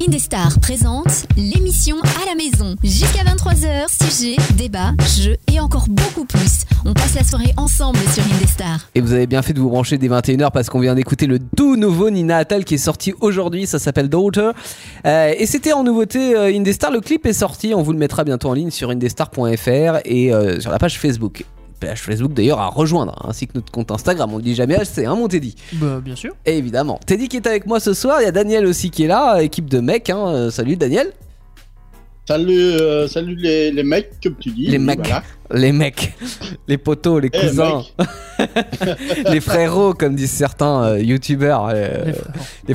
Indestar présente l'émission à la maison. Jusqu'à 23h, sujets, débats, jeux et encore beaucoup plus. On passe la soirée ensemble sur Indestar. Et vous avez bien fait de vous brancher dès 21h parce qu'on vient d'écouter le tout nouveau Nina Attal qui est sorti aujourd'hui, ça s'appelle Daughter. Euh, et c'était en nouveauté euh, Indestar, le clip est sorti, on vous le mettra bientôt en ligne sur indestar.fr et euh, sur la page Facebook. Page Facebook d'ailleurs à rejoindre, hein, ainsi que notre compte Instagram, on le dit jamais assez, hein mon Teddy Bah, bien sûr. Et évidemment, Teddy qui est avec moi ce soir, il y a Daniel aussi qui est là, euh, équipe de mecs, hein. Euh, salut Daniel Salut, euh, salut les, les mecs, comme tu dis. Les mecs. Voilà. les mecs, les potos, les Eh, les cousins, mecs. les frérots comme disent certains euh, youtubeurs, euh, Les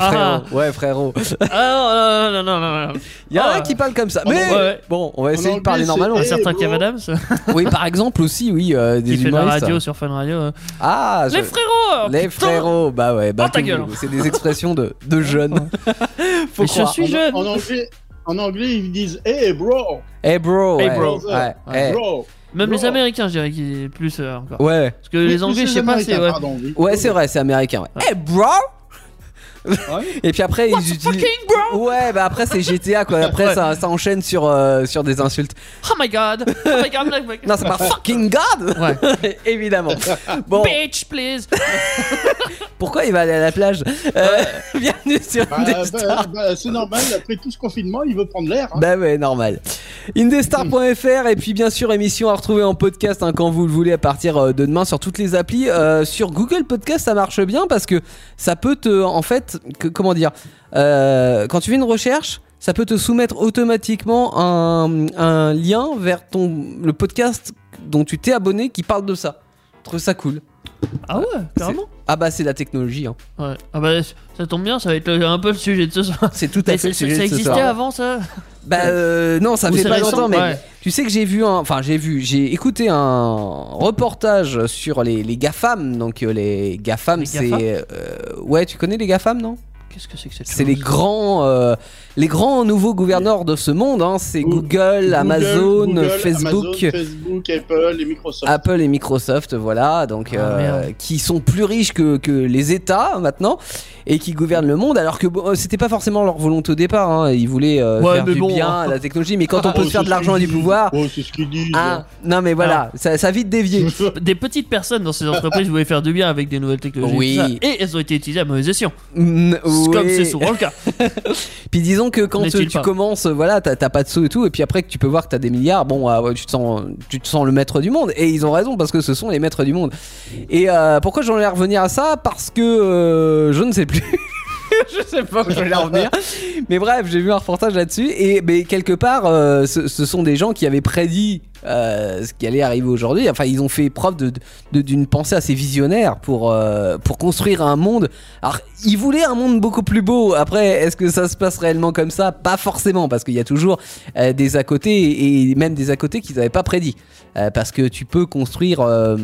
les frères. Ah. frérots, ouais frérots. Ah non, non, non, non, non, non. Il y en a Ah. qui parlent comme ça. Oh, Mais ouais, ouais. bon, on va On essayer a de parler oublié, normalement. Un Eh, certain gros. Kev Adams qui Oui, par exemple aussi, oui, euh, des fait de la humoristes. radio sur Fun Radio. euh. Ah, je- Les frérots oh, Les putain frérots, bah ouais, bah Oh, ta tout- gueule. c'est des expressions de, de jeunes. Faut Mais je croire. suis jeune En, en anglais, en anglais, ils disent Hey bro, Hey bro, Hey, ouais, bro. ouais, Ouais, hey. bro. Même les Bro. Américains, je dirais qu'ils est plus euh, encore. ouais, Parce que les Anglais, je sais pas, c'est. Ouais. ouais, c'est vrai, c'est américain. ouais. Hey bro. Ah Et puis après ils utilisent. Ouais, bah après c'est GTA quoi. Après Ouais. ça, ça enchaîne sur euh, sur des insultes. Oh my god Oh my god like, like- Non, c'est pas fucking god. Ouais. Évidemment. Bon, Bitch, please pourquoi il va aller à la plage Euh, Bienvenue sur Bah, Indestar. bah, bah, c'est normal, après tout ce confinement, il veut prendre l'air. hein. Bah ouais, normal. Indestar.fr et puis bien sûr émission à retrouver en podcast hein, quand vous le voulez à partir euh, de demain sur toutes les applis. Euh, sur Google Podcast ça marche bien parce que ça peut te en fait que- comment dire euh, quand tu fais une recherche ça peut te soumettre automatiquement un, un lien vers ton le podcast dont tu t'es abonné qui parle de ça. Je trouve ça cool. Ah ouais, carrément Ah bah c'est la technologie. hein. Ouais. Ah bah ça tombe bien, ça va être le- un peu le sujet de ce soir. C'est tout à fait Mais ça, le ça sujet de ce existait soir. avant ça Bah euh, non, ça Ou fait c'est pas récent, longtemps, mais ouais. tu sais que j'ai vu un, enfin j'ai vu, j'ai écouté un reportage sur les, les GAFAM, donc euh, les GAFAM, Les c'est, GAFA? euh, ouais, tu connais les GAFAM, non Qu'est-ce que c'est que cette C'est chose les grands, euh, les grands nouveaux gouverneurs de ce monde, hein, c'est Ou- Google, Google, Amazon, Google, Facebook. Ah, Amazon, Facebook, Apple et Microsoft. Apple et Microsoft, voilà, donc Ah, euh, merde. qui sont plus riches que, que les États maintenant et qui gouvernent le monde, alors que bon, euh, c'était pas forcément leur volonté au départ. hein. Ils voulaient euh, Ouais, faire mais du bon, bien hein. à la technologie, mais quand on peut Oh, se faire c'est de ce l'argent et qu'ils du pouvoir, disent. Oh, c'est ce qu'ils disent. ah, non mais voilà, ça, ça a vite dévié. Des petites personnes dans ces entreprises voulaient faire du bien avec des nouvelles technologies. Oui. Et, tout ça, et elles ont été utilisées à mauvais escient. Mm, Comme oui. c'est souvent le cas. Puis disons que quand N'est-il euh, tu pas commences, euh, voilà, t'as t'as pas de sous et tout, et puis après que tu peux voir que t'as des milliards, bon, ah ouais, tu, te sens, tu te sens le maître du monde. Et ils ont raison parce que ce sont les maîtres du monde. Et euh, pourquoi j'en ai à revenir à ça Parce que euh, je ne sais plus. je sais pas où je vais revenir. Mais bref, j'ai vu un reportage là-dessus. Et mais quelque part, euh, ce, ce sont des gens qui avaient prédit euh, ce qui allait arriver aujourd'hui. Enfin, ils ont fait preuve de- de- d'une pensée assez visionnaire pour, euh, pour construire un monde. Alors, ils voulaient un monde beaucoup plus beau. Après, est-ce que ça se passe réellement comme ça Pas forcément, parce qu'il y a toujours euh, des à côté et même des à côté qu'ils n'avaient pas prédit. Euh, parce que tu peux construire euh,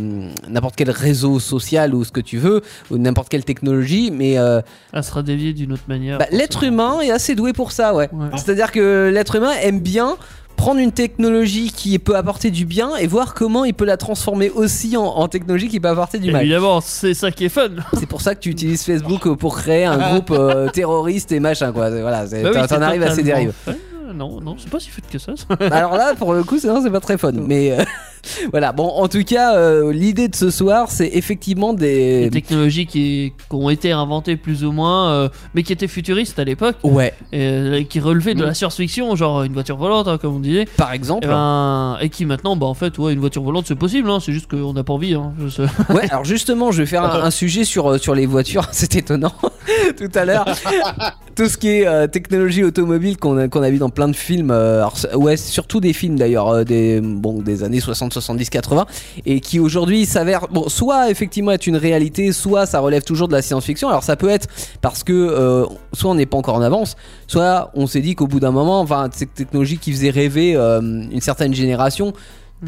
n'importe quel réseau social ou ce que tu veux, ou n'importe quelle technologie, mais euh, Elle sera déviée d'une autre manière. bah, l'être humain est assez doué pour ça, ouais. Ouais. C'est-à-dire que l'être humain aime bien prendre une technologie qui peut apporter du bien et voir comment il peut la transformer aussi en, en technologie qui peut apporter du mal. Évidemment, c'est ça qui est fun. Bah C'est pour ça que tu utilises Facebook euh, pour créer un groupe euh, terroriste et machin, quoi. C'est- Voilà, c'est- Bah oui, t'en- c'est t'en arrives à ces totalement dérives. fun. Euh, Non, non, c'est pas si fun que ça. ça. Alors là, pour le coup, c'est non, c'est pas très fun. Mais euh, voilà, bon, en tout cas, euh, l'idée de ce soir, c'est effectivement Des des. technologies qui, qui ont été inventées plus ou moins, euh, mais qui étaient futuristes à l'époque, Ouais, et euh, qui relevaient de Oh. Mm. la science-fiction, genre une voiture volante, hein, comme on disait. par Et, exemple. ben, et qui maintenant, bah en fait, ouais, une voiture volante c'est possible, hein, c'est juste qu'on n'a pas envie. Hein, Je sais. Ouais, alors justement, je vais faire un, un sujet sur, euh, sur les voitures, c'est étonnant, tout à l'heure. Tout ce qui est euh, technologie automobile qu'on a, qu'on a vu dans plein de films, euh, alors, c- ouais, surtout des films d'ailleurs, euh, des, bon, des années 60, 70, 80, et qui aujourd'hui s'avère, bon, soit effectivement être une réalité, soit ça relève toujours de la science-fiction. Alors ça peut être parce que euh, soit on n'est pas encore en avance, soit on s'est dit qu'au bout d'un moment, enfin, cette technologie qui faisait rêver euh, une certaine génération,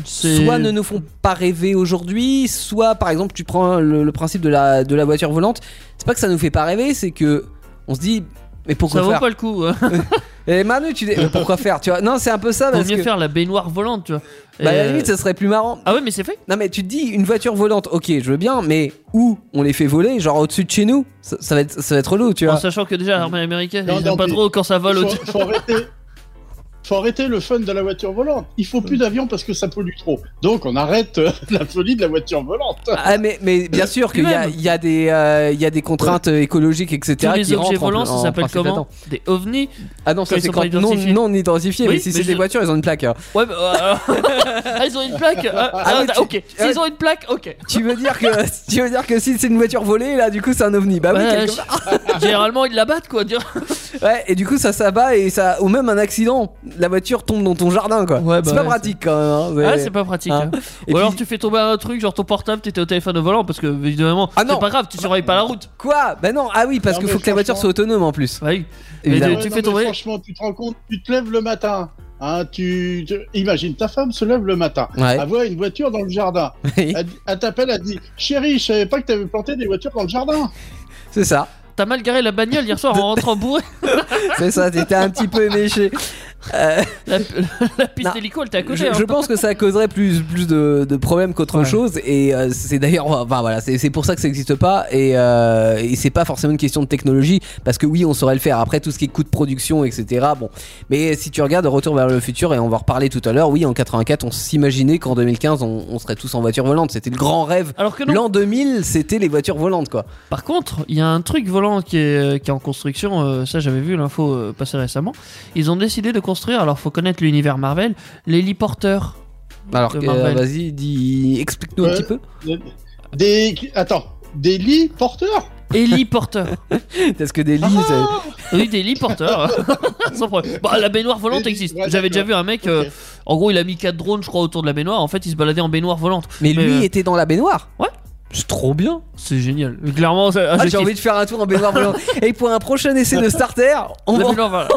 C'est- soit ne nous font pas rêver aujourd'hui, soit par exemple tu prends le, le principe de la, de la voiture volante, c'est pas que ça nous fait pas rêver, c'est que on se dit mais pourquoi Ça vaut faire pas le coup. hein. Et Manu, tu dis euh, pourquoi faire Tu vois Non, c'est un peu ça. Vaut Parce mieux que, faire la baignoire volante, tu vois. bah, à la Euh, limite, ça serait plus marrant. Ah ouais, mais c'est fait. Non, mais tu te dis une voiture volante, ok, je veux bien, mais où on les fait voler Genre au-dessus de chez nous ça, ça va être, ça va être relou, tu En vois. sachant que déjà, l'armée américaine, Non, ils non, aiment pas mais- trop quand ça vole. faut, au-dessus. faut arrêter. Faut arrêter le fun de la voiture volante. Il faut plus d'avion parce que ça pollue trop. Donc on arrête euh, la folie de la voiture volante. Ah, mais, mais bien sûr qu'il y a, Lui-même. il y, a des, euh, il y a des contraintes écologiques, etc. Tous qui les objets rentrent en- volants, en ça s'appelle principe là-dedans. comment Des ovnis Ah non, ça Quand ils c'est sont pas quand non, identifiés. non identifié, Oui, mais si mais c'est des je- voitures, ils ont une plaque. Ouais, bah, euh, ah, ils ont une plaque Ah, ah, ouais, tu- ok. S'ils ont une plaque, ok. tu veux dire que tu veux dire que si c'est une voiture volée, là, du coup, c'est un ovni. Bah oui, Ouais, quelque je- Généralement, ils la battent, quoi. dire. Ouais, et du coup, ça s'abat et ça. Ou même un accident, la voiture tombe dans ton jardin, quoi. Ouais, bah c'est pas ouais, pratique quand même. hein, Ah, c'est- c'est pas pratique. Hein. hein. Et Ou puis- alors tu fais tomber un truc, genre ton portable, t'étais au téléphone au volant, parce que évidemment, Ah non. c'est pas grave, tu surveilles pas la route. Quoi Bah non, ah oui, parce Non, qu'il mais faut que la voiture soit franchement- autonome en plus. Ouais. Mais Évidemment. de- tu non, fais mais tomber- Franchement, tu te rends compte, tu te lèves le matin. Hein, tu, tu- imagine ta femme se lève le matin. Ouais. Elle voit une voiture dans le jardin. Oui, Elle, elle t'appelle, elle dit Chérie, je savais pas que t'avais planté des voitures dans le jardin. c'est ça, T'as mal garé la bagnole hier soir en rentrant bourré. c'est ça, t'étais un petit peu éméché. Euh, La, la piste Non. hélico, elle t'est à côté. je, hein. je pense que ça causerait plus, plus de, de problèmes qu'autre Ouais. chose, et euh, c'est d'ailleurs, enfin voilà, c'est c'est pour ça que ça n'existe pas, et, euh, et c'est pas forcément une question de technologie, parce que oui, on saurait le faire. Après, tout ce qui est coût de production, etc., bon. Mais euh, si tu regardes Retour vers le futur, et on va en reparler tout à l'heure, oui, en 84, on s'imaginait qu'en 2015, on, on serait tous en voiture volante. C'était le grand rêve. Alors que non. L'an 2000, c'était les voitures volantes, quoi. Par contre, il y a un truc volant qui est, qui est en construction. euh, ça, j'avais vu l'info euh, passer récemment. Ils ont décidé de construire, alors faut connaître l'univers Marvel, l'héliporteur. Alors, De que, Marvel. vas-y, dis, explique-nous un Ouais. petit peu. Des. Attends, des lits porteurs Héliporteur. Parce que des lits, Ah Oui, des lits porteurs. Sans problème. Bah, la baignoire volante Des lits, existe. ouais, J'avais déjà d'accord. vu un mec, euh, Ok. en gros, il a mis 4 drones, je crois, autour de la baignoire. En fait, il se baladait en baignoire volante. mais lui euh, était dans la baignoire. Ouais. C'est trop bien. c'est génial. Clairement, ça- ah, Ah, je j'ai kiffe. envie de faire un tour en baignoire volante. Et pour un prochain essai de starter, on La va, baignoire volante.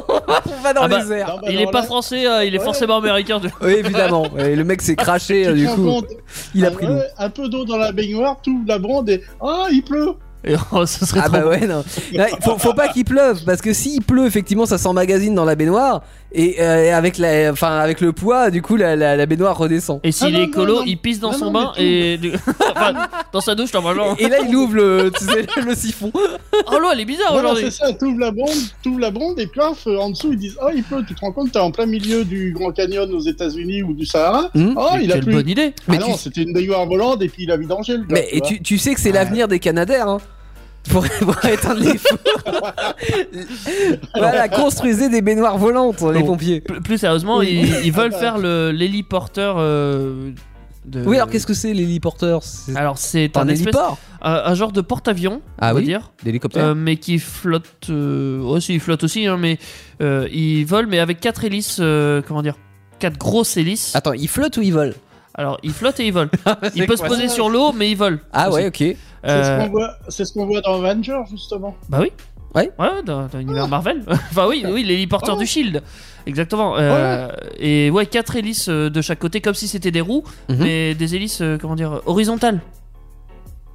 on va dans Ah bah- les airs. Non, bah Il est alors pas là, français, euh, il est Ouais. forcément américain. tu- Oui, évidemment. Et le mec s'est craché, tu euh, te du rends coup. compte, Il a ah pris ouais, l'eau. un peu d'eau dans la baignoire, tout la brande et ah il pleut. Et, oh, ça serait Ah trop bah ouais, non. Là, il faut, faut pas qu'il pleuve, parce que s'il pleut, effectivement, ça s'emmagasine dans la baignoire. Et euh, avec, la, enfin, avec le poids, du coup, la, la- la baignoire redescend. Et s'il Ah non, est non, écolo, non. il pisse dans Non, son non, bain et. du- enfin, dans sa douche, normalement. Et là, il ouvre le, tu sais, le siphon. Oh, l'eau, elle est bizarre Voilà, aujourd'hui. c'est ça, tout la bronde, tout la bronde et paf, euh, en dessous ils disent ah il pleut. Tu te rends compte, t'es en plein milieu du Grand Canyon aux États-Unis ou du Sahara. Hmm. Ah Mais il a Quelle plu. bonne idée. Ah Mais non, tu- c'était une baignoire volante et puis il a vidangé le gars. Mais et vois. tu, tu sais que c'est l'avenir des Canadaires, hein pour, pour éteindre les feux. voilà, construisez des baignoires volantes, les Non. pompiers. Plus, plus sérieusement, Oui. ils, ils veulent Ah bah. faire le- l'héliporteur. euh, de... Oui, alors qu'est-ce que c'est l'héliporteur C'est Alors, c'est un Ah, un, espèce, héliport un, un genre de porte-avions, Ah on va oui. dire, L'hélicoptère euh, mais qui flotte. euh, aussi, il flotte aussi, hein, mais euh, ils volent, mais avec quatre hélices, euh, comment dire, quatre grosses hélices. Attends, il flotte ou il vole Alors, ils flottent et ils volent. ils peuvent se Ah, bah, quoi poser sur l'eau, mais ils volent. Ah aussi. ouais, ok. C'est ce Euh, qu'on voit, c'est ce qu'on voit dans Avenger justement. Bah oui. Ouais. Oh. Ouais, dans, dans l'univers Marvel. enfin oui, oui, l'héliporteur Ouais. du Shield. Exactement. Euh, Et ouais, quatre hélices euh, de chaque côté, comme si c'était des roues, Mhm. mais des hélices, euh, comment dire, horizontales,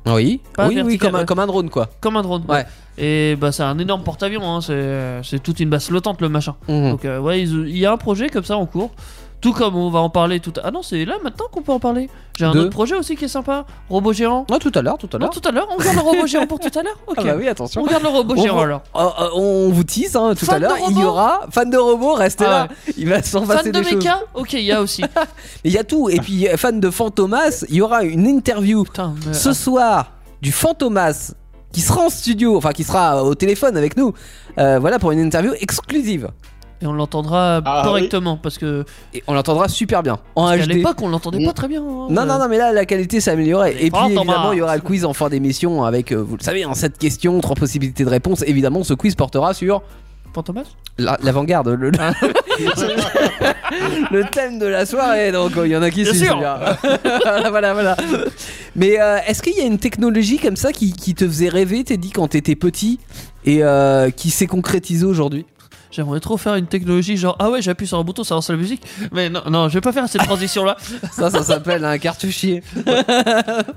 Oui, Pas oui, oui vertical, comme, un, ouais. comme un drone quoi. comme un drone. Ouais. Et bah c'est un énorme porte-avions, hein, c'est, c'est toute une base flottante le machin. Mhm. Donc euh, ouais, ils- il y a un projet comme ça en cours. Tout comme on va en parler tout à... Ah non, c'est là maintenant qu'on peut en parler. J'ai un De- autre projet aussi qui est sympa. Robot géant. Ah, tout à l'heure, tout à Non, l'heure. tout à l'heure, on regarde le robot géant pour tout à l'heure. Ok. Ah bah oui, On attention. regarde le robot On géant va- alors. Oh, oh, on vous tease hein, tout Fan à de l'heure. Il y robots aura fan de robots, restez Ah là. ouais. Il va s'en passer Fan de des choses. méca Ok, il y a aussi. Il y a tout. Et puis euh, fan de Fantomas, il y aura une interview Putain, mais- euh, ce soir du Fantomas qui sera en studio, enfin qui sera euh, au téléphone avec nous, euh, voilà pour une interview exclusive. Et on l'entendra Ah, correctement parce que Et on l'entendra super bien en à HD. l'époque on l'entendait pas très bien. hein. Mm. Non, non, non, mais là la qualité s'est améliorée. Et puis Fantomas. évidemment, il y aura le quiz en fin d'émission avec, euh, vous le savez, en 7 questions, trois possibilités de réponse. Évidemment, ce quiz portera sur Fantomas la- l'avant-garde, le, le- Hein euh, le thème de la soirée. Donc euh, il y en a qui Bien s'y sûr. souviennent. voilà, voilà, voilà. Mais euh, est-ce qu'il y a une technologie comme ça qui, qui te faisait rêver, t'es dit quand t'étais petit, et euh, qui s'est concrétisée aujourd'hui J'aimerais trop faire une technologie genre ah ouais j'appuie sur un bouton ça lance la musique mais non non je vais pas faire cette transition là. Ça, ça s'appelle un cartouchier.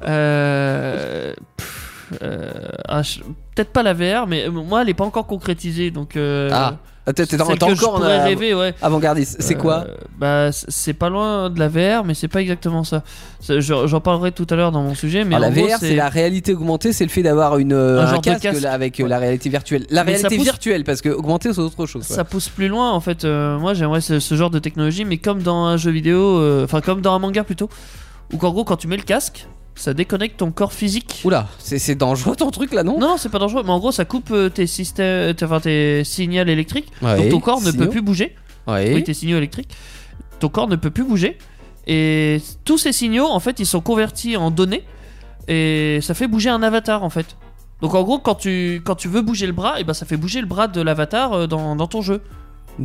Euh, pff, euh, ah, je- Peut-être pas la VR mais euh, moi elle est pas encore concrétisée donc euh, Ah. Ah, T'es t'es- t'es Celle que je encore en pourrais av- rêver, ouais. avant-gardiste. euh, C'est Euh, quoi Bah, c- c'est pas loin de la VR, mais c'est pas exactement ça. C'est- je- J'en parlerai tout à l'heure dans mon sujet, mais Alors, en Ah, La gros, VR, c'est la réalité augmentée, c'est le fait d'avoir une euh, Un un genre de casque, casque. là, avec euh, Ouais. la réalité virtuelle. La Mais ça réalité pousse- virtuelle, parce que augmenter c'est autre chose. quoi. Ça pousse plus loin en fait. Euh, moi j'aimerais ce, ce genre de technologie, mais comme dans un jeu vidéo, euh, enfin comme dans un manga plutôt, où qu'en gros quand tu mets le casque, ça déconnecte ton corps physique. Oula, c'est c'est dangereux ton truc là, non Non, non, c'est pas dangereux, mais en gros ça coupe euh, tes systèmes, tes- enfin tes signaux électriques, Ouais, donc ton corps ne signaux. peut plus bouger. Ouais. Oui, tes signaux électriques, ton corps ne peut plus bouger. Et tous ces signaux en fait ils sont convertis en données et ça fait bouger un avatar en fait. Donc en gros quand tu quand tu veux bouger le bras, et ben ça fait bouger le bras de l'avatar euh, dans, dans ton jeu.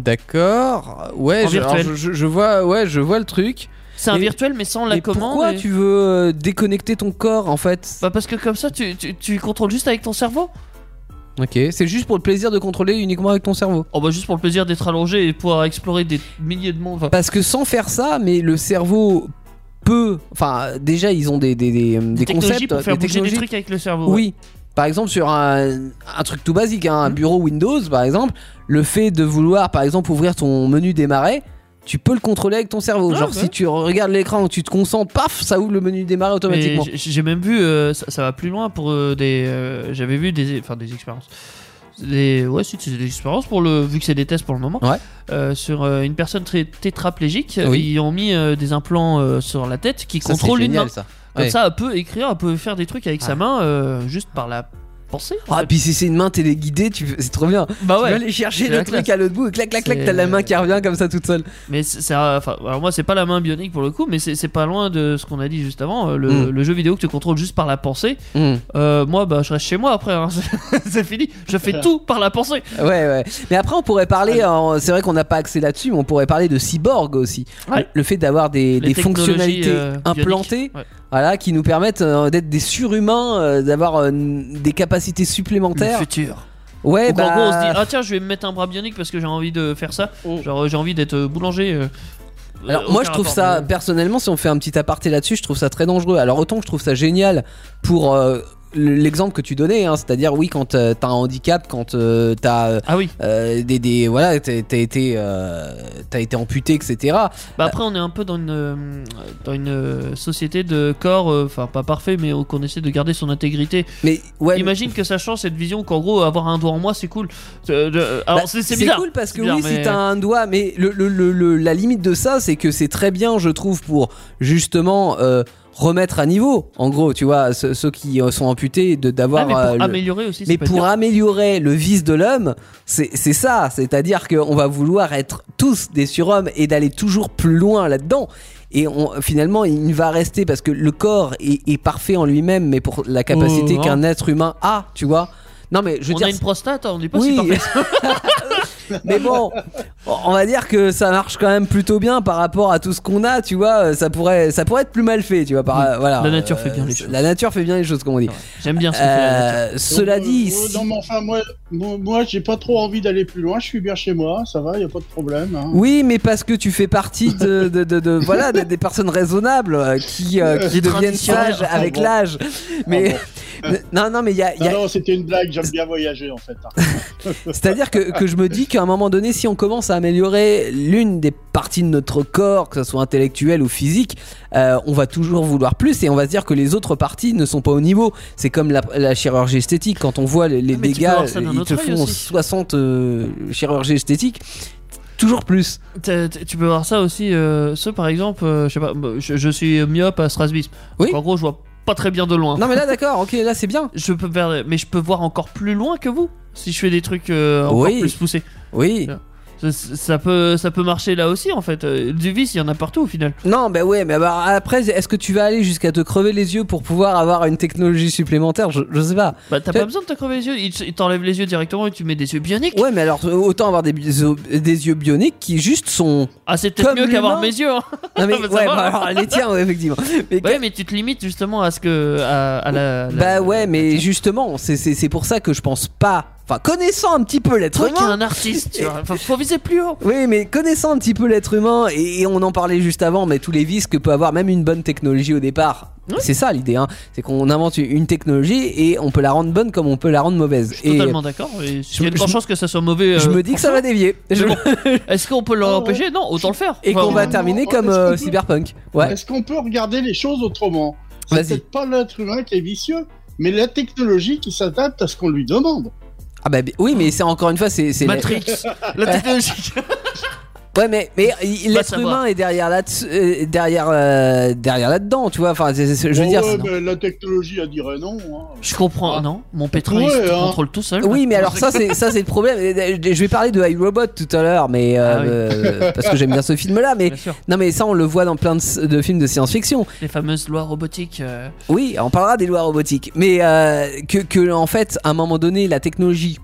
D'accord. Ouais, En je, alors, virtuel. je- je- je vois, ouais, je vois le truc. C'est un Et- virtuel mais sans la Mais commande. pourquoi et- tu veux euh, déconnecter ton corps en fait Bah parce que comme ça, tu, tu, tu contrôles juste avec ton cerveau. Ok, c'est juste pour le plaisir de contrôler uniquement avec ton cerveau. Oh bah juste pour le plaisir d'être allongé et pouvoir explorer des milliers de mondes. Enfin, Parce que sans faire ça, mais le cerveau peut. Enfin, déjà, ils ont des, des, des, des technologies concepts, pour faire des bouger des technologies. trucs avec le cerveau. ouais. Oui. Par exemple, sur un, un truc tout basique, hein, un Mhm. bureau Windows, par exemple, le fait de vouloir, par exemple, ouvrir ton menu démarrer, tu peux le contrôler avec ton cerveau. Ah, Genre, ouais. si tu regardes l'écran, que tu te concentres, paf, ça ouvre le menu démarrer Mais automatiquement. j'ai- J'ai même vu, euh, ça, ça va plus loin pour euh, des. euh, J'avais vu des, enfin des expériences. Des, ouais, si, c'est des expériences pour le, vu que c'est des tests pour le moment. Ouais. Euh, sur euh, une personne très tétraplégique, Oui. ils ont mis euh, des implants euh, sur la tête qui Ça, c'est contrôlent une génial, main. ça. Comme Ouais. ça, elle peut écrire, elle peut faire des trucs avec sa main euh, juste par la pensée. en Ah, fait. puis si c'est une main téléguidée, tu... c'est trop bien. bah Tu ouais. vas aller chercher C'est le la truc à l'autre bout et clac, clac, clac, C'est- t'as la main qui revient comme ça toute seule. Mais c'est c'est un- enfin, alors moi c'est pas la main bionique pour le coup, mais c'est c'est pas loin de ce qu'on a dit juste avant. euh, Le, Mm. le jeu vidéo que tu contrôles juste par la pensée. Euh, moi bah je reste chez moi après, hein, c'est c'est fini. Je fais tout par la pensée. Ouais, ouais. Mais après, on pourrait parler, en- c'est vrai qu'on n'a pas accès là-dessus, mais on pourrait parler de cyborg aussi. Ouais. Le fait d'avoir des, Les des technologies, fonctionnalités euh, bioniques. implantées Ouais. voilà, qui nous permettent euh, d'être des surhumains, euh, d'avoir euh, des capacités Le supplémentaires. futur. Ouais, Donc, en gros on se bah, dit ah tiens je vais me mettre un bras bionique parce que j'ai envie de faire ça. Oh. Genre euh, j'ai envie d'être euh, boulanger. euh, Alors euh, moi aucun je trouve rapport, ça mais- personnellement si on fait un petit aparté là-dessus je trouve ça très dangereux. Alors autant que je trouve ça génial pour euh, l'exemple que tu donnais, hein, c'est-à-dire oui quand euh, t'as un handicap, quand euh, t'as Ah oui. euh, des, des voilà t'as t'as été euh, t'as été amputé etc. Bah après on est un peu dans une euh, dans une euh, société de corps, euh, enfin pas parfait, mais euh, qu'on essaie de garder son intégrité. Mais ouais Imagine que ça change cette vision qu'en gros avoir un doigt en moi c'est cool. Euh, euh, bah, alors c'est c'est bizarre. cool parce que C'est bizarre, oui si mais- t'as un doigt mais le, le- le- le- la limite de ça c'est que c'est très bien je trouve pour justement euh, remettre à niveau en gros tu vois ceux, ceux qui euh, sont amputés de Ah, d'avoir mais pour euh, le- améliorer aussi. ça Mais peut être pour bien. améliorer le vice de l'homme, c'est c'est ça. C'est-à-dire qu'on va vouloir être tous des surhommes et d'aller toujours plus loin là-dedans. Et on, finalement, il va rester parce que le corps est, est parfait en lui-même, mais pour la capacité Oh, qu'un être humain a, tu vois. Non, mais je veux on dire. a une prostate, hein, on n'est pas si Oui. parfait. mais bon, on va dire que ça marche quand même plutôt bien par rapport à tout ce qu'on a, tu vois. euh, Ça pourrait, ça pourrait être plus mal fait, tu vois. Par, Oui, voilà. la nature fait bien les c'est- choses. La nature fait bien les choses, comme on dit. Ouais, J'aime bien ce que fait la nature. Euh, cela Donc, euh, dit, euh, si- non, mais enfin, moi, moi, moi, j'ai pas trop envie d'aller plus loin. Je suis bien chez moi, ça va, y a pas de problème. hein. Oui, mais parce que tu fais partie de, de, de- de- voilà des, des personnes raisonnables euh, qui, euh, qui Des deviennent traditionnels. sages avec Ah bon. l'âge. Mais non, non, mais il y a, il y Non, a- non, c'était une blague. J'aime bien voyager, en fait. hein. c'est-à-dire que, que je me dis qu'à un moment donné, si on commence à améliorer l'une des parties de notre corps, que ce soit intellectuelle ou physique, euh, on va toujours vouloir plus et on va se dire que les autres parties ne sont pas au niveau. C'est comme la, la chirurgie esthétique. Quand on voit les, les Ah, mais tu peux dégâts, voir ça d'un ils te autre œil font aussi. 60 euh, chirurgies esthétiques. Toujours plus. T'as- t'as- Tu peux voir ça aussi. euh, ceux par exemple, euh, je sais pas, bah, je, je suis myope à Strasbourg. Oui. Donc, en gros, je vois pas très bien de loin. Non mais là d'accord, ok, là c'est bien. Je peux faire, mais je peux voir encore plus loin que vous si je fais des trucs euh, encore Oui. plus poussés. Oui. Ça, ça peut, ça peut marcher là aussi en fait. Euh, Du vice, il y en a partout au final. Non, bah ouais, mais bah après, est-ce que tu vas aller jusqu'à te crever les yeux pour pouvoir avoir une technologie supplémentaire je, je sais pas. Bah t'as Peut- pas besoin de te crever les yeux. Il, il t'enlève les yeux directement et tu mets des yeux bioniques. Ouais, mais alors autant avoir des, bisous- des yeux bioniques qui juste sont. Ah c'est peut-être Comme mieux qu'avoir l'humain. mes yeux. hein. Non mais Bah, ça ouais, va. bah, alors les tiens, ouais, effectivement. Mais Ouais, mais tu te limites justement à ce que à, à la, la- bah ouais, mais justement, c'est- c'est c'est pour ça que je pense pas. Enfin, connaissant un petit peu l'être Toi qui es humain. un artiste, tu vois. Faut, faut viser plus haut. Oui, mais connaissant un petit peu l'être humain, et, et on en parlait juste avant, mais tous les vices que peut avoir même une bonne technologie au départ, Oui. C'est ça l'idée, hein. c'est qu'on invente une- une technologie et on peut la rendre bonne comme on peut la rendre mauvaise. Je suis Et totalement d'accord. et Il y a de je- grandes chances que ça soit mauvais. euh, je me dis que ça va dévier. Je- bon. Est-ce qu'on peut Ah ouais. l'empêcher Non, autant le faire. Et Enfin, qu'on va on- terminer Oh, on- comme est-ce euh, qu'on peut- Cyberpunk. Ouais. Est-ce qu'on peut regarder les choses autrement C'est Vas-y. peut-être pas l'être humain qui est vicieux, mais la technologie qui s'adapte à ce qu'on lui demande. Ah bah b- oui, mais c'est encore une fois, c'est. c'est la- Matrix, la technologie. Ouais, mais, mais il- Pas l'être savoir. humain est derrière là, derrière, euh, derrière là-dedans, tu vois. Enfin, c'est- c'est- je veux Bon, dire. Oh, ouais, c'est- mais la technologie a dirait non. hein. Je comprends, Ah. non Mon pétrole, il Ouais, se hein. contrôle tout seul. Oui, mais alors ça, c'est ça, c'est le problème. Je je vais parler de iRobot tout à l'heure, mais euh, Ah oui. euh, parce que j'aime bien ce film-là, mais Bien sûr. non, mais ça, on le voit dans plein de, de films de science-fiction. Les fameuses lois robotiques. euh, Oui, on parlera des lois robotiques, mais euh, que, que en fait, à un moment donné, la technologie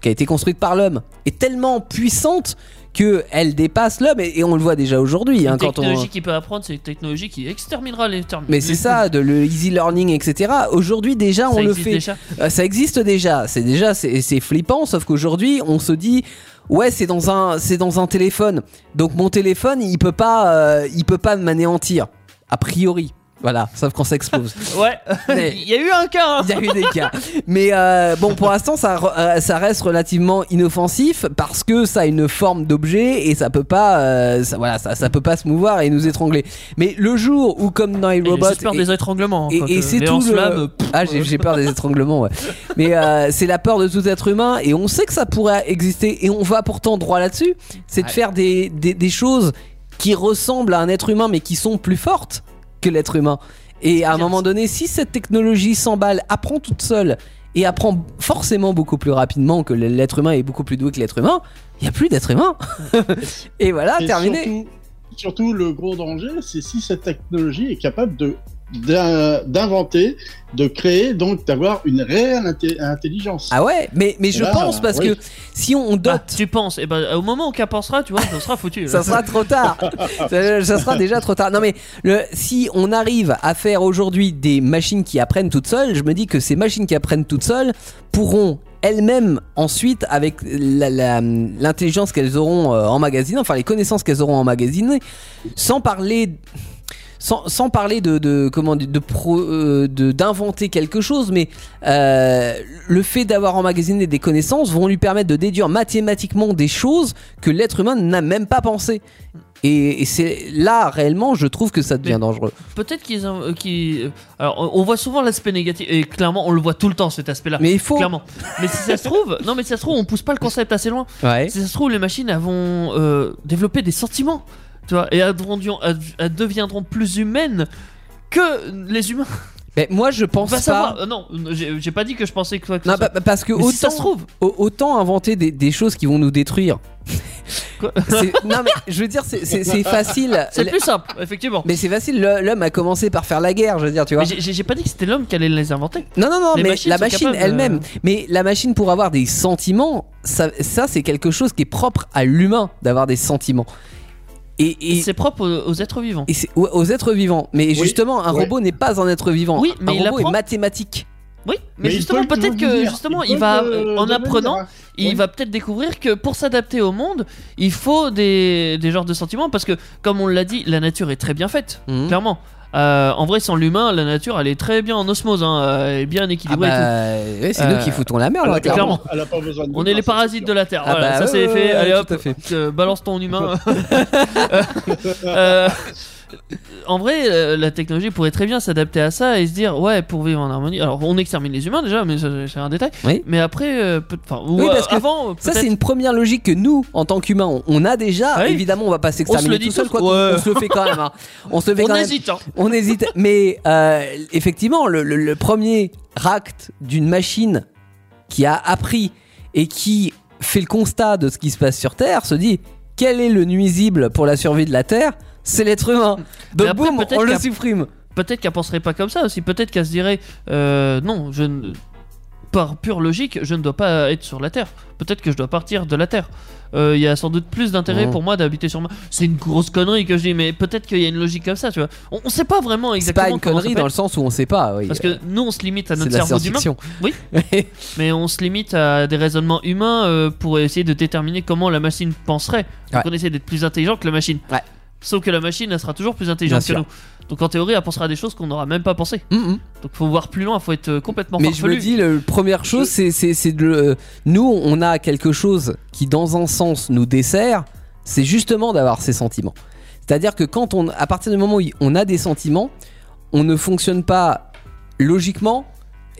qui a été construite par l'homme est tellement puissante que elle dépasse l'homme, et, et on le voit déjà aujourd'hui. une Hein, quand on technologie qui peut apprendre, c'est une technologie qui exterminera les termes. mais c'est les- ça, de le easy learning, etc. Aujourd'hui déjà, Ça on le existe fait. déjà. Euh, ça existe déjà. C'est déjà, c'est c'est flippant. Sauf qu'aujourd'hui, on se dit, ouais, c'est dans un, c'est dans un téléphone. Donc mon téléphone, il peut pas, euh, il peut pas m'anéantir, a priori. Voilà, sauf qu'on s'expose. Ouais, Mais- il y a eu un cas. hein. Il y a eu des cas. Mais euh, bon, pour l'instant, ça, re- euh, ça reste relativement inoffensif parce que ça a une forme d'objet et ça peut pas, euh, ça, voilà, ça, ça peut pas se mouvoir et nous étrangler. Mais le jour où, comme dans les Et robots, J'ai peur et- des étranglements. hein, et- quoi, et que- c'est mais tout en le- slam, euh, pff, ah, j'ai j'ai peur des étranglements, ouais. Mais euh, c'est la peur de tout être humain et on sait que ça pourrait exister et on va pourtant droit là-dessus. C'est de Ouais. faire des, des, des choses qui ressemblent à un être humain mais qui sont plus fortes que l'être humain. Et à un Bien moment sûr. donné, si cette technologie s'emballe, apprend toute seule et apprend forcément beaucoup plus rapidement que l'être humain est beaucoup plus doué que l'être humain, il n'y a plus d'être humain. et voilà, Ah, Et terminé. Surtout, surtout, le gros danger, c'est si cette technologie est capable de d'in- d'inventer, de créer, donc d'avoir une réelle inté- intelligence. Ah ouais, mais, mais je Ah, pense parce oui. que si on Ah, dote tu penses Et ben au moment où qu'elle pensera, tu vois, on sera foutu. ça sera trop tard. ça, ça sera déjà trop tard. Non mais le, si on arrive à faire aujourd'hui des machines qui apprennent toutes seules, je me dis que ces machines qui apprennent toutes seules pourront elles-mêmes ensuite avec la- la- l'intelligence qu'elles auront euh, emmagasinée, enfin les connaissances qu'elles auront emmagasinées, sans parler sans, sans parler de, de comment dire, de pro- euh, de- d'inventer quelque chose, mais euh, le fait d'avoir emmagasiné des connaissances vont lui permettre de déduire mathématiquement des choses que l'être humain n'a même pas pensé. Et, et c'est là réellement, je trouve que ça devient Mais- dangereux. Peut-être qu'ils. ont- euh, qu'ils- euh, Alors, on- on voit souvent l'aspect négatif, et clairement, on le voit tout le temps cet aspect-là. Mais il faut. Clairement. Mais si ça se trouve, non, mais si ça se trouve, on pousse pas le concept assez loin. Ouais. Si ça se trouve, les machines elles vont euh, développer des sentiments, tu vois, et elles deviendront- elles deviendront plus humaines que les humains. Mais moi, je pense va pas. savoir. Euh, Non, j'ai j'ai pas dit que je pensais que. quoi que ce Non, soit. pa- pa- parce que Mais autant, si ça se trouve, au- autant inventer des, des choses qui vont nous détruire. Quoi C'est- non mais je veux dire, c'est- c'est c'est facile. c'est plus simple, effectivement. Mais c'est facile. le- L'homme a commencé par faire la guerre, je veux dire, tu vois. Mais j'ai- j'ai j'ai pas dit que c'était l'homme qui allait les inventer. Non, non, non, Les mais machines la sont machine capables de- elle-même. Mais la machine pour avoir des sentiments, ça, ça, c'est quelque chose qui est propre à l'humain d'avoir des sentiments. Et, et, C'est propre aux, aux êtres vivants. et c'est aux aux êtres vivants. Mais justement, un ouais. robot n'est pas un être vivant. Oui, un mais il robot apprend. est mathématique. Oui, mais, ils justement, peuvent peut-être que devenir- justement, ils il va, peuvent, euh, euh, en devenir, apprenant, hein. il Oui. va peut-être découvrir que pour s'adapter au monde, il faut des, des genres de sentiments parce que, comme on l'a dit, la nature est très bien faite, Mhm. Mmh. clairement. Euh, en vrai, sans l'humain, la nature, elle est très bien en osmose, hein, euh, elle est bien Ah équilibrée. et tout. bah, ouais, c'est Euh, nous qui foutons la merde, Ah, Elle a là, pas- clairement. clairement. elle a pas besoin de On nous, est les ça, c'est parasites sûr. de la Terre. Ah voilà, bah ça ouais, c'est ouais, fait. ouais, Allez tout hop, à fait. euh, balance ton humain. Euh, en vrai, euh, la technologie pourrait très bien s'adapter à ça et se dire ouais pour vivre en harmonie. Alors on extermine les humains déjà, mais ça, c'est un détail. Oui. Mais après, euh, peut- enfin, ou, Oui, parce euh, que avant, Ça, peut-être- c'est une première logique que nous, en tant qu'humains, on, on a déjà. Ah oui. Évidemment, on va pas On se s'exterminer le tout, dit seul, tous, quoi. ouais. On se le fait quand même. hein. On se le fait on quand même. hésite. hein. On hésite, mais euh, effectivement, le, le- le premier acte d'une machine qui a appris et qui fait le constat de ce qui se passe sur Terre se dit quel est le nuisible pour la survie de la Terre C'est l'être humain. Mais Donc après, boum, peut-être on le qu'à- supprime. Peut-être qu'elle penserait pas comme ça aussi. Peut-être qu'elle se dirait euh, non, je ne- par pure logique, je ne dois pas être sur la Terre. Peut-être que je dois partir de la Terre. Euh, Il y a sans doute plus d'intérêt Mhm. pour moi d'habiter sur Mars. C'est une grosse connerie que je dis, mais peut-être qu'il y a une logique comme ça, tu vois. On, on sait pas vraiment C'est pas exactement. une comment ça connerie peut dans le sens où on sait pas. oui. euh, Parce que nous, on se limite à c'est notre de la cerveau d'humain, science-fiction. Oui. mais on se limite à des raisonnements humains euh, pour essayer de déterminer comment la machine penserait. Donc Ouais. on essaie d'être plus intelligent que la machine. Ouais. Sauf que la machine, elle sera toujours plus Bien intelligente que sûr. nous. Donc en théorie, elle pensera à des choses qu'on n'aura même pas pensé. Mhm. Donc faut voir plus loin, faut être euh, complètement Mais je farfelu. me dis, la première chose, c'est- c'est c'est de. le- Nous, on a quelque chose qui, dans un sens, nous dessert, c'est justement d'avoir ces sentiments. C'est-à-dire que quand on. À partir du moment où on a des sentiments, on ne fonctionne pas logiquement.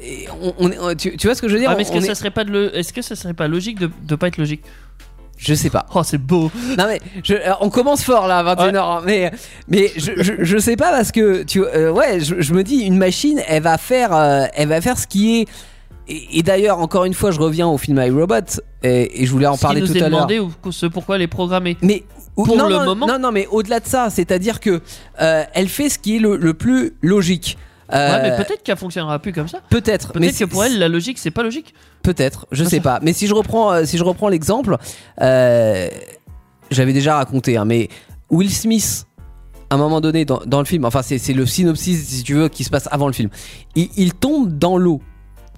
Et on, on est- euh, tu, tu vois ce que je veux dire Ah, mais est-ce On- que, on ça est- serait pas de le... est-ce que ça serait pas logique de, de pas être logique Je sais pas. Oh, c'est beau Non mais je- euh, on commence fort là, 21h. hein, Mais mais je, je, je sais pas parce que tu euh, ouais, je, je me dis une machine, elle va faire euh, elle va faire ce qui est. Et, et d'ailleurs, encore une fois, je reviens au film I Robot et, et je voulais en Ce qui parler nous tout est à l'heure. demandé ou ce pourquoi les programmer. Mais ou- Pour non, le non, moment. non, non, mais au-delà de ça, c'est-à-dire que euh, elle fait ce qui est le, le plus logique. Euh, Ouais, mais peut-être qu'elle fonctionnera plus comme ça. peut-être. mais Peut-être que c'est- pour elle, la logique, c'est pas logique. Peut-être, je Ah, sais ça. pas. Mais si je reprends, euh, si je reprends l'exemple, euh, j'avais déjà raconté, hein, mais Will Smith, à un moment donné dans, dans le film, enfin c'est c'est le synopsis si tu veux qui se passe avant le film, il, il tombe dans l'eau,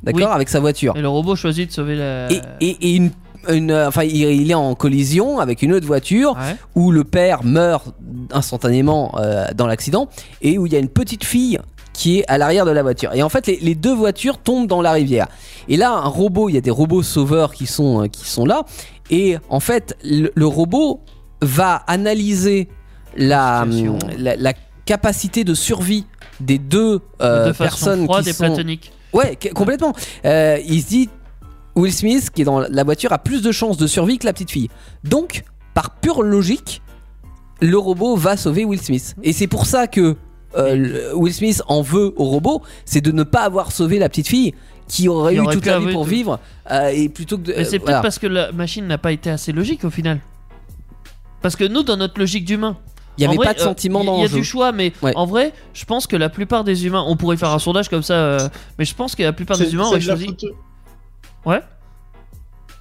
d'accord, Oui. Euh. avec sa voiture. Et le robot choisit de sauver la. Et, et- et une, une, euh, enfin il, il est en collision avec une autre voiture Ouais. où le père meurt instantanément euh, dans l'accident et où il y a une petite fille qui est à l'arrière de la voiture. Et en fait, les, les deux voitures tombent dans la rivière. Et là, un robot, il y a des robots sauveurs qui sont, euh, qui sont là. Et en fait, le, le robot va analyser la, Situation. la, la capacité de survie des deux euh, de façon personnes froide qui et sont... platonique. Ouais, que- complètement. Euh, il se dit, Will Smith, qui est dans la voiture, a plus de chances de survie que la petite fille. Donc, par pure logique, le robot va sauver Will Smith. Et c'est pour ça que euh, le- Will Smith en veut au robot, c'est de ne pas avoir sauvé la petite fille qui aurait Qui eu aurait toute pu la avoir vie eu pour tout. vivre. euh, et plutôt que de. Mais euh, c'est peut-être voilà. parce que la machine n'a pas été assez logique au final. Parce que nous, dans notre logique d'humain, Il n'y en avait vrai, pas de euh, sentiment il y- dans Il y le a jeu. du choix, mais Ouais. en vrai, je pense que la plupart des humains, on pourrait faire un sondage comme ça, euh, mais je pense que la plupart C'est- des humains c'est auraient de la choisi. faute- Ouais.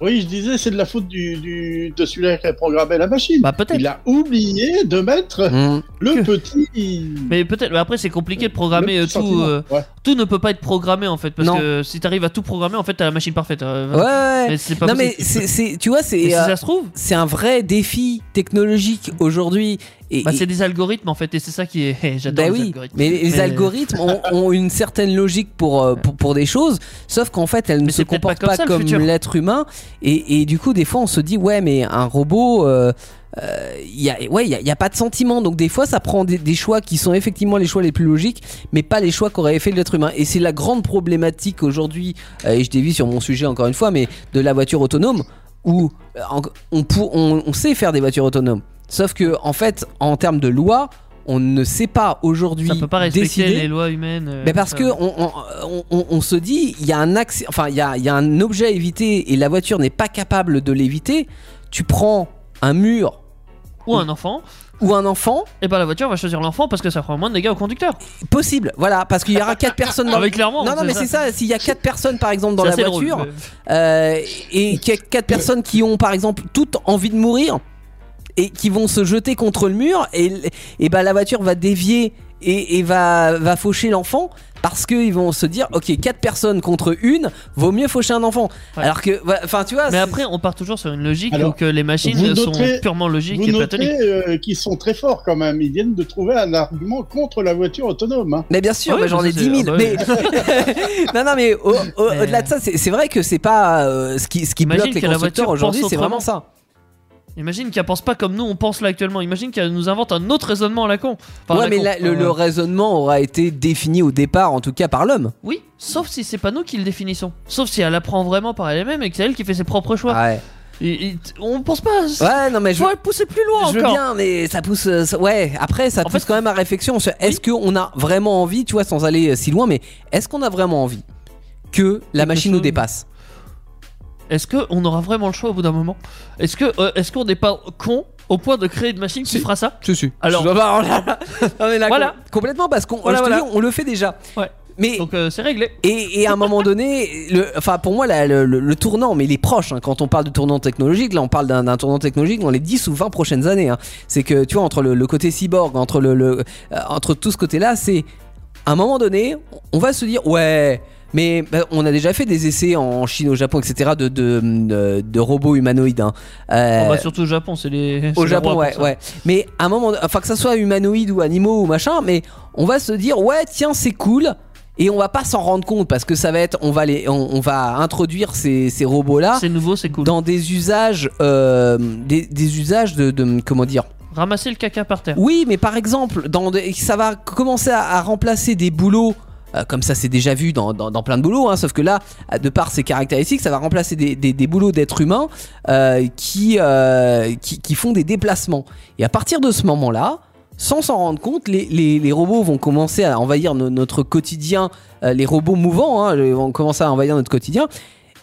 Oui, je disais, c'est de la faute du, du- de celui qui a programmé la machine. Bah peut-être. Il a oublié de mettre Mmh. le Que- petit. Mais peut-être. mais après, c'est compliqué de programmer le euh, petit tout. sentiment. euh, Ouais. tout ne peut pas être programmé en fait, parce Non. que si t'arrives à tout programmer, en fait, t'as la machine parfaite. euh, Ouais, ouais, ouais. Mais c'est pas non, mais possible. c'est, c'est- tu vois, Et c'est, si euh, ça se trouve, c'est un vrai défi technologique aujourd'hui. Et, bah, et- c'est des algorithmes en fait, et c'est ça qui est. Eh, J'adore Bah les oui, algorithmes. mais les algorithmes ont, ont une certaine logique pour, euh, pour, pour des choses, sauf qu'en fait, elles ne Mais se c'est peut-être comportent pas pas comme ça, le comme, futur. l'être humain. Et, et du coup, des fois, on se dit, ouais, mais un robot, euh, euh, y a, ouais, il n'y a, y a pas de sentiment. Donc, des fois, ça prend des, des choix qui sont effectivement les choix les plus logiques, mais pas les choix qu'aurait fait l'être humain. Et c'est la grande problématique aujourd'hui, euh, et je dévie sur mon sujet encore une fois, mais de la voiture autonome, où euh, en- on, pour- on, on sait faire des voitures autonomes. Sauf que, en fait, en termes de loi, on ne sait pas aujourd'hui ça peut pas respecter décider. les lois humaines. euh, Mais Ben, parce ça. que on, on- on- on- on se dit, il y a un accès, enfin il y a, il y a un objet à éviter et la voiture n'est pas capable de l'éviter. Tu prends un mur ou un enfant, ou un enfant, et bah la voiture va choisir l'enfant parce que ça fera moins de dégâts au conducteur. possible, voilà, parce qu'il y aura quatre personnes dans. Ah, mais clairement, non non c'est mais ça. c'est ça. S'il y a quatre personnes par exemple dans C'est la assez drôle, voiture mais- euh, et qu'il y a quatre personnes qui ont par exemple toutes envie de mourir et qui vont se jeter contre le mur et, et bah, la voiture va dévier et, et va, va faucher l'enfant parce qu'ils vont se dire ok quatre personnes contre une vaut mieux faucher un enfant Ouais. alors que voilà, enfin tu vois Mais Ah, c'est- après, on part toujours sur une logique Alors, où que les machines vous sont noterez- purement logiques Vous et platoniques. notez euh, qu'ils sont très forts quand même. Ils viennent de trouver un argument contre la voiture autonome. hein. Mais bien sûr, Ah oui, mais j'en mais ai ça, 10 000. c'est- ah bah mais... non, non, mais au, Mais- delà de ça, c'est c'est vrai que c'est pas euh, ce qui, ce qui Imagine bloque les que la constructeurs voiture aujourd'hui, pense c'est vraiment autrement. ça. Imagine qu'elle pense pas comme nous on pense là actuellement. Imagine qu'elle nous invente un autre raisonnement à la con. Enfin, à ouais, la mais con. la- le, Euh, le raisonnement aura été défini au départ, en tout cas par l'homme. Oui, sauf si c'est pas nous qui le définissons. Sauf si elle apprend vraiment par elle-même et que c'est elle qui fait ses propres choix. Ouais. Et- et- on pense pas. à ça. Ah. Ouais, non, mais je, Faut aller pousser plus loin je veux encore. bien, mais ça pousse. euh, ça- ouais, après, ça En pousse fait- quand même à réflexion. sur Est-ce qu'on a vraiment envie, tu vois, sans aller euh, si loin, mais est-ce qu'on a vraiment envie que la Quelque machine nous chose- dépasse Est-ce que on aura vraiment le choix au bout d'un moment Est-ce que euh, est-ce qu'on n'est pas con au point de créer une machine qui Si. fera ça Si, si. Alors- Je dois pas- Non, mais là, Voilà. com- Complètement, parce qu'on Voilà, je te voilà. dis, on le fait déjà. Ouais. Mais Donc euh, c'est réglé. Et, et à un moment donné, le, enfin pour moi, la- le, le- le tournant, mais il est proche. hein. quand on parle de tournant technologique, là on parle d'un d'un tournant technologique dans les 10 ou 20 prochaines années. hein. C'est que tu vois, entre le, le côté cyborg, entre, le, le- euh, entre tout ce côté-là, c'est à un moment donné, on va se dire, ouais, Mais bah, on a déjà fait des essais en Chine, au Japon, etc. de, de, de- de robots humanoïdes. hein. Euh, On va bah, surtout au Japon, c'est les. au Japon, ouais, ouais. Mais à un moment, enfin que ça soit humanoïde ou animaux ou machin, mais on va se dire ouais, tiens, c'est cool. Et on va pas s'en rendre compte parce que ça va être, on va les, on, on va introduire ces, ces robots là C'est nouveau, c'est cool. Ah. dans des usages, euh, des, des usages de, de- comment dire. Ramasser le caca par terre. Oui, mais par exemple, dans des- ça va commencer à, à remplacer des boulots. euh, comme ça, c'est déjà vu dans, dans- dans plein de boulots, hein, sauf que là, à- de par ses caractéristiques, ça va remplacer des, des- des boulots d'êtres humains euh, qui, euh, qui, qui font des déplacements. Et à partir de ce moment-là, sans s'en rendre compte, les, les- les robots vont commencer à envahir no- notre quotidien. euh, les robots mouvants hein, vont commencer à envahir notre quotidien.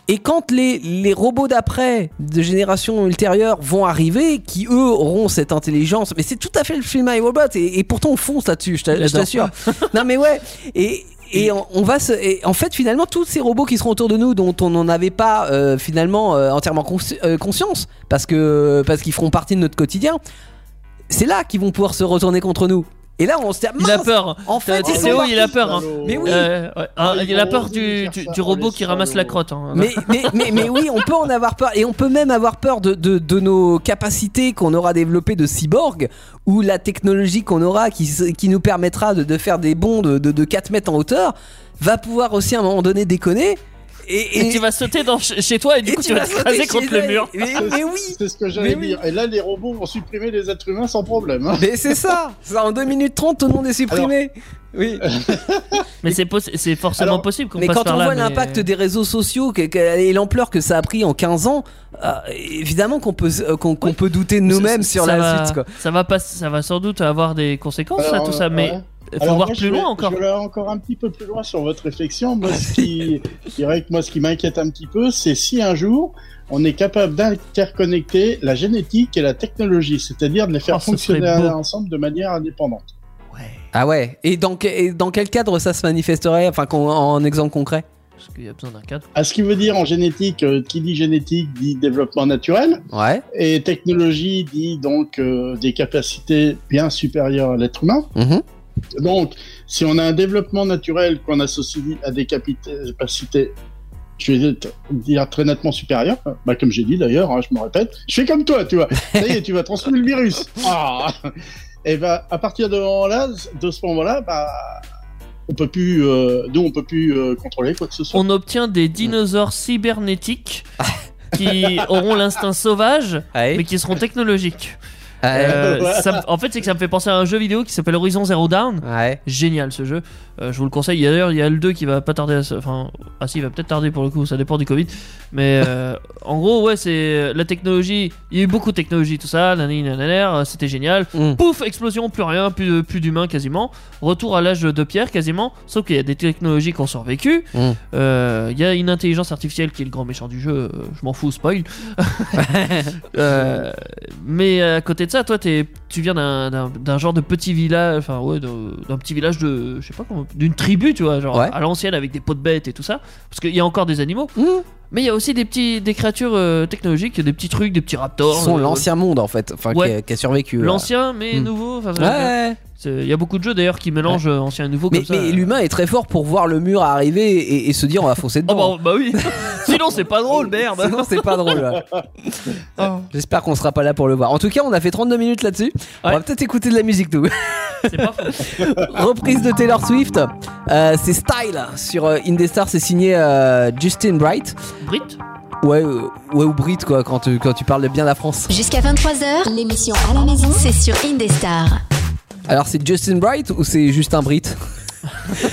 Et quand les, les robots d'après, de générations ultérieures, vont arriver, qui eux auront cette intelligence, mais c'est tout à fait le film I Robot, et, et pourtant on fonce là-dessus, je t'a- je J'adore. t'assure. non mais ouais, et, et on, on va se. et en fait, finalement, tous ces robots qui seront autour de nous, dont on n'en avait pas euh, finalement euh, entièrement consci- euh, conscience, parce que parce qu'ils feront partie de notre quotidien, c'est là qu'ils vont pouvoir se retourner contre nous. Et là, on se dit, ah, bah, Il a mince, peur. en fait, T'as- ils t'es sont où, il a partis. peur, hein. Mais oui. Euh, ouais. Ah, il Oh, a ils peur vont du, faire du- ça, du on robot les qui ramasse la salauds. crotte. hein. Mais, mais, mais, mais oui, on peut en avoir peur. Et on peut même avoir peur de, de, de nos capacités qu'on aura développées de cyborg ou la technologie qu'on aura qui, se- qui nous permettra de, de faire des bonds de, de, de 4 mètres en hauteur va pouvoir aussi à un moment donné déconner. Et, Et, tu vas sauter dans, ch- chez toi et du et coup tu vas sauter t'écraser chez contre le elle. mur. Mais, mais oui! C'est ce que j'allais Mais oui. dire. Et là, les robots vont supprimer les êtres humains sans problème. hein. Mais c'est ça! ça en 2 minutes 30, tout le monde est supprimé! oui! Mais c'est possi- c'est forcément Alors, possible qu'on Mais passe quand par on là. voit mais- euh, l'impact des réseaux sociaux que- que- et l'ampleur que ça a pris en 15 ans, euh, évidemment qu'on peut, euh, qu'on qu'on Oui. peut douter de nous-mêmes Ça- sur ça la va- suite. Quoi. Ça va, pas, ça va sans doute avoir des conséquences, ça, Alors, tout ça, euh, mais ouais. faut Alors, voir moi, je plus vais- loin encore. Je vais aller encore un petit peu plus loin sur votre réflexion. Moi, ce qui, je dirais que moi, ce qui m'inquiète un petit peu, c'est si un jour on est capable d'interconnecter la génétique et la technologie, c'est-à-dire de les faire Oh, ce fonctionner serait beau. ensemble de manière indépendante. Ouais, Ah ouais, et dans, que- et dans quel cadre ça se manifesterait Enfin, qu'on- en exemple concret parce qu'il y a besoin d'un cadre. À ce qui veut dire en génétique, euh, qui dit génétique dit développement naturel Ouais. et technologie dit donc euh, des capacités bien supérieures à l'être humain. Mhm. Donc, si on a un développement naturel qu'on associe à des capita- capacités, je vais dire très nettement supérieures, bah, comme j'ai dit d'ailleurs, hein, je me répète, je fais comme toi, tu vois. Ça y est, tu vas transmettre le virus. Ah Et bah, à partir de, moment-là, de ce moment-là, bah, on peut plus, euh, nous, on peut plus euh, contrôler quoi que ce soit. On obtient des dinosaures cybernétiques qui auront l'instinct sauvage, Ouais. mais qui seront technologiques. Ouais. Euh, Voilà. ça me- en fait, c'est que ça me fait penser à un jeu vidéo qui s'appelle Horizon Zero Down. Ouais. Génial ce jeu, Euh, je vous le conseille. Il y a D'ailleurs, il y a le 2 qui va pas tarder à se- Enfin, ah si, il va peut-être tarder pour le coup, ça dépend du Covid. Mais euh, en gros, ouais, c'est euh, la technologie. Il y a eu beaucoup de technologie, tout ça, nanani, nanana, euh, c'était génial. Mm. Pouf, explosion, plus rien, plus, plus d'humains quasiment. Retour à l'âge de pierre quasiment. Sauf qu'il y a des technologies qui ont survécu. Mm. Euh, Il y a une intelligence artificielle qui est le grand méchant du jeu. euh, Je m'en fous, spoil. Euh, mais à côté de ça, toi, t'es- tu viens d'un- d'un d'un genre de petit village, enfin ouais, d'un d'un petit village de, je sais pas comment, d'une tribu, tu vois, genre Ouais. à l'ancienne avec des pots de bêtes et tout ça, parce qu'il y a encore des animaux, Mhm. mais il y a aussi des petits, des créatures euh, technologiques, des petits trucs, des petits Ils raptors. sont euh, l'ancien monde en fait, enfin, qui, a, Ouais. qui a survécu. là. L'ancien mais Mm. nouveau. enfin, Ouais. ouais. c'est- Il y a beaucoup de jeux d'ailleurs qui mélangent euh, ancien et nouveau Mais, comme ça. mais l'humain est très fort pour voir le mur arriver et, et se dire on va foncer Oh, dedans. bah, bah oui. Sinon c'est pas drôle merde. Sinon, c'est pas drôle. ouais. Oh. J'espère qu'on sera pas là pour le voir. En tout cas, on a fait 32 minutes là-dessus. On Ouais. va peut-être écouter de la musique, nous. C'est pas faux. Reprise de Taylor Swift. Euh, c'est Style sur euh, Indestar. C'est signé euh, Justin Bright. Brit. Ouais, euh, ouais ou Brit quoi quand tu, quand tu parles bien la France. Jusqu'à 23h, l'émission à la maison, c'est sur Indestar. Alors c'est Justin Bright ou c'est juste un Brit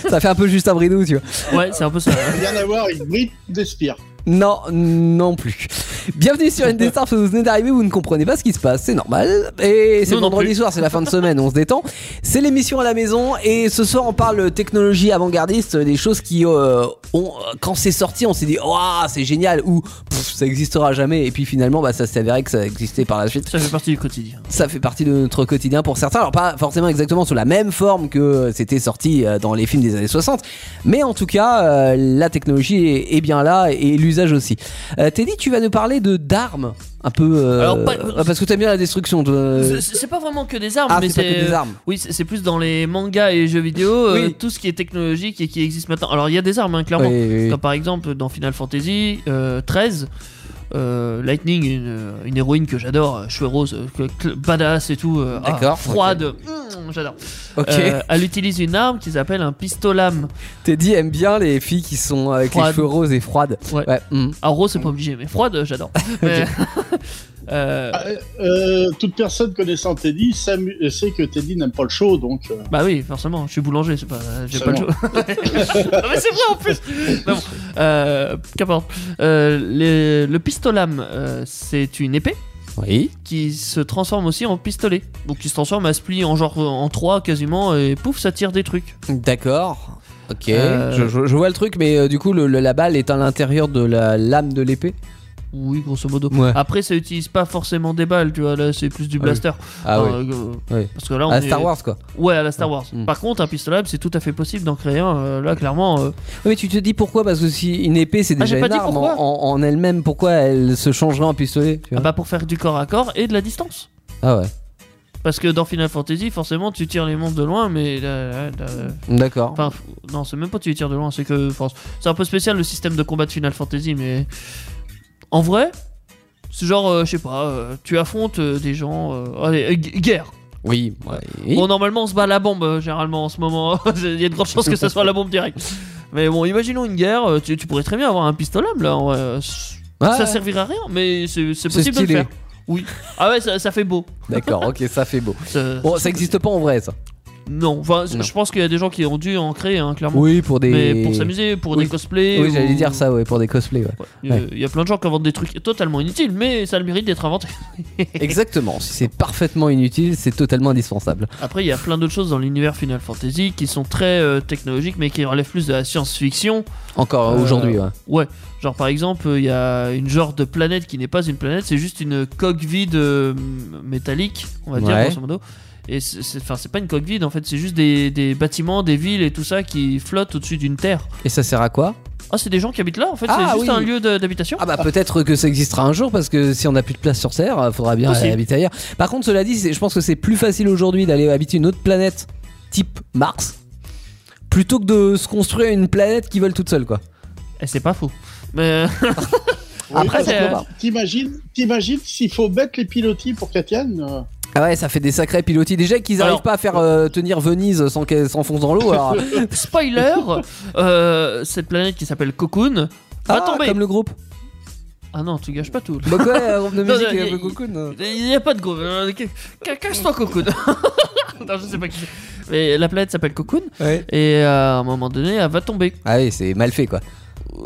Ça fait un peu juste un Bridou, tu vois. Ouais c'est un peu ça. Rien à voir avec Brit Despire. Non, non plus. Bienvenue sur Indestar, si vous venez d'arriver, vous ne comprenez pas ce qui se passe, c'est normal. Et c'est Nous non vendredi plus. soir, c'est la fin de semaine, on se détend. C'est l'émission à la maison et ce soir on parle technologie avant-gardiste, des choses qui euh, ont, quand c'est sorti, on s'est dit waouh c'est génial ou Pff, ça existera jamais et puis finalement bah ça s'est avéré que ça existait par la suite. Ça fait partie du quotidien. ça fait partie de notre quotidien pour certains. Alors pas forcément exactement sous la même forme que c'était sorti euh, dans les films des années 60, mais en tout cas euh, la technologie est, est bien là et l'usage aussi. Euh, Teddy, tu vas nous parler parler de d'armes un peu euh, Alors, pas- parce que t'aimes bien la destruction. toi. C'est- C'est pas vraiment que des armes, Euh. Ah, mais c'est pas que des armes. Oui, c'est c'est plus dans les mangas et jeux vidéo, euh, Oui. tout ce qui est technologique et qui existe maintenant. Alors il y a des armes, hein, clairement. Oui, oui, oui. Comme par exemple dans Final Fantasy euh, 13, euh, Lightning, une, une héroïne que j'adore, euh, cheveux roses, euh, que- que- badass et tout, euh, ah, D'accord, froide, mm, j'adore. Ok. Euh, elle utilise une arme qu'ils appellent un pistolame. Teddy aime bien les filles qui sont avec les Froides. cheveux roses et froides. Ouais. Ouais, hmm. Alors rose c'est pas obligé, mais froide, euh, j'adore. Mais- Euh, Ah, euh, toute personne connaissant Teddy s'amu- euh, sait que Teddy n'aime pas le chaud, donc. euh, Bah oui, forcément, je suis boulanger, c'est pas, euh, j'ai C'est pas le bon. choix. non mais c'est vrai en plus. Non, bon, euh, Qu'importe. Euh, les- le pistolame, euh, c'est une épée Oui. qui se transforme aussi en pistolet. Donc qui se transforme à se plier en genre euh, en trois quasiment et pouf, ça tire des trucs. D'accord. Ok. Euh, Je, je- je vois le truc, mais euh, du coup, le- le- la balle est à l'intérieur de la lame de l'épée. Oui, grosso modo. Ouais. Après, ça utilise pas forcément des balles, tu vois. Là, c'est plus du oui. blaster. Ah Enfin, oui. euh, Oui. Parce que là, on À est- Ah, Star Wars quoi. Ouais, à la Star Wars. Mm. Par contre, un pistolet, c'est tout à fait possible d'en créer un. Euh, Là, clairement, euh, Oui, mais tu te dis pourquoi Parce que si une épée c'est Ah, déjà j'ai pas une dit arme pourquoi. en, en- en elle-même, pourquoi elle se changerait en pistolet tu ah vois bah, pour faire du corps à corps et de la distance. Ah ouais. Parce que dans Final Fantasy, forcément, tu tires les monstres de loin, mais. là, là, là, D'accord. Enfin, f- non, c'est même pas tu les tires de loin, c'est que. enfin, c'est un peu spécial le système de combat de Final Fantasy, mais. En vrai, c'est genre, euh, je sais pas, euh, tu affrontes euh, des gens. euh, allez, euh, gu- guerre Oui. oui. Bon, normalement, on se bat à la bombe, euh, généralement, en ce moment. Il y a de grandes chances que ça soit la bombe directe. Mais bon, imaginons une guerre, euh, tu, tu pourrais très bien avoir un pistolet, là. en vrai. Ah, ça servira à rien, mais c'est c'est C'est possible de le stylé. faire. Oui. Ah ouais, ça, ça fait beau. D'accord. Ok, ça fait beau. Ça- Bon, ça existe pas en vrai ça. Non, enfin, Non. je pense qu'il y a des gens qui ont dû en créer, hein, clairement. Oui, pour des. Mais pour s'amuser, pour Oui. des cosplays. Oui, j'allais ou- dire ça, ouais, pour des cosplays. Ouais. Ouais. Il y a- Ouais. il y a plein de gens qui inventent des trucs totalement inutiles, mais ça a le mérite d'être inventé. Exactement. Si c'est parfaitement inutile, c'est totalement indispensable. Après, il y a plein d'autres choses dans l'univers Final Fantasy qui sont très euh, technologiques, mais qui relèvent plus de la science-fiction. Encore Euh, aujourd'hui. Ouais. Ouais, genre par exemple, euh, il y a une genre de planète qui n'est pas une planète, c'est juste une coque vide euh, m- métallique, on va dire, Ouais. grosso modo. Et c'est c'est- enfin, c'est pas une coque vide en fait, c'est juste des, des bâtiments, des villes et tout ça qui flottent au-dessus d'une terre. Et ça sert à quoi Ah, c'est des gens qui habitent là en fait, Ah, c'est juste oui. un lieu de- d'habitation. Ah bah peut-être que ça existera un jour parce que si on n'a plus de place sur Terre, euh, faudra bien aller Possible. habiter ailleurs. Par contre, cela dit, c'est- je pense que c'est plus facile aujourd'hui d'aller habiter une autre planète type Mars plutôt que de se construire une planète qui vole toute seule quoi. Et Eh, c'est pas faux. Mais oui, Après, parce c'est- que T'imagines, t'imagines s'il faut mettre les pilotis pour qu'elle tienne euh, Ah ouais, ça fait des sacrés pilotis. Déjà qu'ils Alors- arrivent pas à faire euh, tenir Venise sans qu'elle s'enfonce dans l'eau. Alors... spoiler, euh, cette planète qui s'appelle Cocoon Ah, va tomber. comme le groupe. Ah non, tu gâches pas tout. là. Bah quoi, euh, groupe de Non, musique non, euh, y- Cocoon. Il n'y a pas de gros. euh, ca- ca- Cache-toi Cocoon. non, je sais pas qui. c'est. Mais la planète s'appelle Cocoon Ouais. et euh, à un moment donné, elle va tomber. Ah oui, c'est mal fait quoi.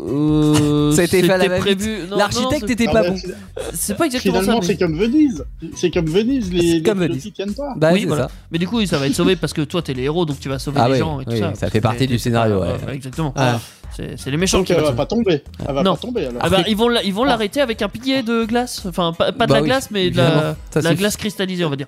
Euh, Ça a été fait à la c'était va-vite. prévu. Non, L'architecte non, était Ah pas bah, bon. fi- c'est- C'est pas exactement ça. Finalement, Mais, c'est comme Venise. C'est comme Venise, les, C'est les comme pilotis Venise. tiennent pas. Bah Oui, c'est voilà. ça. mais du coup, ça va être sauvé parce que toi, t'es les héros, donc tu vas sauver Ah les oui, gens et tout oui, ça. ça fait partie du scénario, ouais. Exactement. Ah. C'est c'est les méchants Donc euh, qui elle vont va pas tomber. Elle va Non. pas tomber alors. Ah bah, ils vont la- ils vont l'arrêter avec un pilier de glace, enfin pas, pas de Bah la oui, glace mais de évidemment. la, Ça de la suffit. glace cristallisée on va dire.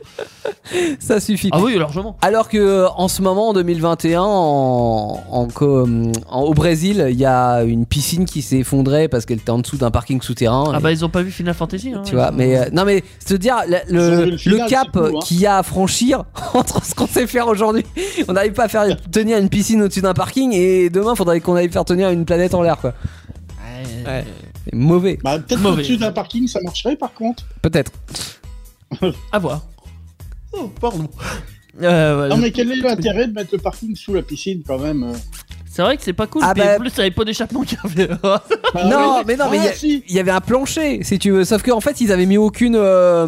Ça suffit. Ah oui largement. Alors que euh, en ce moment, en 2021, en, en co- euh, en- au Brésil, il y a une piscine qui s'est effondrée parce qu'elle était en dessous d'un parking souterrain. Ah Et- bah ils ont pas vu Final Fantasy. hein. tu vois, mais euh, non, mais se dire la- Ils ont le, vu le final, le cap c'est tout, hein. qu'il y a à franchir entre ce qu'on sait faire aujourd'hui, on n'arrive pas à faire tenir une piscine au-dessus d'un parking et demain faudrait qu'on aille faire tenir une planète en l'air quoi. Ouais, Ouais. C'est mauvais, Bah, peut-être Mauvais. au-dessus d'un parking, ça marcherait par contre. peut-être. À voir. Oh, pardon. Euh, ouais, Non, mais quel est l'intérêt de mettre le parking sous la piscine quand même euh C'est vrai que c'est pas cool. Ah puis bah- en plus t'avais pas d'échappement qui avait. Ah, Non, oui. mais non, mais Ah, y a- si. Il y avait un plancher, si tu veux, sauf qu'en fait ils avaient mis aucune, euh,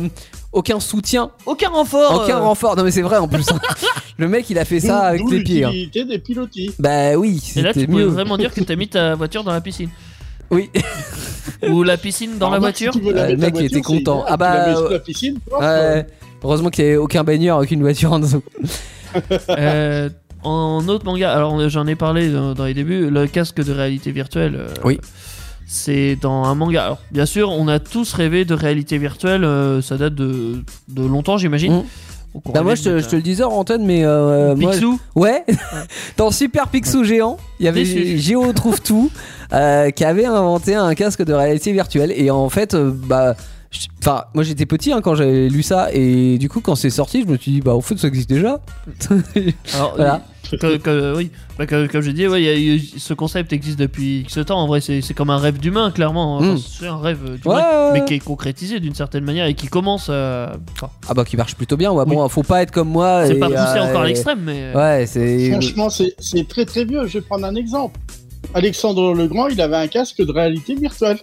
aucun soutien, Aucun renfort. aucun euh, renfort. Non mais c'est vrai en plus. hein. le mec il a fait ça D'où- avec d'où les pieds. hein. l'utilité des pilotis. Bah oui, Et là tu c'était peux mieux. vraiment dire que t'as mis ta voiture dans la piscine. Oui. Ou la piscine dans la Alors, si voiture. tu veux la Euh, mettre le la mec, il était voiture, c'est content. idéal. Ah bah, Tu la mets sous euh, la piscine, hop, euh, Ouais. Heureusement qu'il n'y avait aucun baigneur, aucune voiture en dessous. Euh, en autre manga, alors on- j'en ai parlé dans, dans les débuts, le casque de réalité virtuelle. euh, Oui. C'est dans un manga. Alors, bien sûr, on a tous rêvé de réalité virtuelle, euh, ça date de, de longtemps, j'imagine. Mm. au courant Bah moi des je te, minutes, je te hein. le disais en antenne mais euh, moi- Picsou, ouais dans Super Picsou géant il y avait Déçu. Géo trouve tout euh, qui avait inventé un casque de réalité virtuelle et en fait euh, bah je- Enfin, moi j'étais petit hein, quand j'avais lu ça, et du coup, quand c'est sorti, je me suis dit, bah au fait, ça existe déjà. alors, Voilà. euh, que- que- oui, bah, que- comme je dis, ouais, il y a eu- ce concept existe depuis X temps. En vrai, c'est c'est comme un rêve d'humain, clairement. Enfin, Mm. C'est un rêve euh, Ouais, d'humain, ouais, ouais. mais qui est concrétisé d'une certaine manière et qui commence à. enfin, Ah bah qui marche plutôt bien. Ouais, bon, faut pas être comme moi. c'est et, pas poussé euh, encore à l'extrême, mais. Ouais, c'est. Franchement, c'est- c'est très très vieux. Je vais prendre un exemple. Alexandre le Grand, il avait un casque de réalité virtuelle.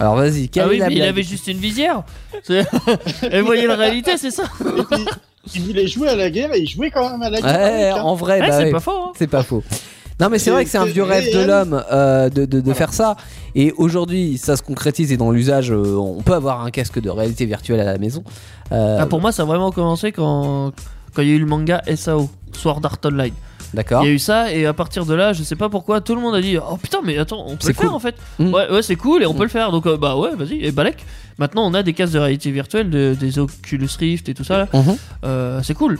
Alors vas-y, quelle Ah est oui, la mais il blague avait juste une visière. C'est- Et voyez la réalité, c'est ça. Et puis, il voulait jouer à la guerre et il jouait quand même à la guerre. Ouais, avec, hein. en vrai, Eh, bah c'est ouais, pas faux. hein. c'est pas faux. Non mais c'est C'est- vrai que c'est un c'est vieux rêve de réel. l'homme euh, de, de- de faire ça. Et aujourd'hui, ça se concrétise et dans l'usage, euh, on peut avoir un casque de réalité virtuelle à la maison. Euh, Ah, pour moi, ça a vraiment commencé quand quand il y a eu le manga SAO, Sword Art Online. D'accord. Il y a eu ça, et à partir de là, je sais pas pourquoi, tout le monde a dit Oh putain, mais attends, on peut C'est le faire cool. en fait. Mm. Ouais, ouais, c'est cool, et on Mm. peut le faire. Donc, euh, bah ouais, vas-y, et balèque. Maintenant, on a des cases de réalité virtuelle, de- des Oculus Rift et tout ça. là. Mhm. Euh, c'est cool,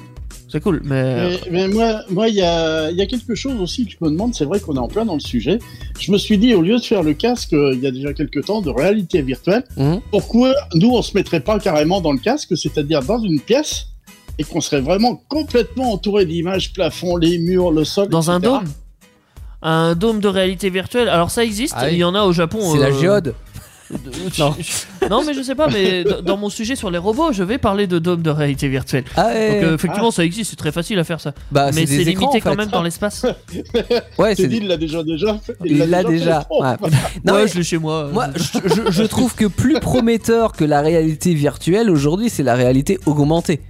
c'est cool, mais. euh, Mais, mais moi, moi, il y a, il y a quelque chose aussi que je me demande. C'est vrai qu'on est en plein dans le sujet. Je me suis dit, au lieu de faire le casque, euh, il y a déjà quelques temps, de réalité virtuelle, Mhm. pourquoi nous, on se mettrait pas carrément dans le casque, c'est-à-dire dans une pièce, et qu'on serait vraiment complètement entouré d'images, plafond, les murs, le sol. Dans un etc.. dôme un dôme de réalité virtuelle, alors ça existe, Ah oui. il y en a au Japon. C'est la euh, géode. Non. Non, mais je sais pas, mais d- dans mon sujet sur les robots, je vais parler de dômes de réalité virtuelle. Ah, ouais, Donc euh, effectivement, ça existe, c'est très facile à faire ça. bah, mais c'est des écrans, en limité quand fait. même dans l'espace. Ouais, C'est c'est dit, il l'a déjà, déjà. il l'a déjà. fait, le ouais. pauvre. Non, ouais, mais- je l'ai chez moi. euh, Moi, je, je- je trouve que plus prometteur que la réalité virtuelle aujourd'hui, c'est la réalité augmentée.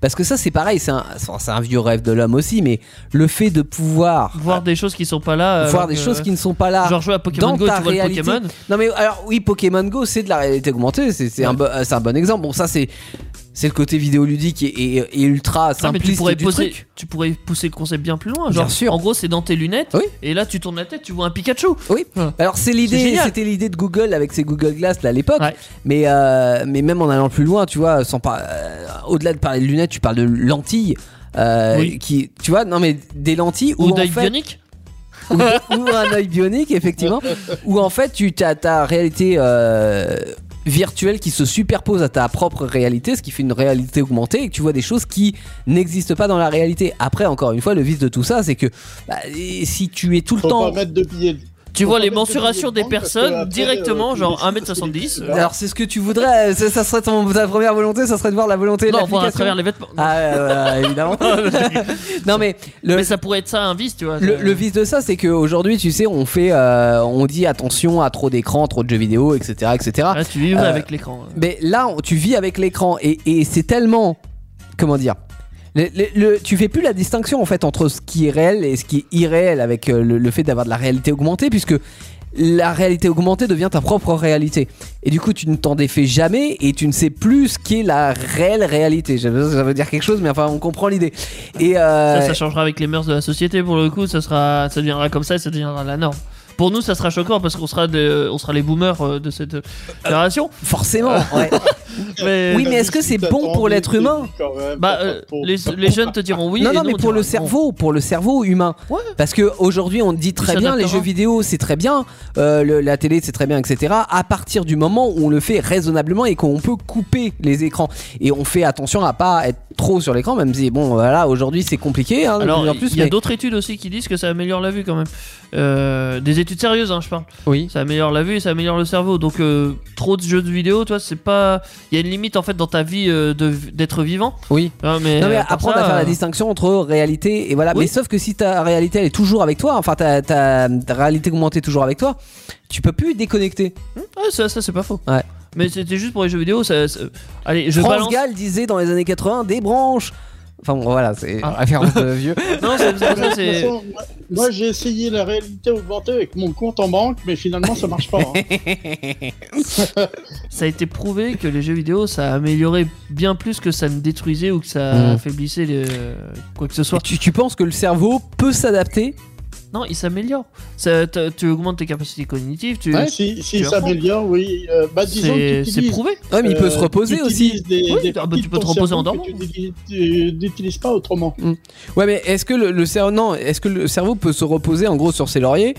Parce que ça, c'est pareil, c'est un, c'est un- c'est un vieux rêve de l'homme aussi, mais le fait de pouvoir voir des choses qui sont pas là. euh, voir alors des que- choses qui ne sont pas là. Genre jouer à Pokémon dans Go, ta tu vois le réalité. Pokémon. Non, mais alors, oui, Pokémon Go, c'est de la réalité augmentée, c'est c'est un, Ouais. bo- euh, c'est un bon exemple. Bon, ça, c'est. C'est le côté vidéoludique et, et- et ultra Non, mais simpliste tu pourrais, du poser- truc. tu pourrais pousser le concept bien plus loin. Bien Genre, sûr. En gros, c'est dans tes lunettes. Oui. Et là, tu tournes la tête, tu vois un Pikachu. Alors c'est C'est l'idée, génial. c'était l'idée de Google avec ses Google Glass là à l'époque. Ouais. Mais euh, mais même en allant plus loin, tu vois, sans par- euh, au-delà de parler de lunettes, tu parles de lentilles. euh, Oui. qui tu vois non mais des lentilles où Ou en d'œil fait- bionique. ou, ou un œil bionique effectivement où en fait tu as ta réalité euh, virtuelle qui se superpose à ta propre réalité ce qui fait une réalité augmentée et que tu vois des choses qui n'existent pas dans la réalité après encore une fois le vice de tout ça c'est que bah, et si tu es tout le Faut temps pas mettre de billets. Tu Faut vois pas les mettre de mensurations des billets de banque, personnes parce que après, directement, euh, genre tu- 1m70. tu- euh, Alors c'est ce que tu voudrais, euh, ça, ça serait ton- ta première volonté, ça serait de voir la volonté de Non, voir à travers l'application. les vêtements. Ah ouais, ouais, ouais, évidemment. non mais le, Mais ça pourrait être ça un vice, tu vois. le, ça- le vice de ça c'est qu'aujourd'hui tu sais on fait, euh, on dit attention à trop d'écran, trop de jeux vidéo, etc. etc. Ah, tu vivrais Euh, avec l'écran. euh. Mais là on- tu vis avec l'écran et, et c'est tellement, comment dire, le, le- le- tu fais plus la distinction en fait entre ce qui est réel et ce qui est irréel avec euh, le, le fait d'avoir de la réalité augmentée puisque la réalité augmentée devient ta propre réalité. Et du coup, tu ne t'en défais jamais et tu ne sais plus ce qu'est la réelle réalité. Je- Ça veut dire quelque chose, mais enfin, on comprend l'idée. Et euh, Ça, ça changera avec les mœurs de la société pour le coup, ça sera, ça deviendra comme ça et ça deviendra la norme. Pour nous, ça sera choquant parce qu'on sera, de- on sera les boomers euh, de cette euh, génération. forcément, ouais. Mais Oui, mais est-ce que c'est bon pour l'être humain Quand même, bah, pas- euh, pas- pas- les, les jeunes te diront oui. non, et non, nous, mais on pour le dira non. cerveau, pour le cerveau humain. Ouais. Parce que aujourd'hui, on dit très bien, les s'adaptera. jeux vidéo, c'est très bien, euh, le- la télé, c'est très bien, etc. À partir du moment où on le fait raisonnablement et qu'on peut couper les écrans et on fait attention à pas être trop sur l'écran, même si bon, voilà, aujourd'hui, c'est compliqué. Hein, de Alors, plus en il plus, y a mais- d'autres études aussi qui disent que ça améliore la vue quand même. Euh, des études sérieuses, hein, je parle. Oui. Ça améliore la vue et ça améliore le cerveau. Donc, euh, trop de jeux de vidéo, toi, c'est pas. Il y a une limite en fait dans ta vie euh, de- d'être vivant. Oui. Hein, mais, Non mais euh, pour apprendre ça, à faire la euh, distinction entre réalité et voilà. oui. Mais sauf que si ta réalité elle est toujours avec toi, enfin ta, ta, ta réalité augmentée est toujours avec toi, tu peux plus déconnecter. Ouais, ça, ça, c'est pas faux. Ouais. Mais c'était juste pour les jeux vidéo. Ça, ça- Allez, je France balance. Gall disait dans les années 80 des branches. Enfin bon, voilà, c'est Ah. référence de vieux. Non, c'est- c'est- De toute c'est- façon, moi- Moi, j'ai essayé la réalité augmentée avec mon compte en banque, mais finalement, ça marche pas. hein. ça a été prouvé que les jeux vidéo, ça a amélioré bien plus que ça ne détruisait ou que ça Mm. affaiblissait les- quoi que ce soit. Tu, tu penses que le cerveau peut s'adapter Non, il s'améliore. Ça- t- Tu augmentes tes capacités cognitives, tu. Ouais, si si tu ça apprends. améliore, oui. euh, bah, C'est disons que euh, c'est prouvé. Ouais, mais Euh, il peut se reposer aussi. Des, Oui, des ah bah, tu petites peux te pour reposer en cerveau dormant. que Tu n'utilises- tu n'utilises pas autrement. Ouais, mais est-ce que le, le cerveau, non, est-ce que le cerveau peut se reposer en gros sur ses lauriers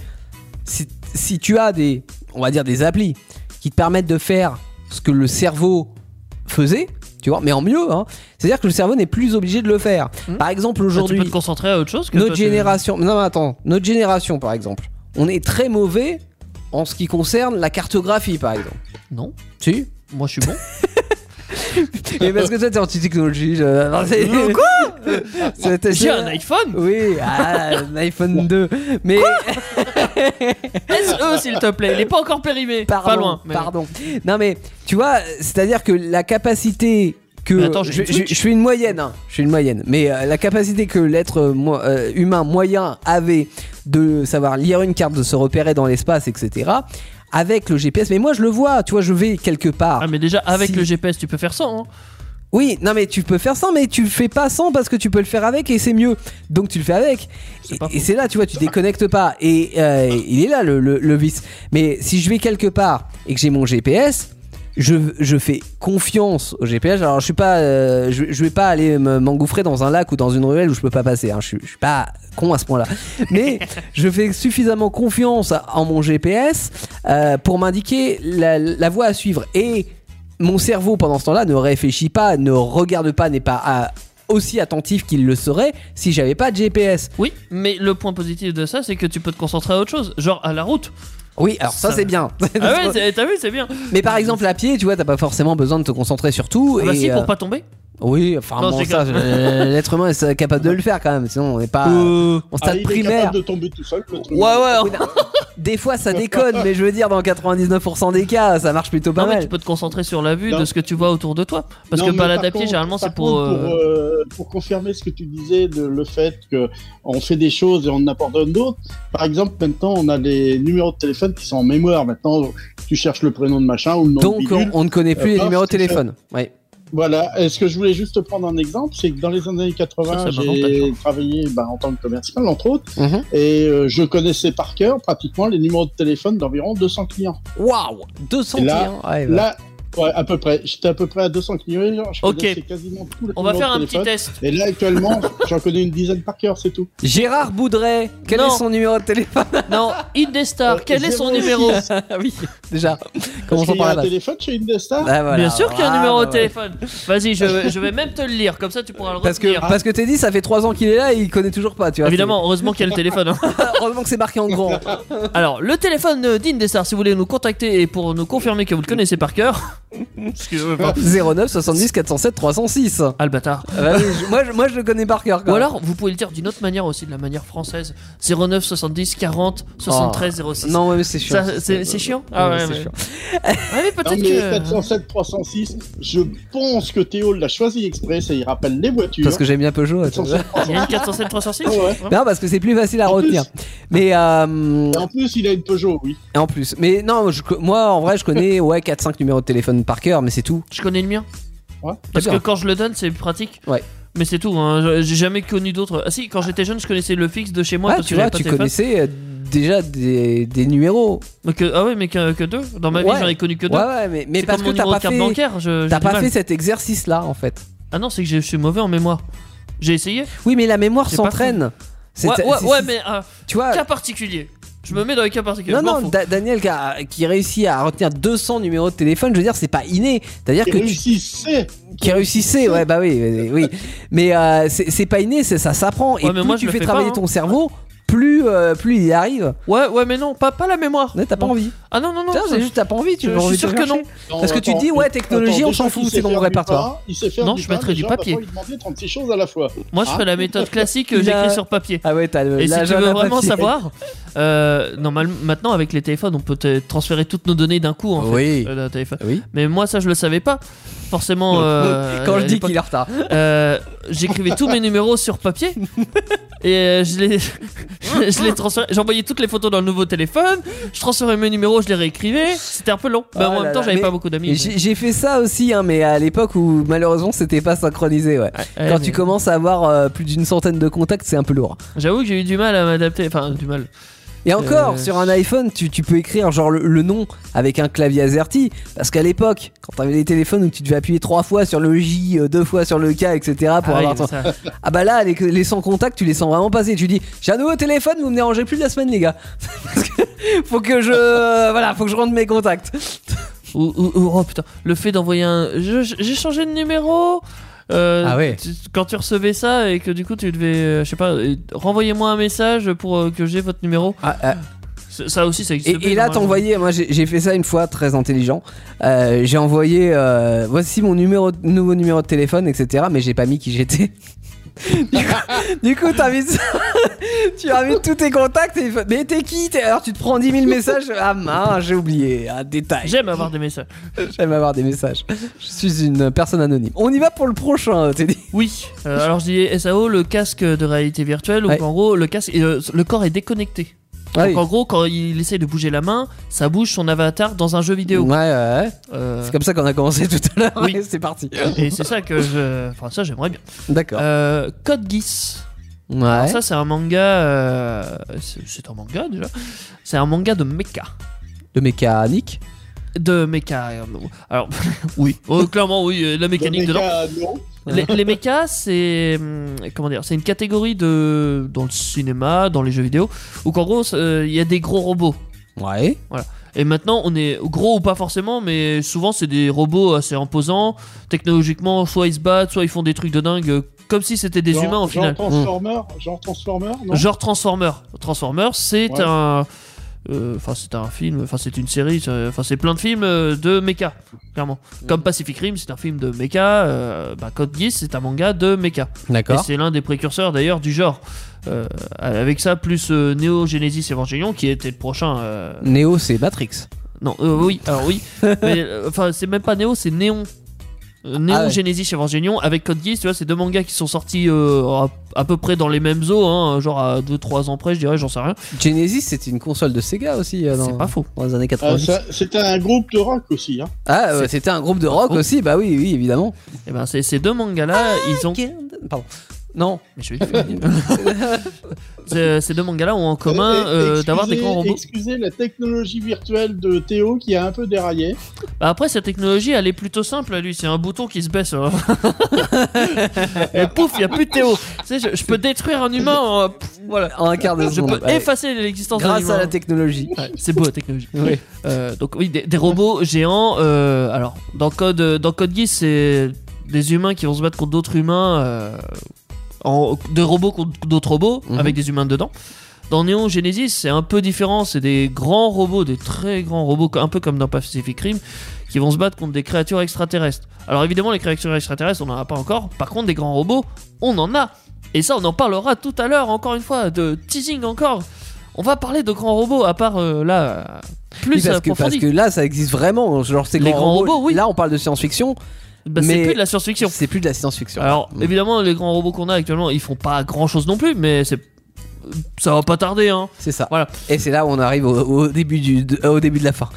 si, si tu as des, on va dire des applis qui te permettent de faire ce que le cerveau faisait, tu vois, mais en mieux. hein. C'est-à-dire que le cerveau n'est plus obligé de le faire. Mhm. Par exemple, Bah, Tu aujourd'hui, peux te concentrer à autre chose que. notre toi, tu- génération, non mais attends, notre génération par exemple, on est très mauvais en ce qui concerne la cartographie par exemple. Non, Tu moi je suis bon. Mais parce que toi t'es en technologie. Je... Non, c'est- Euh, C'était- J'ai un iPhone Oui, ah, un iPhone 2. Mais SE E, s'il te plaît, il est pas encore périmé. Pardon, pas loin. mais- pardon. Non mais tu vois, c'est-à-dire que la capacité que Mais attends, j'ai je, une Switch. je- je fais une moyenne, hein, je fais une moyenne, mais euh, la capacité que l'être euh, moi- euh, humain moyen avait de savoir lire une carte, de se repérer dans l'espace, etc. Avec le GPS, mais moi je le vois, tu vois, je vais quelque part. Ah, mais déjà avec Si. le GPS, tu peux faire ça. hein. Oui, non mais tu peux faire sans, mais tu le fais pas sans parce que tu peux le faire avec et c'est mieux. Donc tu le fais avec. C'est Et pas et c'est là, tu vois, tu déconnectes pas. Et euh, il est là le, le- le vice. Mais si je vais quelque part et que j'ai mon GPS, je, je fais confiance au GPS. Alors je suis pas, euh, je, je vais pas aller me- m'engouffrer dans un lac ou dans une ruelle où je peux pas passer. hein. Je, suis- je suis pas con à ce point-là. Mais je fais suffisamment confiance en mon GPS euh, pour m'indiquer la, la voie à suivre. Et mon cerveau pendant ce temps-là ne réfléchit pas, ne regarde pas, n'est pas ah, aussi attentif qu'il le serait si j'avais pas de GPS. Oui, mais le point positif de ça, c'est que tu peux te concentrer à autre chose, genre à la route. Oui, alors ça, Ça- c'est bien. Ah ouais, c'est- t'as vu, c'est bien. mais par exemple à pied, tu vois, t'as pas forcément besoin de te concentrer sur tout. Ah bah et, si, euh, pour pas tomber. Oui, enfin Non, bon, c'est ça, clair. euh, l'être humain est capable de le faire quand même. Sinon, on n'est pas Euh, en Ah, stade il est primaire. capable de tomber tout seul. l'autre. Ouais, ouais. Oui, non. Des fois, ça déconne, mais je veux dire, dans 99% des cas, ça marche plutôt pas Non, mais mal. tu peux te concentrer sur la vue Non. de ce que tu vois autour de toi. Parce Non, que mais balade par à pied, contre- généralement, par c'est pour. contre, euh, Pour, euh, pour confirmer ce que tu disais, de, le fait qu'on fait des choses et on abandonne d'autres. Par exemple, maintenant, on a des numéros de téléphone qui sont en mémoire. Maintenant, tu cherches le prénom de machin ou le nom Donc, de on, bidule. on ne connaît plus Euh, les bah, numéros de c'est ça. téléphone. Ouais. Voilà. Et ce que je voulais juste te prendre un exemple, c'est que dans les années 80, Ça, ça j'ai m'avantage. travaillé bah, en tant que commercial, entre autres, Mhm. et euh, je connaissais par cœur pratiquement les numéros de téléphone d'environ 200 clients. Waouh 200 Et là- clients. Ouais, bah. Là, ouais, à peu près. J'étais à peu près à 200 clients. genre, Je Ok. connaissais quasiment tous les On va numéros faire de un téléphone. petit test. Et là, actuellement, j'en connais une dizaine par cœur, c'est tout. Gérard Boudret, quel Non. est son numéro de téléphone Non, Euh, Indestar, quel est son 06. numéro Ah oui, déjà. Parce Commençons qu'il y par a la un base. téléphone chez Indestar Ah, voilà. Bien sûr qu'il y a un Ah, numéro bah, de ouais. téléphone. Vas-y, je, je vais même te le lire, comme ça tu pourras le Parce que, ah, retenir. parce que t'es dit, ça fait 3 ans qu'il est là et il connaît toujours pas, tu vois. Évidemment, heureusement qu'il y a le téléphone. hein. c'est- Heureusement que c'est marqué en grand. Ah, Alors, le téléphone euh, d'Indestar, si vous voulez nous contacter et pour nous confirmer que vous le connaissez par cœur. Parce que, euh, bah. bon. 09 70 407 306. Ah, le bâtard. Ah bah oui, je- moi, je, moi je le connais par cœur. quoi. Ou alors, vous pouvez le dire d'une autre manière aussi, de la manière française 09 70 40 73 06. Ah. Non, mais c'est chiant. Ça, c'est c'est chiant Ah ouais, c'est mais- chiant. Ouais, mais Non, peut-être mais que. 407 306, je pense que Théo l'a choisi exprès, ça il rappelle les voitures. Parce que j'aime bien Peugeot. tu vois. 407 Il y a une 407 306 Ah Ouais, ouais. Non, parce que c'est plus facile à En retenir. Mais euh, Et en plus, il a une Peugeot, oui. en plus, mais non, je- moi en vrai, je connais ouais 4-5 numéros de téléphone par cœur, mais c'est tout. Je connais le mien. Ouais. Parce C'est que bien. quand je le donne, c'est pratique. Ouais. Mais c'est tout, hein. j'ai jamais connu d'autres. Ah si, quand j'étais jeune, je connaissais le fixe de chez moi. Ah, parce tu que j'avais vois, pas tu de téléphone. connaissais euh, déjà des, des numéros. Mais que- ah ouais, mais que, que deux. Dans ma vie, Ouais. j'en ai connu que deux. Ouais, ouais, mais, mais C'est parce comme que mon t'as numéro pas de fait, carte bancaire. je- j'ai t'as du pas mal. fait cet exercice-là en fait. Ah non, c'est que je suis mauvais en mémoire. J'ai essayé. Oui, mais la mémoire J'ai pas s'entraîne. C'est- Ouais, c'est- ouais, c'est- ouais, mais ah, tu vois, cas particulier. Je me mets dans les cas particuliers. Non, je m'en non, fous. Da- Daniel qui, a- qui réussit à retenir 200 numéros de téléphone, je veux dire, c'est pas inné. C'est-à-dire Il que tu, réussissait. qui réussissait, ouais, bah oui, oui, oui. Mais euh, c'est c'est pas inné, c'est- ça s'apprend. Et Ouais, mais plus moi, je tu le fais fais travailler pas, hein. ton cerveau, plus, euh, plus il y arrive. Ouais, ouais, mais non, pas, pas la mémoire. Ouais, T'as pas Non. envie. Ah non, non, non. Tiens, ça- c'est juste, t'as pas envie, tu je- veux je suis envie de sûr que chercher. non. Parce que tu dis, ouais, technologie, on s'en fout, c'est dans mon répertoire. Il sait faire Non, du je pain, mettrais du déjà, on va papier. pas lui demander 36 choses à la fois. Moi, je Ah. fais la méthode classique, Il a- j'écris sur papier. Ah ouais, t'as le. Et si tu l'agenda veux vraiment papier. savoir, euh, normal- maintenant avec les téléphones, on peut te- transférer toutes nos données d'un coup en fait, Ah Oui. euh, d'un téléphone. Oui. Mais moi, ça, je le savais pas. Forcément, euh, Quand à je dis l'époque, qu'il est en retard. euh, j'écrivais tous mes numéros sur papier. Et euh, je l'ai, je, je l'ai transféré. J'envoyais toutes les photos dans le nouveau téléphone. Je transférais mes numéros, je les réécrivais. C'était un peu long. Mais Ah en là même temps, là, j'avais mais pas beaucoup d'amis. Et J'ai j'ai fait ça aussi, hein, mais à l'époque où malheureusement c'était pas synchronisé. Ouais. Ouais, Quand mais tu commences à avoir euh, plus d'une centaine de contacts, c'est un peu lourd. J'avoue que j'ai eu du mal à m'adapter. Enfin, du mal. Et encore, Euh, sur un iPhone, tu, tu peux écrire genre le, le nom avec un clavier AZERTY. Parce qu'à l'époque, quand t'avais les téléphones où tu devais appuyer trois fois sur le J, euh, deux fois sur le K, etc. pour Ah oui, avoir ton- ça. Ah bah là, les, les sans contact, tu les sens vraiment passer. Tu dis, j'ai un nouveau téléphone, vous me dérangez plus de la semaine, les gars. Parce que faut que je, euh, voilà, faut que je rentre mes contacts. Ou, ou- ou- oh putain, le fait d'envoyer un. je- je- J'ai changé de numéro. Euh, Ah ouais. tu- quand tu recevais ça et que du coup tu devais, euh, je sais pas, euh, renvoyez-moi un message pour euh, que j'ai votre numéro. Ça ça aussi, ça existe. Et, et là, t'as envoyé, moi j'ai j'ai fait ça une fois, très intelligent. Euh, j'ai envoyé, euh, voici mon numéro, nouveau numéro de téléphone, etc. Mais j'ai pas mis qui j'étais. du coup, du coup, t'invites- tu invites tous tes contacts et il fait, mais t'es qui T'es- Alors tu te prends 10 000 messages. Ah mince, j'ai oublié un détail. J'aime avoir des messages. J'aime avoir des messages. Je suis une personne anonyme. On y va pour le prochain, t'es dit. Oui. Euh, alors je dis SAO, le casque de réalité virtuelle, Ouais. où en gros le casque, euh, le corps est déconnecté. Ah oui. Donc en gros, quand il essaye de bouger la main, ça bouge son avatar dans un jeu vidéo. Ouais, ouais, ouais. Euh, C'est comme ça qu'on a commencé tout à l'heure. Oui. Euh, Ouais, C'est parti. et c'est ça que je. Enfin, ça j'aimerais bien. D'accord. Euh, Code Geass. Alors ouais. Ah, ça c'est un manga, euh, c'est c'est un manga déjà. C'est un manga de mecha, De mécanique. de mecha. euh, Alors oui, Oh, clairement oui, euh, la mécanique dedans. Les, les mechas, c'est hum, comment dire, c'est une catégorie de dans le cinéma, dans les jeux vidéo, où qu'en gros c'est, euh, il y a des gros robots. Ouais. Et maintenant on est gros ou pas forcément, mais souvent c'est des robots assez imposants. Technologiquement, soit ils se battent, soit ils font des trucs de dingue, euh, comme si c'était des humains au final. Mmh. Genre Transformer, genre Transformer, non Genre Transformer. Transformer, c'est Ouais. un. euh, Enfin, c'est un film, enfin, c'est une série, c'est- enfin, c'est plein de films euh, de mecha, clairement. Mm. Comme Pacific Rim, c'est un film de mecha, euh, bah, Code Geass, c'est un manga de mecha. Et D'accord. c'est l'un des précurseurs d'ailleurs du genre. Euh, avec ça, plus euh, Neo Genesis Evangelion, qui était le prochain. euh, Néo, c'est Matrix. Non, euh, oui, alors oui. mais euh, enfin, c'est même pas Neo, c'est Néon. Euh, Néon Ah ouais. Genesis Evangelion avec Code Geass, tu vois, c'est deux mangas qui sont sortis euh, à, à peu près dans les mêmes eaux, hein, genre à 2-3 ans près, je dirais, j'en sais rien. Genesis, c'était une console de Sega aussi euh, C'est dans, pas faux. dans les années Mmh. Ah, 90. ça- C'était un groupe de rock aussi. Hein. Ah, ouais, c'était un groupe de rock Oh. aussi, bah oui, oui, évidemment. Et ben, ces- ces deux mangas-là, Ah, ils ont. Pardon. Non. Mais je vais te finir. ces, ces deux mangas-là ont en commun Eh, Et- et- euh, d'avoir des excusez- grands robots. Excusez la technologie virtuelle de Théo qui a un peu déraillé. Bah, après, sa technologie, elle est plutôt simple, lui. C'est un bouton qui se baisse. hein. Et pouf, il y a plus de Théo. Tu sais, je, je peux détruire un humain. en- pff, voilà. En un quart de Je seconde. peux Allez. effacer l'existence d'un bah, Grâce à humain. la technologie. Ouais, c'est beau la technologie. Oui. Euh, donc oui, des, des robots géants. euh, alors dans Code, dans Code Geass, c'est des humains qui vont se battre contre d'autres humains, euh, en, des robots contre d'autres robots Mhm. avec des humains dedans. Dans Neon Genesis, c'est un peu différent. C'est des grands robots, des très grands robots, un peu comme dans Pacific Rim, qui vont se battre contre des créatures extraterrestres. Alors évidemment, les créatures extraterrestres, on n'en a pas encore. Par contre, des grands robots, on en a. Et ça, on en parlera tout à l'heure, encore une fois, de teasing encore. On va parler de grands robots, à part euh, là, euh, plus Oui, parce, que, parce approfondi. que là, ça existe vraiment. Genre, ces Les grands, grands robots. robots, oui. Là, on parle de science-fiction. Bah, c'est mais- plus de la science-fiction. C'est plus de la science-fiction. Alors, Mm. évidemment, les grands robots qu'on a actuellement, ils font pas grand-chose non plus, mais c'est... euh, Ça va pas tarder, hein. c'est ça. voilà. Et c'est là où on arrive au, au début du, de- euh, au début de la fin.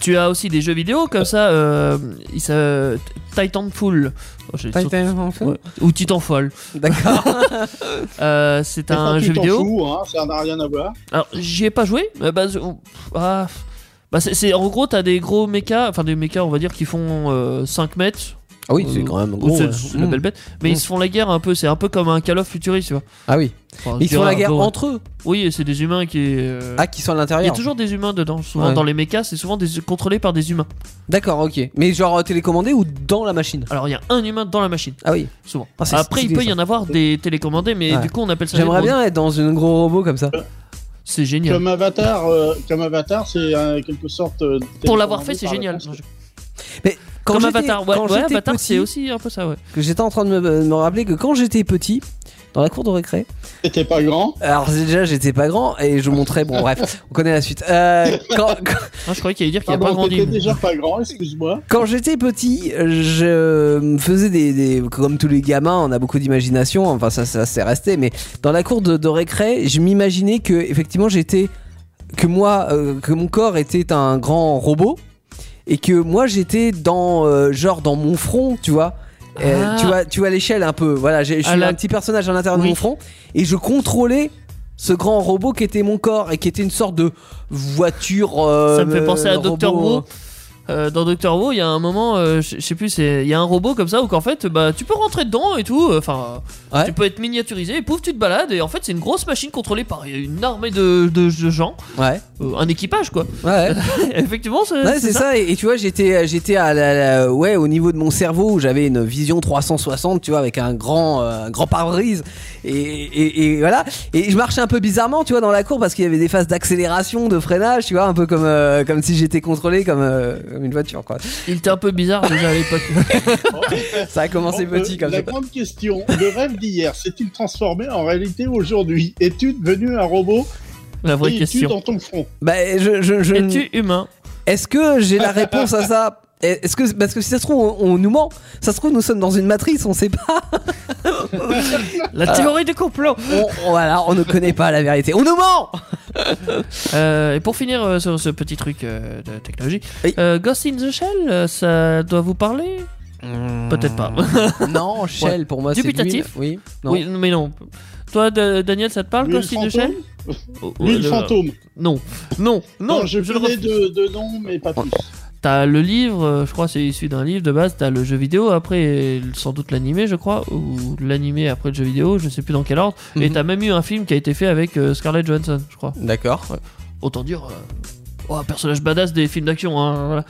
Tu as aussi des jeux vidéo comme ça, euh, il s'a- Titanfall, Oh, j'ai- Ouais. ou Titanfall. D'accord. Euh, c'est Enfin, un tu jeu t'en vidéo. fous, hein, ça n'a rien à voir. Alors, j'y ai pas joué. mais bah, je- ah. Bah, c'est, c'est- en gros, t'as des gros mechas, enfin des mechas, on va dire, qui font euh, 5 mètres. Ah oui, c'est Euh, quand même ou gros. c'est, ouais. c'est la Mm. belle bête. Mais ils se font la guerre un peu. C'est un peu comme un Call of Futuriste, tu vois. Ah oui. Enfin, Ils je font la dirais un guerre peu, ouais. entre eux. Oui, et c'est des humains qui. euh, Ah, qui sont à il y a l'intérieur. toujours des humains dedans. Souvent, Ouais. dans les mechas, c'est souvent des, contrôlés par des humains. D'accord, ok. Mais genre euh, télécommandé ou dans la machine Alors, il y a un humain dans la machine, Ah oui. souvent. Ah, c'est Après, il stylé, peut y ça. en avoir des télécommandés, mais Ouais. du coup, on appelle ça. des J'aimerais drones. bien être dans un gros robot comme ça. C'est génial. Comme Avatar, euh, comme Avatar, c'est euh, quelque sorte. euh, Pour l'avoir fait, télécommandé c'est par la génial. console. Quand Comme j'étais- Avatar, ouais, quand ouais, j'étais Avatar, c'est petit, aussi un peu ça, ouais. euh, que j'étais en train de me, me rappeler que quand j'étais petit, dans la cour de récré. C'était pas grand. Alors déjà, j'étais pas grand et je montrais. Bon, bref, on connaît la suite. Euh, quand, quand- Moi, Ah, je croyais qu'il allait Ah, dire qu'il a Pardon, pas grandi. t'étais déjà pas grand, excuse-moi. quand j'étais petit, je me faisais des, des- comme tous les gamins, on a beaucoup d'imagination. Enfin, ça, ça c'est resté. Mais dans la cour de, de récré, je m'imaginais que effectivement, j'étais que moi, euh, que mon corps était un grand robot et que moi, j'étais dans euh, genre dans mon front, tu vois. Euh, Ah. tu vois, tu vois l'échelle un peu. Voilà, j'ai- je À suis la- un petit personnage à l'intérieur Oui. de mon front et je contrôlais ce grand robot qui était mon corps et qui était une sorte de voiture. euh, Ça me fait penser à robot, Doctor euh, Who. Euh, dans Doctor Who, il y a un moment, euh, je je sais plus, c'est- il y a un robot comme ça où qu'en fait, bah, tu peux rentrer dedans et tout. Enfin, euh, Ouais. tu peux être miniaturisé et pouf, tu te balades. Et en fait, c'est une grosse machine contrôlée par une armée de, de- de gens, Ouais, Euh, un équipage quoi. ouais. Effectivement, Ouais, c'est c'est Euh, c'est ça. Et, et tu vois, j'étais, euh, j'étais à la, la- ouais, au niveau de mon cerveau où j'avais une vision 360, tu vois, avec un grand, euh, un grand pare-brise. Et, et- et voilà. Et je marchais un peu bizarrement, tu vois, dans la cour parce qu'il y avait des phases d'accélération, de freinage, tu vois, un peu comme, euh, comme si j'étais contrôlé comme, euh, comme une voiture, quoi. Il était un peu bizarre déjà à l'époque. Ça a commencé Bon, euh, petit comme La ça. grande question, le rêve d'hier s'est-il transformé en réalité aujourd'hui Es-tu devenu un robot La vraie et es-tu question. dans ton front Bah, je, je, je- Es-tu humain Est-ce que j'ai la réponse à ça est-ce que, parce que si ça se trouve, on, on nous ment. Ça se trouve, nous sommes dans une matrice, on sait pas. La théorie du complot. On, on- voilà, on ne connaît pas la vérité. On nous ment Euh, et pour finir euh, sur ce petit truc euh, de technologie, Oui. euh, Ghost in the Shell, euh, ça doit vous parler Hmm. Peut-être pas. Non, Shell pour moi c'est Dubitatif. l'huile. Oui. Non. Oui, mais non. Toi, Da- Daniel, ça te parle L'huile Ghost in the Shell fantôme Oh, oh, L'huile euh, fantôme. Non, non, non. je le connais refuse. de, de nom, mais pas plus. T'as le livre, euh, je crois, c'est issu d'un livre de base. T'as le jeu vidéo, après euh, sans doute l'animé, je crois, ou l'animé après le jeu vidéo, je sais plus dans quel ordre. Et Mhm. t'as même eu un film qui a été fait avec euh, Scarlett Johansson, je crois. D'accord. Autant dire, euh, oh, un personnage badass des films d'action. hein, voilà.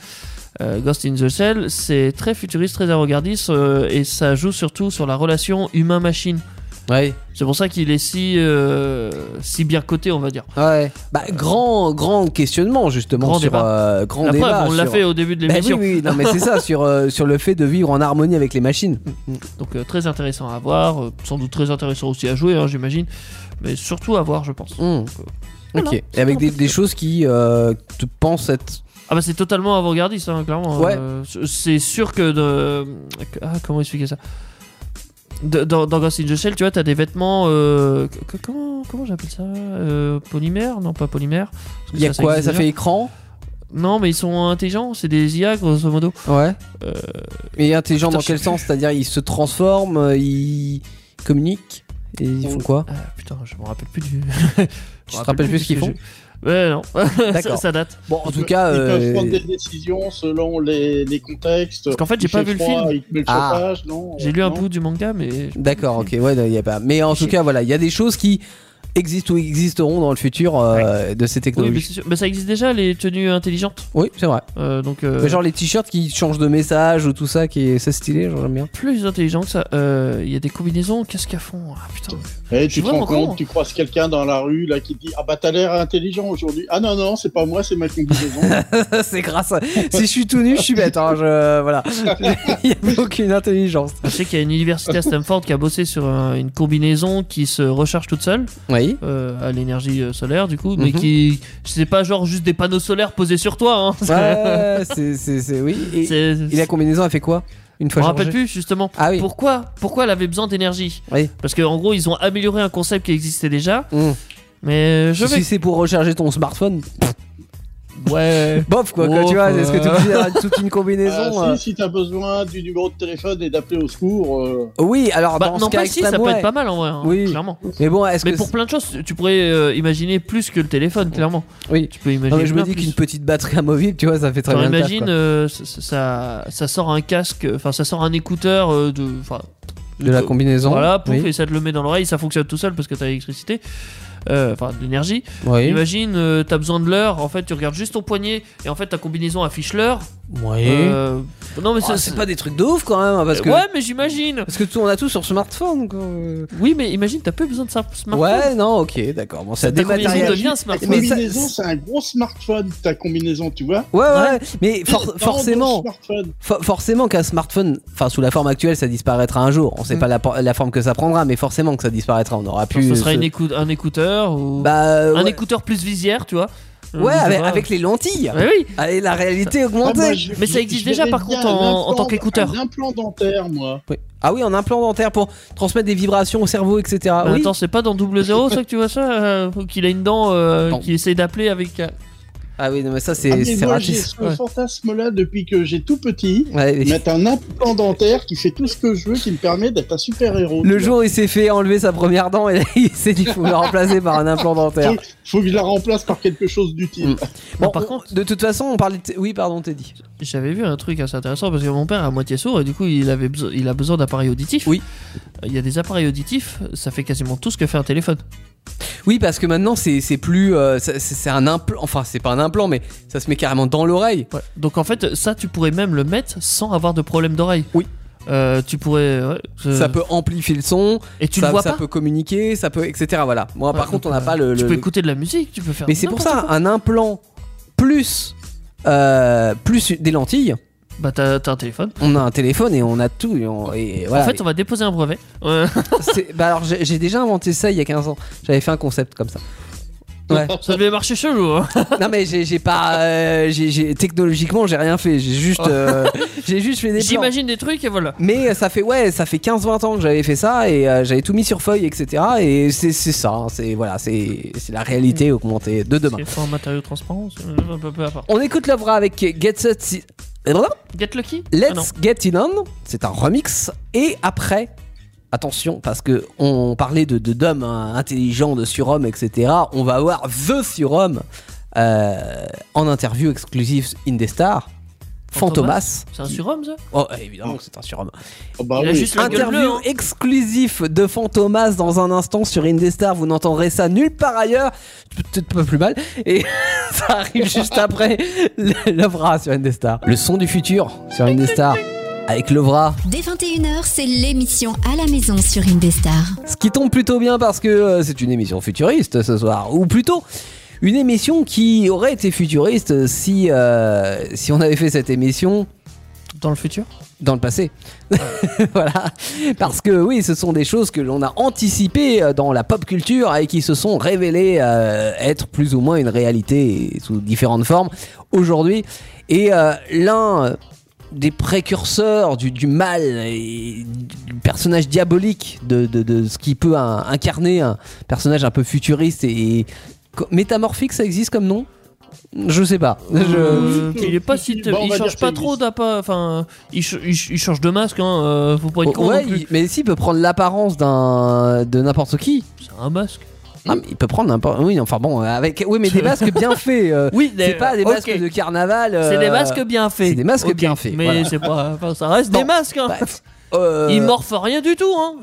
Euh, Ghost in the Shell, c'est très futuriste, très avant-gardiste, euh, et ça joue surtout sur la relation humain-machine. Ouais. C'est pour ça qu'il est si, euh, si bien coté, on va dire. Ouais. Bah grand grand questionnement justement Grand sur débat. euh, grand La débat. preuve, on l'a sur- fait au début de Bah oui, l'émission. oui, non mais c'est ça sur euh, sur le fait de vivre en harmonie avec les machines. Donc euh, très intéressant à voir, euh, sans doute très intéressant aussi à jouer, hein, j'imagine, mais surtout à voir, je pense. Hmm. Mm. Voilà. ok. Et avec des, des choses qui euh, te pensent être. Ah bah c'est totalement avant-gardiste, hein, clairement. Ouais. Euh, c'est sûr que de... Ah, comment expliquer ça De- dans, dans Ghost in the Shell, tu vois, t'as des vêtements... euh, que- comment comment j'appelle ça Euh, Polymère Non, pas polymère. parce que Il y a quoi existe Ça déjà. fait écran. Non, mais ils sont intelligents, c'est des IA, grosso modo. Ouais. Euh, Mais intelligent Ah, putain, dans je quel sais sens C'est-à-dire ils se transforment, euh, ils communiquent. Et ils On- font quoi Ah, putain, je me rappelle plus du... Tu te rappelles plus ce qu'ils font Ouais, non. ça, D'accord. ça date. Bon, en tout cas, ils peuvent euh, prendre des décisions selon les, les contextes. Parce qu'en fait, j'ai Il pas fait vu le froid, film. il te met le Ah. chauffage, non J'ai lu un non. bout du manga, mais. D'accord, ok, ouais, non, y a pas. Mais en tout Je- cas, voilà, il y a des choses qui existent ou existeront dans le futur euh, de ces Oui, mais, technologies. c'est sûr- mais Bah, ça existe déjà les tenues intelligentes. Oui, c'est vrai. Euh, donc euh, Mais genre les t-shirts qui changent de message ou tout ça, qui est ça stylé, genre, j'aime bien. plus intelligent que ça. Euh, Il y a des combinaisons. Qu'est-ce qu'à fond Ah putain. Eh, suis tu te rends vraiment compte, con. tu croises quelqu'un dans la rue là qui te dit Ah bah t'as l'air intelligent aujourd'hui. Ah non, non, c'est pas moi, c'est ma combinaison. c'est grâce à... Si je suis tout nu, je suis bête, hein, je... voilà. Il n'y a aucune intelligence. Je sais qu'il y a une université à Stanford qui a bossé sur un- une combinaison qui se recharge toute seule Oui. euh, à l'énergie euh, solaire du coup, mais Mhm. qui c'est pas genre juste des panneaux solaires posés sur toi. Hein. Ouais, c'est, c'est, c'est- oui. Et, C'est- et la combinaison, elle fait quoi Une Je fois me changée rappelle plus justement. Ah oui. Pourquoi pourquoi elle avait besoin d'énergie Oui. Parce que en gros ils ont amélioré un concept qui existait déjà. Mmh. Mais je vais. Si c'est pour recharger ton smartphone, Ouais. bof quoi, quoi, Oh, tu vois, est-ce que tu es euh. obligé d'avoir toute une combinaison Ah, euh, si si t'as besoin du numéro de téléphone et d'appeler au secours. euh, Oui, alors Bah, Ah, dans non, ce cas pas si, ça extrême, peut ouais. être pas mal en vrai, hein, Oui. clairement. Mais bon, est-ce Mais que pour plein de choses, tu pourrais euh, imaginer plus que le téléphone, clairement. Oui. Tu peux imaginer. Non, mais je me plein dis plus. qu'une petite batterie amovible, tu vois, ça fait très Genre, bien. le taf, imagine, quoi. euh, ça, ça, ça sort un casque, enfin, ça sort un écouteur euh, de. enfin, de la combinaison. euh, Voilà, pouf, oui. et ça te le met dans l'oreille, ça fonctionne tout seul parce que t'as l'électricité. euh, enfin de l'énergie. Oui. Imagine, euh, t'as besoin de l'heure, en fait, tu regardes juste ton poignet et en fait ta combinaison affiche l'heure. Oui. Euh, non, mais Oh, ça, Euh, c'est pas des trucs de ouf quand même, hein, parce que Ouais, mais j'imagine. parce que tout on a tout sur smartphone. quoi. Euh, Oui, mais imagine, t'as plus besoin de ça pour smartphone. Ouais, non, ok, d'accord. Bon, ça Ta combinaison dématérialise. devient un Ta smartphone. Mais ça- combinaison, c'est un gros smartphone, ta combinaison, tu vois. Ouais, ouais, mais for- Grand forcément, gros smartphone. for- forcément qu'un smartphone, enfin sous la forme actuelle, ça disparaîtra un jour. On sait Mm. pas la, por- la forme que ça prendra, mais forcément que ça disparaîtra. On aura Donc, plus. ce sera ce- une écou- un écouteur ou Bah, un ouais, écouteur plus visière, tu vois. Euh, ouais, je sais avec, pas. avec les lentilles. Ouais, oui. Allez, la réalité Ah, moi, augmentée. je- Mais ça je- existe je déjà, verrais par bien contre, en- un en tant implant- qu'écouteur. Un implant dentaire, moi. Oui. Ah oui, en implant dentaire pour transmettre des vibrations au cerveau, etc. Mais Ah oui. Attends, c'est pas dans Double Zéro ça que tu vois ça euh, ou Qu'il a une dent euh, Attends. qui essaye d'appeler avec. euh, Ah oui, non, mais ça c'est Ah, mais c'est moi, j'ai raté. ce Ouais. fantasme-là depuis que j'ai tout petit. Ouais, mais- Mettre un implant dentaire qui fait tout ce que je veux, qui me permet d'être un super-héros. Le tu jour où il s'est fait enlever sa première dent, et là, il s'est dit qu'il faut la remplacer par un implant dentaire. vois. Faut que je la remplace par quelque chose d'utile. Bon, Bon, par on- contre- de toute façon, on parlait. de- Oui, pardon, t'es dit. J'avais vu un truc assez intéressant parce que mon père est à moitié sourd et du coup il, avait beso- il a besoin d'appareils auditifs. Euh, Oui. Il y a des appareils auditifs, ça fait quasiment tout ce que fait un téléphone. Oui, parce que maintenant, c'est c'est plus. euh, ça- c'est c'est un implant. Enfin, c'est pas un implant, mais ça se met carrément dans l'oreille. Ouais. Donc en fait, ça tu pourrais même le mettre sans avoir de problème d'oreille. Oui. Euh, tu pourrais. ouais, euh, Ça peut amplifier le son, Et tu ça, le vois ça pas. peut communiquer, ça peut. etc. Voilà. Moi, Ouais, par contre, on n'a euh, pas le. Tu le- peux écouter de la musique, tu peux faire. Mais c'est pour n'importe ça, quoi. un implant plus. euh, plus des lentilles, Bah t'as t'as un téléphone. on a un téléphone et on a tout. Et on- et voilà. en fait, on va déposer un brevet. Ouais. C'est- bah alors, j'ai j'ai déjà inventé ça il y a 15 ans. J'avais fait un concept comme ça. Ouais. ça devait marcher chelou. hein. Non mais j'ai j'ai pas euh, j'ai- j'ai- technologiquement j'ai rien fait j'ai juste euh, j'ai juste fait des plans. J'imagine des trucs et voilà. Mais euh, ça fait ouais ça fait 15-20 ans que j'avais fait ça et euh, j'avais tout mis sur feuille etc et c'est c'est ça hein, c'est voilà c'est c'est la réalité augmentée de demain. C'est pas en matériaux transparents, c'est- euh, peu, peu, peu importe. On écoute l'Ovra avec Get Set Si- Get Lucky Ah non. Let's Get It On c'est un remix et après attention parce que on parlait de de- d'hommes hein, intelligents de surhommes etc on va avoir The Surhomme euh, en interview exclusive Indestar Fantomas C'est un surhomme ça Oh, eh, évidemment que c'est un surhomme. Oh, bah Il a oui. juste la gueule bleue. Interview hein. exclusif de Fantomas dans un instant sur Indestar. Vous n'entendrez ça nulle part ailleurs. Peut-être pas plus mal. Et ça arrive juste après le- l'Ovra sur Indestar. Le son du futur sur Indestar. Avec l'Ovra. Dès 21h, c'est l'émission à la maison sur Indestar. Ce qui tombe plutôt bien parce que euh, c'est une émission futuriste ce soir. Ou plutôt. Une émission qui aurait été futuriste si, euh, si on avait fait cette émission Dans le futur dans le passé. voilà. Parce que oui, ce sont des choses que l'on a anticipées euh, dans la pop culture et qui se sont révélées euh, être plus ou moins une réalité et sous différentes formes aujourd'hui. Et euh, l'un des précurseurs du, du mal et du personnage diabolique de, de- de ce qui peut un- incarner un personnage un peu futuriste et, et- co- métamorphique, ça existe comme nom Je sais pas. Je... Euh, il est pas si. Bon, on il va change dire pas que trop d'appât. Enfin, il, ch- il ch- il change de masque, hein. euh, faut pas être con. Oh, Ouais, non plus. il- mais s'il peut prendre l'apparence d'un de n'importe qui. C'est un masque. Non, mais il peut prendre n'importe. Oui, enfin bon, euh, avec. Oui, mais des masques bien faits. euh, Oui, c'est pas des masques de carnaval. euh, C'est des masques bien faits. c'est des masques Ok, bien faits, Mais voilà. c'est pas. enfin, ça reste Bon, des masques, hein. bref. Euh, Ils morphent rien du tout, hein.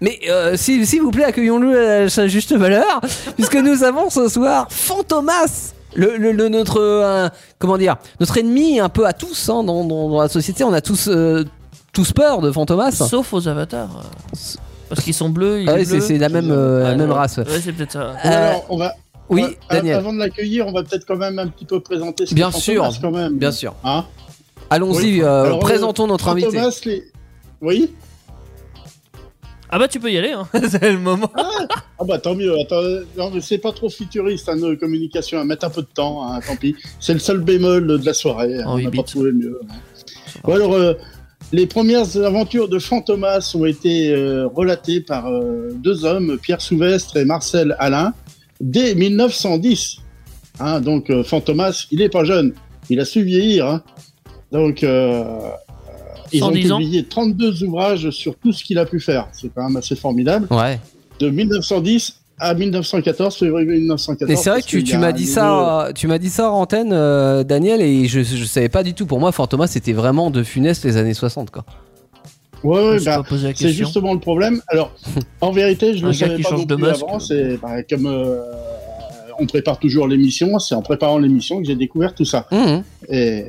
Mais euh, s'il s'il vous plaît, accueillons-le à sa juste valeur, puisque nous avons ce soir Fantomas, le, le- le- notre euh, comment dire, notre ennemi un peu à tous hein, dans, dans- dans la société. On a tous euh, tous peur de Fantomas. Sauf aux avatars. euh, Parce qu'ils sont bleus. il Ah Ah est oui, c'est bleu. c'est la même euh, la Ouais, même ouais. race. Ouais, c'est peut-être ça. Bon, Euh, alors, on va, oui, on va- Ah, a- Daniel. Avant de l'accueillir, on va peut-être quand même un petit peu présenter ce Bien qu'est sûr. Fantomas, quand ah. même. Bien sûr. Hein Allons-y, Oui. euh, Alors, présentons notre invité. Fantomas, les- Oui Ah bah, tu peux y aller, hein. C'est le moment. Ah bah tant mieux, attends, euh, non mais c'est pas trop futuriste hein, nos communications, à mettre un peu de temps, hein, tant pis. C'est le seul bémol de la soirée, hein, En on huit n'a bits. pas trouvé mieux. hein. Bon, alors, euh, les premières aventures de Fantomas ont été euh, relatées par euh, deux hommes, Pierre Souvestre et Marcel Alain, dès 1910. Hein, donc euh, Fantomas, il est pas jeune, il a su vieillir. hein. Donc euh, euh, ils ont 110 ans. publié 32 ouvrages sur tout ce qu'il a pu faire. C'est quand même assez formidable Ouais. de 1910 à 1914, février 1914. Mais c'est vrai que parce tu, qu'il y tu a m'as un dit nouveau- ça, euh, tu m'as dit ça en antenne, euh, Daniel, et je, je savais pas du tout. Pour moi, Fantomas, c'était vraiment de funeste les années 60, quoi. Ouais, Je me ouais, suis bah, pas posé la c'est question. justement le problème. Alors, en vérité, je Un le gars savais qui pas change non de plus masque. avant. C'est bah, comme euh, on prépare toujours l'émission. C'est en préparant l'émission que j'ai découvert tout ça. Mhm. Et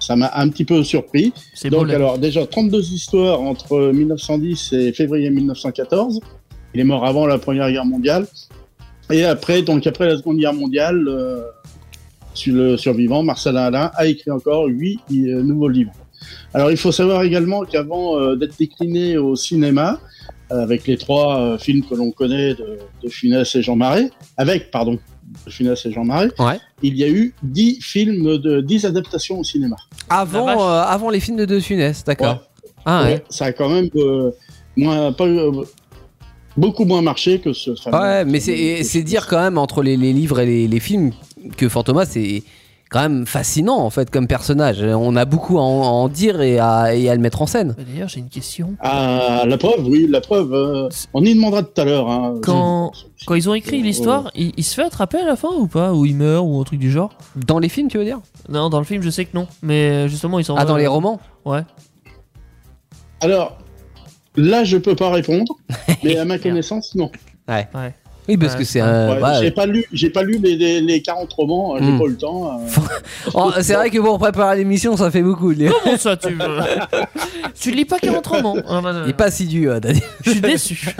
ça m'a un petit peu surpris. C'est Donc, beau, là. alors, déjà, 32 histoires entre euh, 1910 et février 1914. Il est mort avant la Première Guerre mondiale. Et après, donc, après la Seconde Guerre mondiale, euh, sur le survivant, Marcel Alain, a écrit encore 8 nouveaux livres. Alors, il faut savoir également qu'avant euh, d'être décliné au cinéma, euh, avec les trois euh, films que l'on connaît de, de Funès et Jean Marais, avec, pardon, de Funès et Jean Marais, Ouais. il y a eu 10 films, de 10 adaptations au cinéma. Avant, La vache. euh, avant les films de De Funès, d'accord. Ouais. Ah ouais. Ouais, ça a quand même euh, moins, pas, euh, beaucoup moins marché que ce fameux- Ouais, mais c'est, et c'est dire quand même entre les, les livres et les, les films que Fantomas c'est quand même fascinant en fait comme personnage. On a beaucoup à en, à en dire et à, et à le mettre en scène. Bah, D'ailleurs, j'ai une question. Ah, la preuve, oui, la preuve. euh, on y demandera tout à l'heure. hein. Quand, quand ils ont Oh. écrit l'histoire, il, il se fait attraper à la fin ou pas Ou il meurt ou un truc du genre Dans les films, tu veux dire Non, dans le film, je sais que non. Mais euh, justement, ils sont. Ah, dans les romans Ouais. Alors, là, je peux pas répondre, mais à ma connaissance, non. Oui, parce Ouais. que c'est un. Ouais, bah, J'ai pas lu, j'ai pas lu les, les, les 40 romans, euh, j'ai Hmm. pas eu le temps. euh. oh, c'est vrai que bon, préparer l'émission, ça fait beaucoup. Il est, Comment ça, tu veux Tu lis pas 40 romans. Ah, bah, il est pas si dur. Je suis déçu.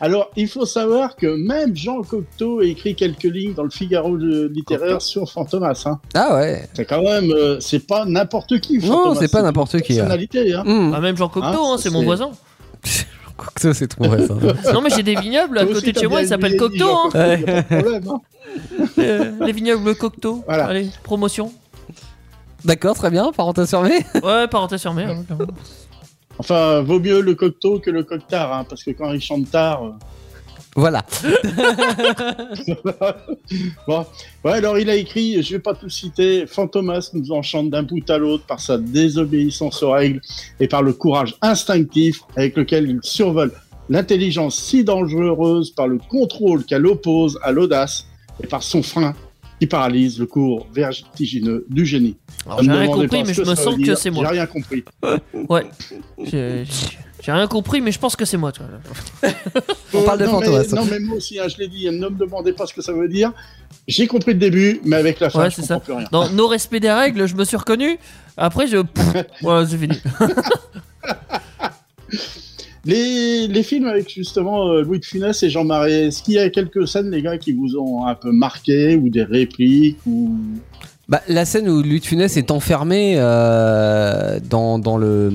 Alors, il faut savoir que même Jean Cocteau a écrit quelques lignes dans le Figaro de- littéraire sur Fantomas. hein. Ah ouais. C'est quand même, euh, c'est pas n'importe qui. Non, Fantomas, c'est pas n'importe qui. hein. personnalité, hein. Hum. Ah, même Jean Cocteau, Ah, hein, c'est c'est- mon voisin. Ah, Quoi que ça, c'est trop vrai, ça. Non, mais j'ai des vignobles à Toi côté aussi, de t'as chez moi, bien ils s'appellent dit, Cocteau. Jean Hein. Cocteau, y a pas de problème, hein. Euh, les vignobles Cocteau. Voilà. Allez, promotion. D'accord, très bien. Parenthèse fermée. Ouais, parenthèse fermée. hein, clairement. Enfin, vaut mieux le Cocteau que le Coctard, hein, parce que quand il chante tard. euh, Voilà. bon. Ouais, alors il a écrit, je vais pas tout citer, Fantomas nous enchante d'un bout à l'autre par sa désobéissance aux règles et par le courage instinctif avec lequel il survole l'intelligence si dangereuse par le contrôle qu'elle oppose à l'audace et par son frein qui paralyse le cours vertigineux du génie. Alors, Ne j'ai me rien demandez compris, pas mais ce je me ça veut sens que dire, c'est J'ai moi. rien compris. Ouais. J'ai j'ai- j'ai rien compris, mais je pense que c'est moi. Toi. On parle de Euh, non, mais- Fantomas. non, mais moi aussi, hein, je l'ai dit, ne me demandez pas ce que ça veut dire. J'ai compris le début, mais avec la fin, Ouais, je c'est comprends ça. plus rien. Dans nos respects des règles, je me suis reconnu. Après, je. Pff, Ouais, c'est fini. Les, les films avec justement euh, Louis de Funès et Jean Marais, est-ce qu'il y a quelques scènes, les gars, qui vous ont un peu marqué, ou des répliques, ou... Bah, la scène où Louis de Funès est enfermé euh, dans, dans le.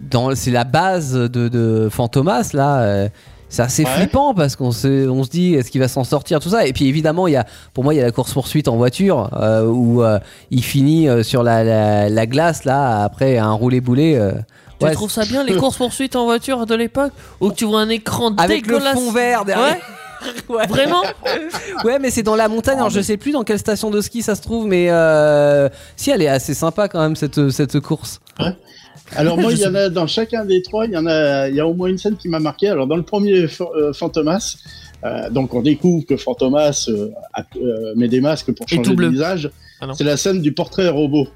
Dans, c'est la base de, de Fantomas, là. euh, c'est assez Ouais. flippant parce qu'on se, on se dit est-ce qu'il va s'en sortir, tout ça. Et puis évidemment, il y a, pour moi, il y a la course-poursuite en voiture euh, où euh, il finit euh, sur la, la, la glace, là, après un roulé-boulé. euh. Tu Ouais, trouves ça bien les courses poursuites en voiture de l'époque Ou que tu vois un écran Avec le dégueulasse fond vert derrière. Ouais, vraiment Ouais, mais c'est dans la montagne. Alors, je sais plus dans quelle station de ski ça se trouve, mais euh, si elle est assez sympa quand même cette, cette course. Alors moi, Je il y en a, dans chacun des trois, il y en a, il y a au moins une scène qui m'a marqué. Alors dans le premier, Fa- euh, Fantomas, euh, donc on découvre que Fantomas euh, a- euh, met des masques pour Et changer tout de bleu. visage. Ah non. C'est la scène du portrait robot.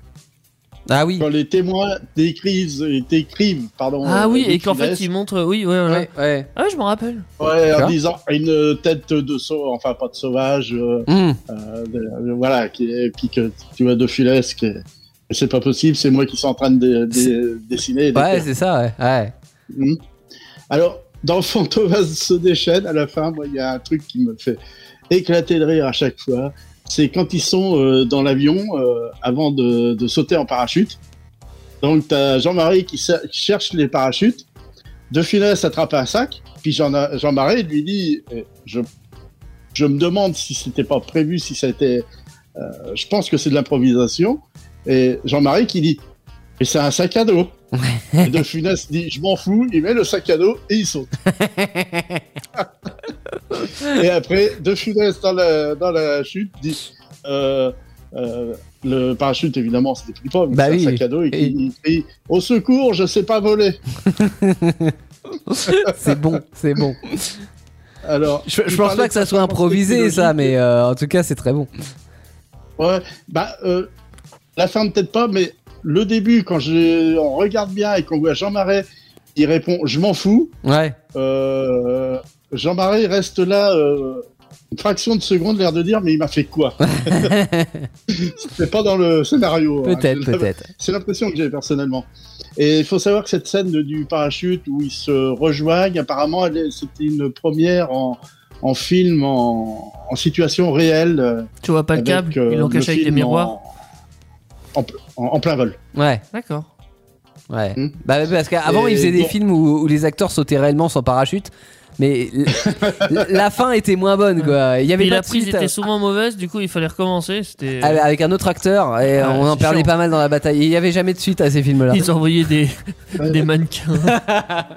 Ah oui. Quand les témoins décrivent, décrivent pardon. Ah euh, oui, Louis et qu'en fait Funès, ils montrent. Oui, ouais, voilà. Ouais, ouais. Ah, je me rappelle. Ouais, D'accord. en disant une tête de sau- enfin pas de sauvage, euh, Hmm. euh, de- de- voilà, qui est- puis que tu vois de Funès, qui est- c'est pas possible, c'est moi qui suis en train de, de- de dessiner. et Ouais, d'écrire. c'est ça, ouais. ouais. Mhm. Alors, dans Fantomas se déchaîne, à la fin, moi, il y a un truc qui me fait éclater de rire à chaque fois. C'est quand ils sont euh, dans l'avion euh, avant de, de sauter en parachute. Donc, t'as Jean-Marie qui cer- qui cherche les parachutes. De Funès attrape un sac. Puis Jean- Jean-Marie lui dit eh, je, je me demande si c'était pas prévu, si ça a été. euh, je pense que c'est de l'improvisation. Et Jean-Marie qui dit Mais c'est un sac à dos. Et de Funès dit Je m'en fous, il met le sac à dos et il saute. et après, De Funès dans la, dans la chute dit euh, euh, Le parachute, évidemment, c'était plus pauvre, mais Bah c'est oui. un sac à dos et, Et- qui crie Au secours, je sais pas voler. C'est bon, c'est bon. Alors, Je, je il pense parlait pas que ça de soit improvisé, technologie. ça, mais euh, en tout cas, c'est très bon. Ouais, bah, euh, la fin peut-être pas, mais le début, quand je, on regarde bien et qu'on voit Jean Marais, il répond Je m'en fous. Ouais. Euh, Jean Marais reste là euh, une fraction de seconde, l'air de dire Mais il m'a fait quoi C'est pas dans le scénario. hein. peut-être, C'est la- peut-être. C'est l'impression que j'ai personnellement. Et il faut savoir que cette scène de- du parachute où ils se rejoignent, apparemment, elle est- c'était une première en, en film, en, en situation réelle. euh, Tu vois pas le avec, câble, euh, ils l'ont caché le avec des film miroirs. En, en- en plein vol. Ouais, D'accord. ouais. Hmm. Bah, parce qu'avant, Et ils faisaient des bon. films où, où les acteurs sautaient réellement sans parachute. Mais l- la, fin était moins bonne, quoi. Il y avait Puis pas la de prise suite. Ah, était souvent mauvaise, du coup il fallait recommencer. C'était. Avec- Avec un autre acteur, et Ouais, on en c'est perdait chiant. pas mal dans la bataille. Il y avait jamais de suite à ces films-là. Ils envoyaient des, des mannequins.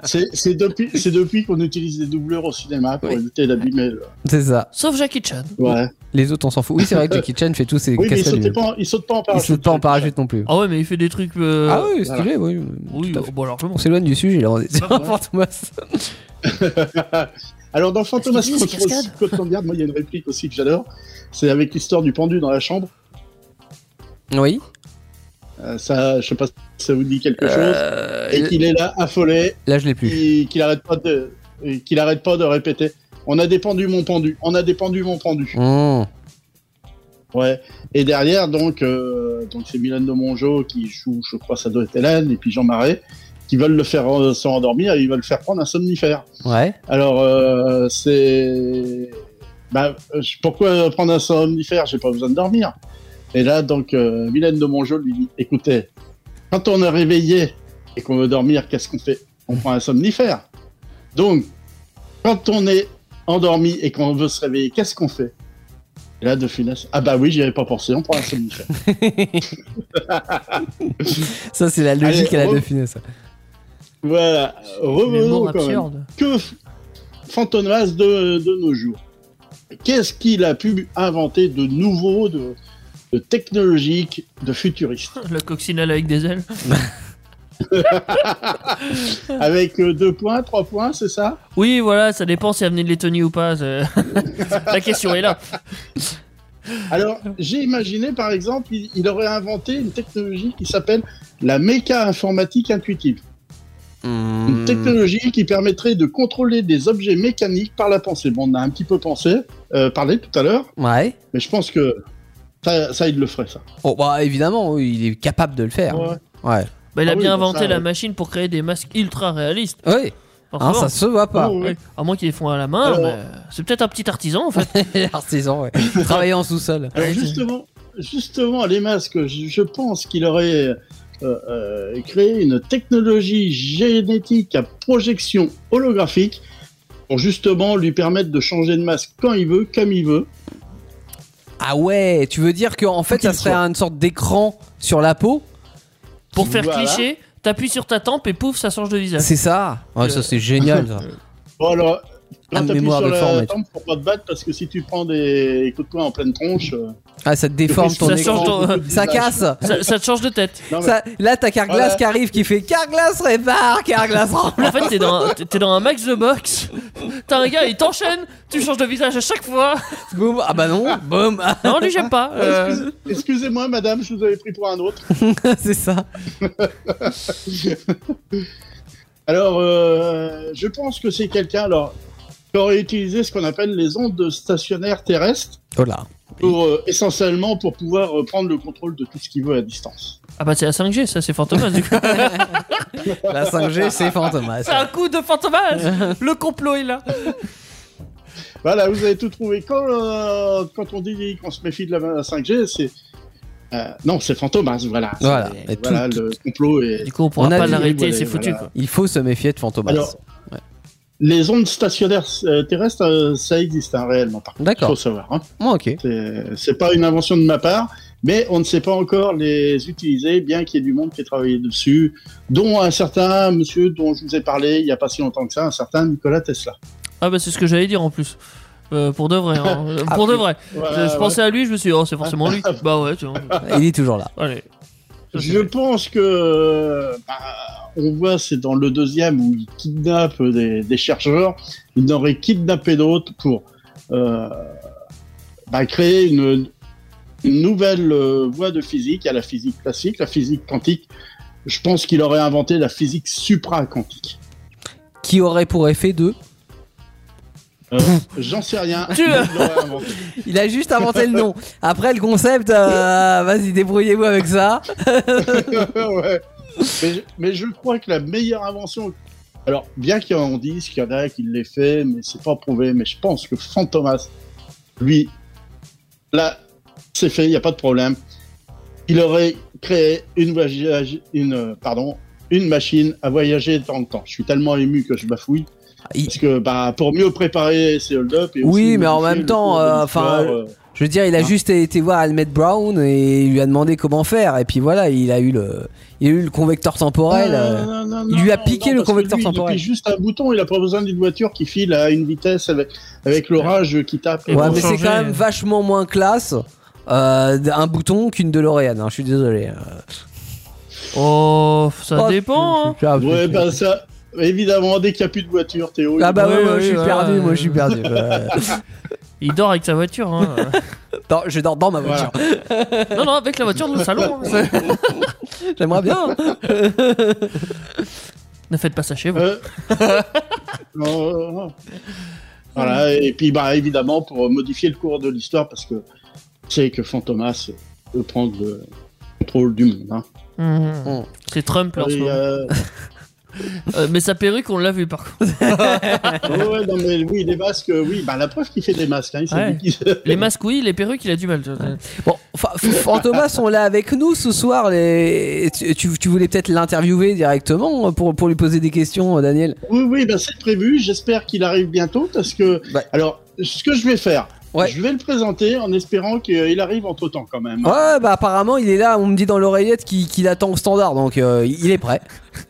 C'est c'est depuis, c'est depuis qu'on utilise des doubleurs au cinéma pour Oui. éviter d'abîmer. le- C'est ça. Sauf Jackie Chan. Ouais. Les autres, on s'en fout. Oui, c'est vrai que Jackie Chan fait tous ses Oui, mais ils casse sautent pas, en- ils sautent pas en parachute. pas en parachute non plus. Ah ouais, mais il fait des trucs. euh, ah oui, voilà. stylé, oui. Oui, tout à fait. bon, largement. On s'éloigne du sujet, là. On est sur pas vrai. Fantomas. Alors dans Fantomas Est-ce qu'il y a des Control, cascades Scotland Yard, moi il y a une réplique aussi que j'adore. C'est avec l'histoire du pendu dans la chambre. Oui. Euh, ça, je sais pas si ça vous dit quelque chose. Euh, Et qu'il est là affolé, là, je l'ai plus. et qu'il arrête pas de, et qu'il arrête pas de répéter. On a dépendu mon pendu, on a dépendu mon pendu. Hmm. Ouais. Et derrière donc, euh, donc c'est Mylène de Mongeau qui joue, je crois, ça doit être Hélène et puis Jean Marais qui veulent le faire euh, se rendormir et ils veulent faire prendre un somnifère. Ouais. Alors, euh, c'est. Bah, je- pourquoi prendre un somnifère J'ai pas besoin de dormir. Et là, donc, euh, Mylène de Mongeau lui dit écoutez, quand on est réveillé et qu'on veut dormir, qu'est-ce qu'on fait On prend un somnifère. Donc, quand on est endormi et qu'on veut se réveiller, qu'est-ce qu'on fait Et là, de finesse ah bah oui, j'y avais pas pensé, on prend un somnifère. Ça, c'est la logique Allez, à la re- de finesse. voilà, Les revenons morts quand même. absurdes. que f- Fantomas de, de nos jours. Qu'est-ce qu'il a pu inventer de nouveau, de, de technologique, de futuriste Le coccinelle avec des ailes. Avec euh, deux points, trois points, c'est ça Oui, voilà, ça dépend si amener de Lettonie ou pas. c'est- la question est là. Alors, j'ai imaginé, par exemple, il, il aurait inventé une technologie qui s'appelle la méca-informatique intuitive. Une Hmm. technologie qui permettrait de contrôler des objets mécaniques par la pensée. Bon, on a un petit peu pensé, euh, parlé tout à l'heure, Ouais. mais je pense que ça, ça il le ferait, ça. Oh, bah, évidemment, oui, il est capable de le faire. Ouais. Ouais. Bah, il a Ah oui, bien comme inventé ça, la ouais. machine pour créer des masques ultra réalistes. Oui. Hein, forcément. ça se voit pas. Oh, ouais. Ouais. À moins qu'ils les font à la main, Alors- mais c'est peut-être un petit artisan en fait. L'artisan, ouais. Travailler en sous-sol. Alors Ouais, c'est- justement, justement, les masques, je, je pense qu'il aurait euh, euh, créé une technologie génétique à projection holographique pour justement lui permettre de changer de masque quand il veut, comme il veut. Ah ouais, tu veux dire qu'en fait, ça Qu'il serait soit. une sorte d'écran sur la peau Pour faire Voilà. cliché, t'appuies sur ta tempe et pouf, ça change de visage. C'est ça Ouais, ça, c'est génial, ça. Euh, Bon alors, Ah, quand t'appuies mémoire sur de la forme, tempe, faut pas te battre parce que si tu prends des coups de poing en pleine tronche, euh, Ah, ça te déforme tu ton Ça risques écran. change d'avoir ton- beaucoup de Ça visage. casse Ça, ça te change de tête. Non, mais Ça- là, t'as Carglass Ah Voilà. qui arrive qui fait Carglass répare, Carglass remplace. En fait, t'es dans, un- t'es- t'es dans un max de box. T'as un gars, il t'enchaîne, tu changes de visage à chaque fois. Boum. Ah bah non, boum. Ah, Non, lui, j'aime pas. Euh, excuse- Excusez-moi, madame, je vous avais pris pour un autre. c'est ça. Alors, euh, je pense que c'est quelqu'un alors qui aurait utilisé ce qu'on appelle les ondes stationnaires terrestres. Oh là. pour, euh, essentiellement pour pouvoir euh, prendre le contrôle de tout ce qu'il veut à distance. Ah bah, c'est la 5G, ça, c'est Fantomas du coup. La 5G, c'est C'est un fantomas. coup de Fantomas Le complot est là Voilà, vous avez tout trouvé. Quand, euh, quand on dit qu'on se méfie de la 5G, c'est... euh, non, c'est Fantomas, voilà. Voilà. C'est- Et tout- voilà, tout- le complot est... Du coup, on pourra On a pas dit- l'arrêter, voilà, c'est foutu voilà. quoi. Il faut se méfier de fantomas. Alors, les ondes stationnaires euh, terrestres, euh, ça existe hein, réellement, par contre. D'accord. faut savoir. Hein. Moi, ok. C'est- C'est pas une invention de ma part, mais on ne sait pas encore les utiliser, bien qu'il y ait du monde qui ait travaillé dessus, dont un certain monsieur dont je vous ai parlé il n'y a pas si longtemps que ça, un certain Nikola Tesla. Ah bah, c'est ce que j'allais dire en plus. Euh, pour de vrai, hein. Euh, pour de vrai. Voilà, je je Ah ouais. pensais à lui, je me suis dit, oh, c'est forcément lui. bah ouais, tu vois. Il est toujours là. Allez. Ça, c'est Je pense que bah, on voit, c'est dans le deuxième où il kidnappe des, des chercheurs. Il en aurait kidnappé d'autres pour euh, bah, créer une une nouvelle euh, voie de physique à la physique classique, la physique quantique. Je pense qu'il aurait inventé la physique supra-quantique. Qui aurait pour effet de. Euh, J'en sais rien. Tu- mais il l'aurait inventé. Il a juste inventé le nom. Après, le concept, euh, vas-y, débrouillez-vous avec ça. Ouais. mais, je, mais je crois que la meilleure invention. Alors, bien qu'on dise qu'il y en a qui l'ait fait, mais c'est pas prouvé. Mais je pense que Fantomas, lui, là, c'est fait, il n'y a pas de problème. Il aurait créé une, voyage- une, euh, pardon, une machine à voyager dans le temps. Je suis tellement ému que je bafouille. Ah, Il- Parce que bah, pour mieux préparer ces hold-up. et Oui, aussi mais en modifier même le temps, cours de euh, l'histoire, enfin, euh, Je veux dire, il a Hein juste été voir Almed Brown et il lui a demandé comment faire. Et puis voilà, il a eu le, il a eu le convecteur temporel. euh. Ah, Non, non, non, il non, lui a non, piqué non, le parce que convecteur lui, il temporel. appuie juste un bouton, il a pas besoin d'une voiture qui file à une vitesse avec, avec l'orage qui tape. Et Ouais, pour mais c'est changer, quand même euh. vachement moins classe euh, d- un bouton qu'une DeLorean. hein, je suis désolé. Oh, ça Oh, dépend. hein. je- je- je- je- Ouais, bah ça, évidemment, dès qu'il n'y a plus de voiture, Théo. Ah il- bah Oui, ouais, moi oui, je suis ouais. perdu, moi je suis perdu. Ouais. Il dort avec sa voiture. hein. Non, je dors dans ma voiture. non, non, avec la voiture dans le salon. hein. J'aimerais bien. hein. ne faites pas ça chez vous. Euh, non, non, non. Voilà, et puis bah évidemment, pour modifier le cours de l'histoire, parce que c'est que Fantomas peut prendre le contrôle du monde. hein. Mhm. C'est Trump là, en ce Et, moment. euh, Euh, mais sa perruque, on l'a vu par contre. ouais, ouais, non, mais oui, les masques, oui, bah la preuve qu'il fait des masques, hein, il s'est Ouais. dit qu'il- Les masques, oui, les perruques, il a du mal. tu vois. Bon, fa- f- Fantomas sont là avec nous ce soir. Les... Tu, tu- tu voulais peut-être l'interviewer directement pour, pour lui poser des questions, euh, Daniel. Oui, oui, ben c'est prévu. J'espère qu'il arrive bientôt parce que. Ouais. Alors, ce que je vais faire, Bah. Ouais. je vais le présenter en espérant qu'il arrive entre temps quand même. Ouais, bah apparemment il est là. On me dit dans l'oreillette qu'il qu'il attend au standard, donc euh, il est prêt.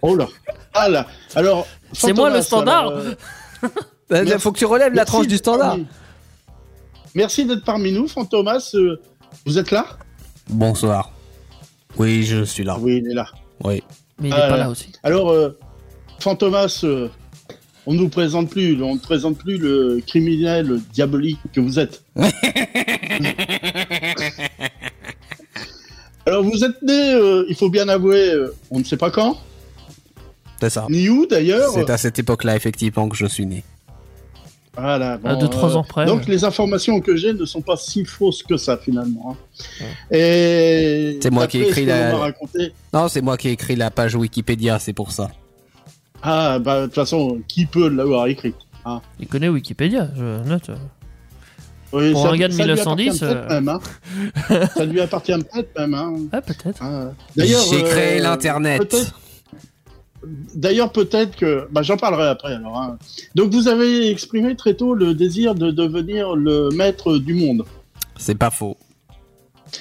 Oh là Ah là Alors. C'est moi Fantomas, le standard. alors, euh, Bah, Merci. Faut que tu relèves la merci Ah, tranche du d'être standard. parmi- Merci d'être parmi nous, Fantomas. euh, Vous êtes là Ah Bonsoir. Oui, je suis là. Oui, il est là. Oui. Mais il est Ah, pas ouais. là aussi. Alors, euh, Fantomas, euh, on ne vous présente plus, on ne présente plus le criminel diabolique que vous êtes. Alors, vous êtes né, euh, il faut bien avouer, euh, on ne sait pas quand, C'est ça. ni où d'ailleurs. C'est à cette époque-là, effectivement, que je suis né. Voilà, euh, À deux, trois ans près, Donc, ouais. les informations que j'ai ne sont pas si fausses que ça, finalement. hein. Et. C'est moi qui ai d'après ce écrit que la- vous m'avez raconté- Non, c'est moi qui ai écrit la page Wikipédia, c'est pour ça. Ah, bah, de toute façon, qui peut l'avoir écrit Il connaît Wikipédia, je note. Oui, Pour un gars de lui 1910, appartient peut-être euh. même, hein. ça lui appartient peut-être même. hein. Ah, peut-être. Hein. D'ailleurs, J'ai euh, créé l'internet. peut-être- D'ailleurs, peut-être que. Bah, J'en parlerai après alors. hein. Donc, vous avez exprimé très tôt le désir de devenir le maître du monde. C'est pas faux.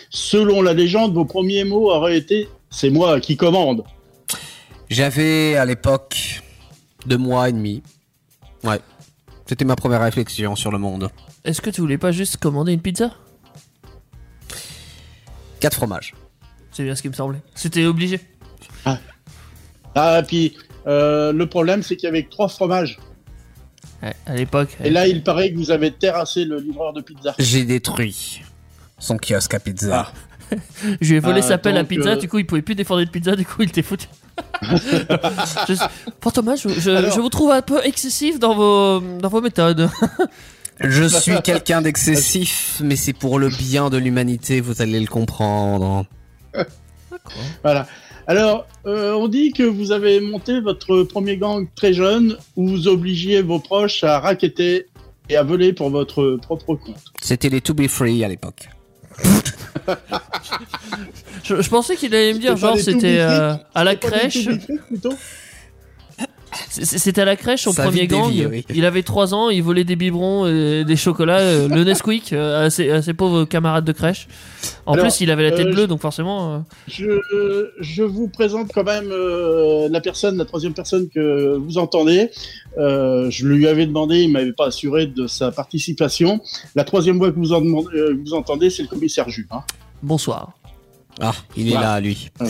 Selon la légende, vos premiers mots auraient été C'est moi qui commande. J'avais à l'époque deux mois et demi. Ouais. C'était ma première réflexion sur le monde. Est-ce que tu voulais pas juste commander une pizza Quatre fromages. C'est bien ce qui me semblait. C'était obligé. Ah, puis. euh, le problème, c'est qu'il y avait que trois fromages. Ouais, à l'époque. Et euh, là, il paraît que vous avez terrassé le livreur de pizza. J'ai détruit son kiosque à pizza. Je lui ai volé Ah, sa pelle à donc, pizza, euh, du coup il pouvait plus défendre de pizza, du coup il était foutu. je... Fantomas, je, je- Alors- je vous trouve un peu excessif dans vos, dans vos méthodes. Je suis quelqu'un d'excessif, mais c'est pour le bien de l'humanité, vous allez le comprendre. Voilà. Alors, euh, on dit que vous avez monté votre premier gang très jeune, où vous obligiez vos proches à raqueter et à voler pour votre propre compte. C'était les To Be Free à l'époque. Je, je pensais qu'il allait me dire, C'était genre pas des tout c'était petits euh, à la C'est pas du crèche. tout des trucs, plutôt C'est- C'était à la crèche son Sa premier vie gang. dévie, oui. Il avait 3 ans, il volait des biberons, et des chocolats, euh, le Nesquik euh, à, ses, à ses pauvres camarades de crèche. En Alors, plus, il avait la tête euh, bleue, donc forcément. euh, je, je vous présente quand même euh, la personne, la troisième personne que vous entendez. Euh, je lui avais demandé, il m'avait pas assuré de sa participation. La troisième voix que vous, en demandez- euh, que vous entendez, c'est le commissaire Jules. hein. bonsoir. Ah, il est Voilà. là, lui. Euh,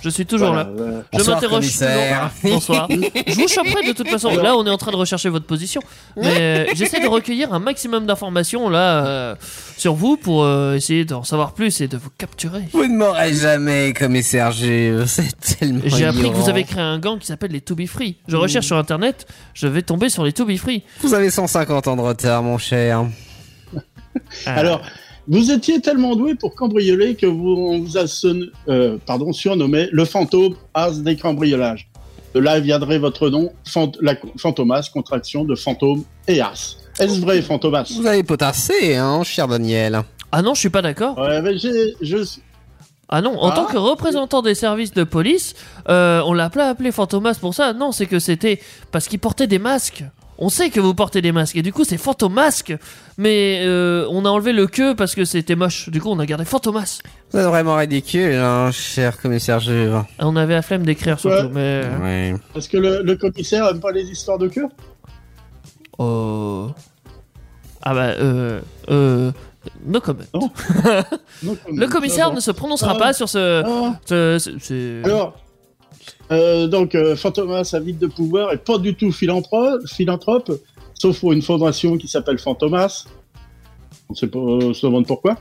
Je suis toujours voilà, là. voilà. Je Bonsoir, m'interroge toujours. commissaire. Bonsoir. Je vous choperai de toute façon. Là, on est en train de rechercher votre position. Mais euh, j'essaie de recueillir un maximum d'informations là euh, sur vous pour euh, essayer d'en savoir plus et de vous capturer. Vous ne m'aurez jamais, commissaire Jules. C'est tellement. J'ai appris que vous ignorant. avez créé un gang qui s'appelle les To Be Free. Je Hmm. recherche sur internet, je vais tomber sur les To Be Free. Vous avez 150 ans de retard, mon cher. Ah, Alors, vous étiez tellement doué pour cambrioler que vous, on vous a sonn- euh, pardon, surnommé le fantôme as des cambriolages. De là viendrait votre nom, fant- la fantomas, contraction de fantôme et as. Est-ce vrai, fantomas Vous avez potassé, hein, cher Daniel. ah non, je suis pas d'accord. Ouais, mais j'ai- je- Ah non, en Ah. tant que représentant des services de police, euh, on l'a pas appelé Fantomas pour ça. Non, c'est que c'était parce qu'il portait des masques. On sait que vous portez des masques et du coup c'est Fantomasque. Mais euh, on a enlevé le que parce que c'était moche. Du coup on a gardé Fantomas. Vous êtes vraiment ridicule, hein, cher commissaire Jules. Et on avait la flemme d'écrire surtout. Ouais. Mais euh, Oui. Parce que le, le commissaire aime pas les histoires de cœur oh ah bah euh euh no comment. Non, comme- Le commissaire Ah, ne se prononcera Ah. pas sur ce. bon. Ah. ce- ce- ce- Alors, euh, donc, euh, Fantomas, avide de pouvoir, est pas du tout philanthrope, philanthrope sauf pour une fondation qui s'appelle Fantomas. On sait pas, on se demande pourquoi.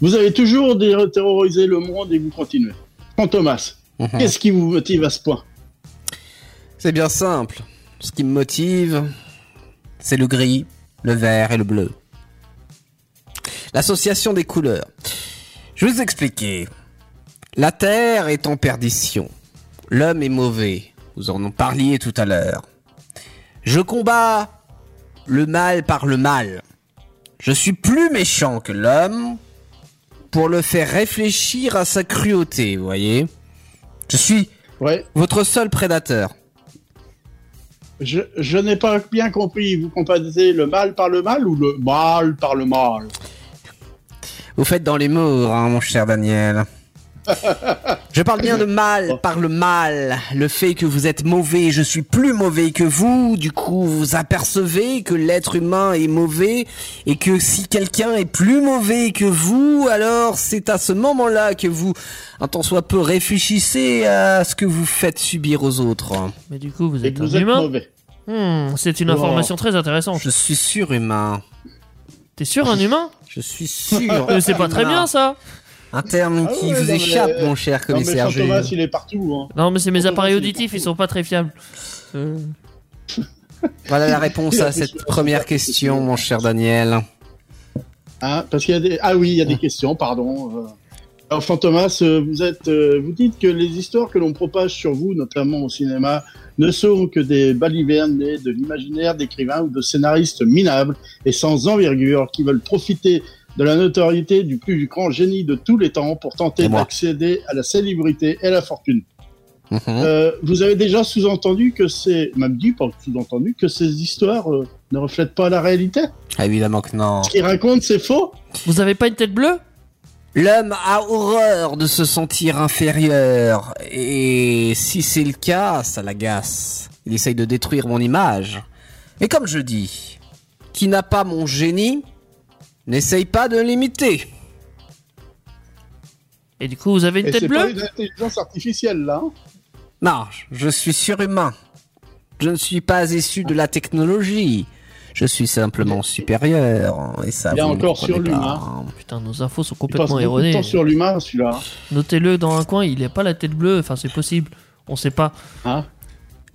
Vous avez toujours dé- terrorisé le monde et vous continuez. Fantomas, Mhm. qu'est-ce qui vous motive à ce point C'est bien simple. Ce qui me motive, c'est le gris, le vert et le bleu. L'association des couleurs. Je vais vous expliquer. La Terre est en perdition. L'homme est mauvais. Vous en parliez tout à l'heure. Je combats le mal par le mal. Je suis plus méchant que l'homme pour le faire réfléchir à sa cruauté, vous voyez. Je suis Ouais, votre seul prédateur. je, je n'ai pas bien compris. Vous comparez le mal par le mal ou le mal par le mal Vous faites dans les mots, hein, mon cher Daniel. Je parle bien de Oh. mal par le mal, le fait que vous êtes mauvais, je suis plus mauvais que vous, du coup vous apercevez que l'être humain est mauvais et que si quelqu'un est plus mauvais que vous, alors c'est à ce moment-là que vous, un tant soit peu, réfléchissez à ce que vous faites subir aux autres. Mais du coup vous Et êtes que un vous êtes humain. mauvais. Hmm, c'est une Oh. information très intéressante. Je suis surhumain. T'es sûr un humain Je suis sûr. Euh, C'est pas très bien ça. Un terme Ah qui ouais, non, vous mais- échappe, mon cher Non, mais commissaire. Fantomas, Jules. il est partout. Hein. Non mais c'est mes Automatique. appareils auditifs, ils sont pas très fiables. Euh, Voilà la réponse Il a à fait cette chier. première question, mon cher Daniel. Hein, parce qu'il y a des... Ah oui, il y a des questions, pardon. euh. Alors, Fantomas, euh, vous, êtes, euh, vous dites que les histoires que l'on propage sur vous, notamment au cinéma, ne sont que des balivernes nées de l'imaginaire d'écrivains ou de scénaristes minables et sans envergure qui veulent profiter de la notoriété du plus grand génie de tous les temps pour tenter Et moi. d'accéder à la célébrité et à la fortune. Mhm. Euh, vous avez déjà sous-entendu que ces... Même dit, pas sous-entendu, que ces histoires euh, ne reflètent pas la réalité Ah, Évidemment que non. Ce qu'ils racontent, c'est faux Vous avez pas une tête bleue L'homme a horreur de se sentir inférieur. Et si c'est le cas, ça l'agace. Il essaye de détruire mon image. Mais comme je dis, qui n'a pas mon génie, n'essaye pas de l'imiter. Et du coup vous avez une Et tête c'est bleue pas une intelligence artificielle là. hein. Non, je suis surhumain. Je ne suis pas issu de la technologie. Je suis simplement supérieur. Et ça, Il y a vous ne encore comprenez surhumain. pas. Putain, nos infos sont Il passe complètement beaucoup de erronées. temps sur l'humain celui-là. Notez-le dans un coin, il a pas la tête bleue, enfin c'est possible. On sait pas. hein.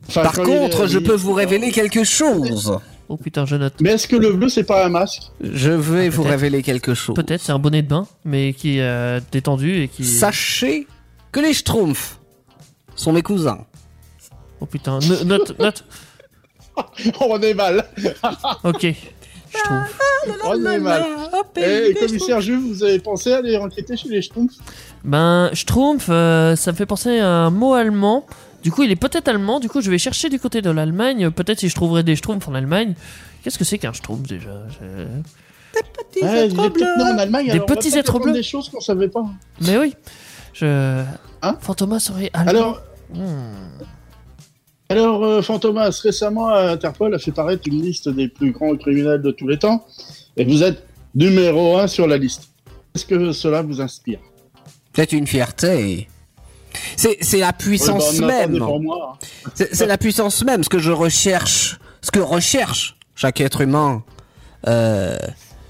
Enfin, Par quand il est hein. contre, je habillé, peux vous etc. révéler quelque chose. Oh putain, je note. Mais est-ce que le bleu c'est pas un masque Je vais vous peut-être. révéler quelque chose. Peut-être c'est un bonnet de bain, mais qui est euh, détendu et qui. Sachez que les Schtroumpfs sont mes cousins. Oh putain, no- note, note. On est mal. Ok, je trouve. On est mal. Eh, Et commissaire Juve, vous avez pensé à aller enquêter chez les Schtroumpfs Ben, Schtroumpf, euh, ça me fait penser à un mot allemand. Du coup, il est peut-être allemand. Du coup, je vais chercher du côté de l'Allemagne. Peut-être si je trouverai des Schtroumpfs en Allemagne. Qu'est-ce que c'est qu'un Schtroumpf déjà Je- Ouais, Il est peut-être né en Allemagne. Des alors on va petits êtres peut-être apprendre bleus. Des choses qu'on savait pas. Mais oui, je. Hein Fantomas serait allemand. Alors, Hmm. alors euh, Fantomas, récemment euh, Interpol a fait paraître une liste des plus grands criminels de tous les temps, et vous êtes numéro un sur la liste. Est-ce que cela vous inspire C'est une fierté. C'est c'est la puissance Ouais, bah, on attendait même. pour moi, hein. C'est c'est la puissance même, ce que je recherche, ce que recherche chaque être humain. Euh,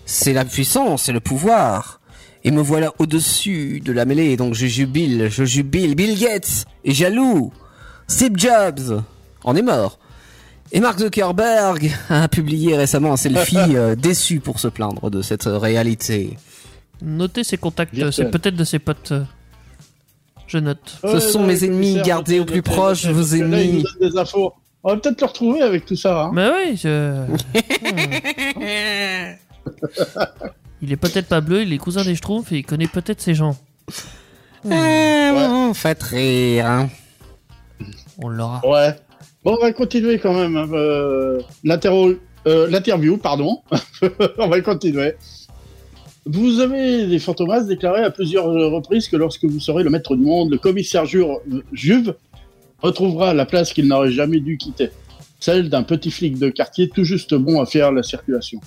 c'est la puissance, c'est le pouvoir. Et me voilà au-dessus de la mêlée, donc je jubile, je jubile. Bill Gates est jaloux. Steve Jobs en est mort. Et Mark Zuckerberg a publié récemment un selfie euh, déçu pour se plaindre de cette réalité. Notez ses contacts, Virtuel. c'est peut-être de ses potes. euh. Je note. Ce sont mes ennemis, Pierre, gardez au plus Pierre, proche Pierre, vos parce que là, ils ennemis. nous donnent des infos. On va peut-être le retrouver avec tout ça. hein. Mais oui, je- Eh, Hmm. Il est peut-être pas bleu, il est cousin des Schtroumpfs et il connaît peut-être ces gens. Ah, bon, faites rire. hein. On l'aura. Ouais. Bon, on va continuer quand même. hein, euh, l'interro- euh, L'interview, pardon. on va continuer. Vous avez, les fantomas, déclaré à plusieurs euh, reprises que lorsque vous serez le maître du monde, le commissaire Jure- euh, Juve retrouvera la place qu'il n'aurait jamais dû quitter. Celle d'un petit flic de quartier tout juste bon à faire la circulation.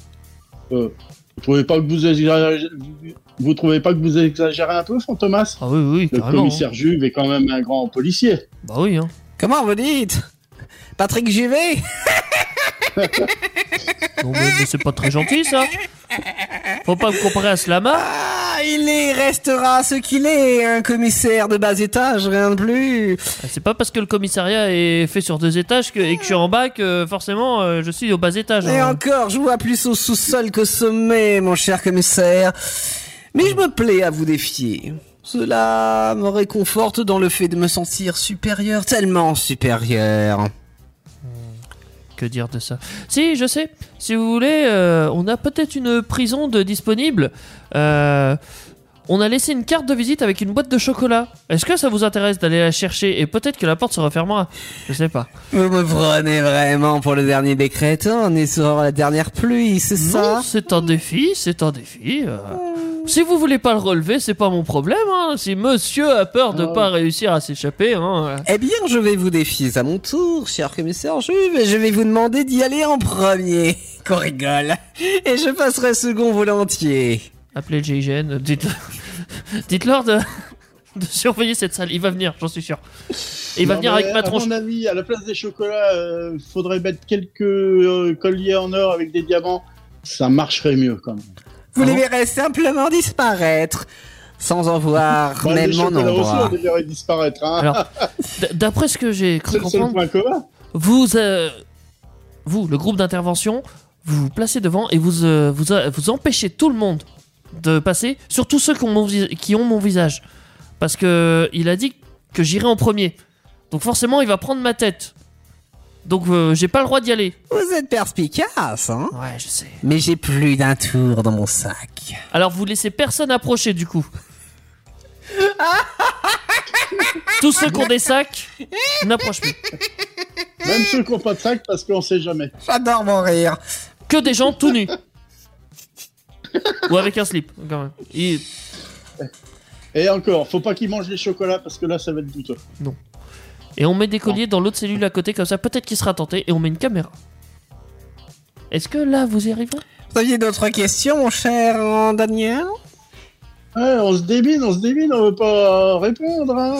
Euh, vous trouvez pas que vous exagérez, vous trouvez pas que vous exagérez un peu, fantomas Ah oui, oui, Le carrément. commissaire Juve est quand même un grand policier. hein. Bah oui, hein. Comment vous dites Patrick Juvet Non, mais, mais c'est pas très gentil ça. Faut pas me comparer à Slama. Ah, il est, restera ce qu'il est, un commissaire de bas étage, rien de plus. C'est pas parce que le commissariat est fait sur deux étages que- et que je suis en bas que forcément euh, je suis au bas étage. Et hein. encore, je vois plus au sous-sol qu'au sommet, mon cher commissaire. Mais je me plais à vous défier. Cela me réconforte dans le fait de me sentir supérieur, tellement supérieur. Que dire de ça Si, je sais. Si vous voulez, euh, on a peut-être une prison de disponible. Euh, on a laissé une carte de visite avec une boîte de chocolat. Est-ce que ça vous intéresse d'aller la chercher Et peut-être que la porte se refermera. Je sais pas. Vous me prenez vraiment pour le dernier des crétins, on est sur la dernière pluie, c'est Non, ça c'est un défi, c'est un défi. euh. Si vous voulez pas le relever, c'est pas mon problème. hein. Si monsieur a peur de Ah. pas réussir à s'échapper, hein, euh, Eh bien, je vais vous défier à mon tour, cher commissaire Juve, et je vais vous demander d'y aller en premier. Qu'on rigole. Et je passerai second volontiers. appelez le GIGN. euh, Dites, dites-leur de, de surveiller cette salle. Il va venir, j'en suis sûr. Et Il va Non, venir mais euh, avec ma à tronche. mon avis, à la place des chocolats, euh, faudrait mettre quelques euh, colliers en or avec des diamants. Ça marcherait mieux quand même. Vous Ah les bon verrez simplement disparaître, sans en voir Bah, même les mon chocolats aussi, endroit. on les verrait disparaître. Hein. Alors, d- d'après ce que j'ai cru C'est le seul comprendre, point commun. vous, euh, vous, le groupe d'intervention, vous vous placez devant et vous, euh, vous, euh, vous empêchez tout le monde de passer, surtout ceux qui ont mon, vis- qui ont mon visage. Parce que il a dit que j'irai en premier. Donc forcément, il va prendre ma tête. Donc euh, j'ai pas le droit d'y aller. Vous êtes perspicace, hein Ouais, je sais. Mais j'ai plus d'un tour dans mon sac. Alors vous laissez personne approcher du coup. Tous ceux qui ont des sacs n'approchent plus. Même ceux qui n'ont pas de sac, parce qu'on sait jamais. J'adore mon rire. que des gens tout nus. Ou avec un slip, quand même. Et- Et encore, faut pas qu'ils mangent les chocolats, parce que là, ça va être douteux. Et on met des colliers dans l'autre cellule à côté, comme ça peut-être qu'il sera tenté, et on met une caméra. Est-ce que là vous y arriverez Vous aviez d'autres questions, mon cher euh, Daniel Ouais, on se débine, on se débine, on veut pas répondre. hein.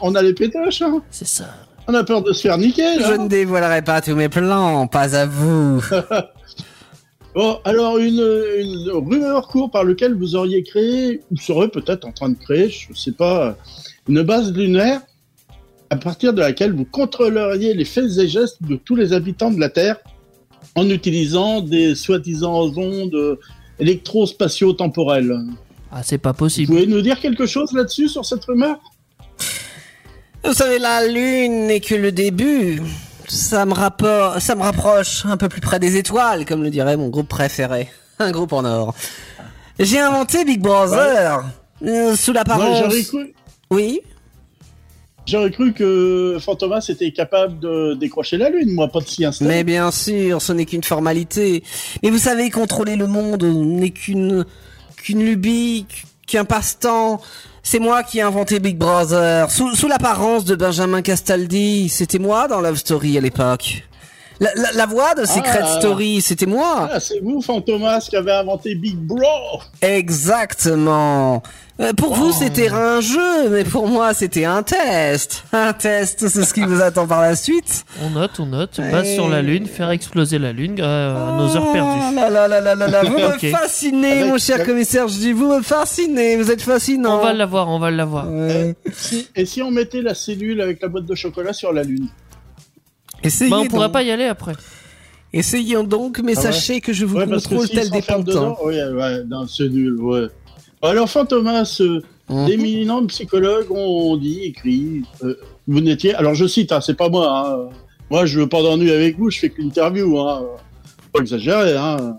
On, on a les pétoches. hein. C'est ça. On a peur de se faire niquer. là. Je ne dévoilerai pas tous mes plans, pas à vous. Bon, alors une, une rumeur court par lequel vous auriez créé, ou serez peut-être en train de créer, je sais pas, une base lunaire à partir de laquelle vous contrôleriez les faits et gestes de tous les habitants de la Terre en utilisant des soi-disant ondes électrospatio-temporelles. Ah, c'est pas Vous possible. pouvez nous dire quelque chose là-dessus, sur cette rumeur Vous savez, la lune n'est que le début. Ça me, rappo- ça me rapproche un peu plus près des étoiles, comme le dirait mon groupe préféré. Un groupe en or. J'ai inventé Big Brother. euh, sous la Moi, parole. J'aurais cru, Oui j'aurais cru que Fantomas était capable de décrocher la Lune, moi, pas de s'y installer. Mais bien sûr, ce n'est qu'une formalité. Mais vous savez, contrôler le monde n'est qu'une qu'une lubie, qu'un passe-temps. C'est moi qui ai inventé Big Brother. Sous, sous l'apparence de Benjamin Castaldi, c'était moi dans Love Story à l'époque. La, la- la voix de Secret Ah. Story, c'était moi. Ah, c'est vous, Fantomas, qui avez inventé Big Bro Exactement. Euh, Pour vous, c'était un jeu, mais pour moi, c'était un test. Un test, c'est ce qui vous attend par la suite. On note, on note. Base sur la Lune, faire exploser la Lune euh, à nos heures Ah perdues. là là là là là là, vous Ok. me fascinez, Avec mon cher la- commissaire. Je dis, vous me fascinez, vous êtes fascinant. On va l'avoir, on va l'avoir. Ouais. Si- Et si on mettait la cellule avec la boîte de chocolat sur la Lune Essayez, Bah, on pourra donc. pas y aller après. Essayons donc, mais Ah ouais. sachez que je vous Ouais, parce que contrôle s'il tel des s'enferme pantins. dedans, ouais, ouais, non, c'est nul, ouais. Alors, Fantomas, euh, Hein? d'éminents psychologues ont dit, écrit, euh, vous n'étiez... Alors, je cite, hein, c'est pas moi, hein. Moi, je veux pas d'ennui avec vous, je fais qu'une interview, hein. Faut Pas exagérer, hein.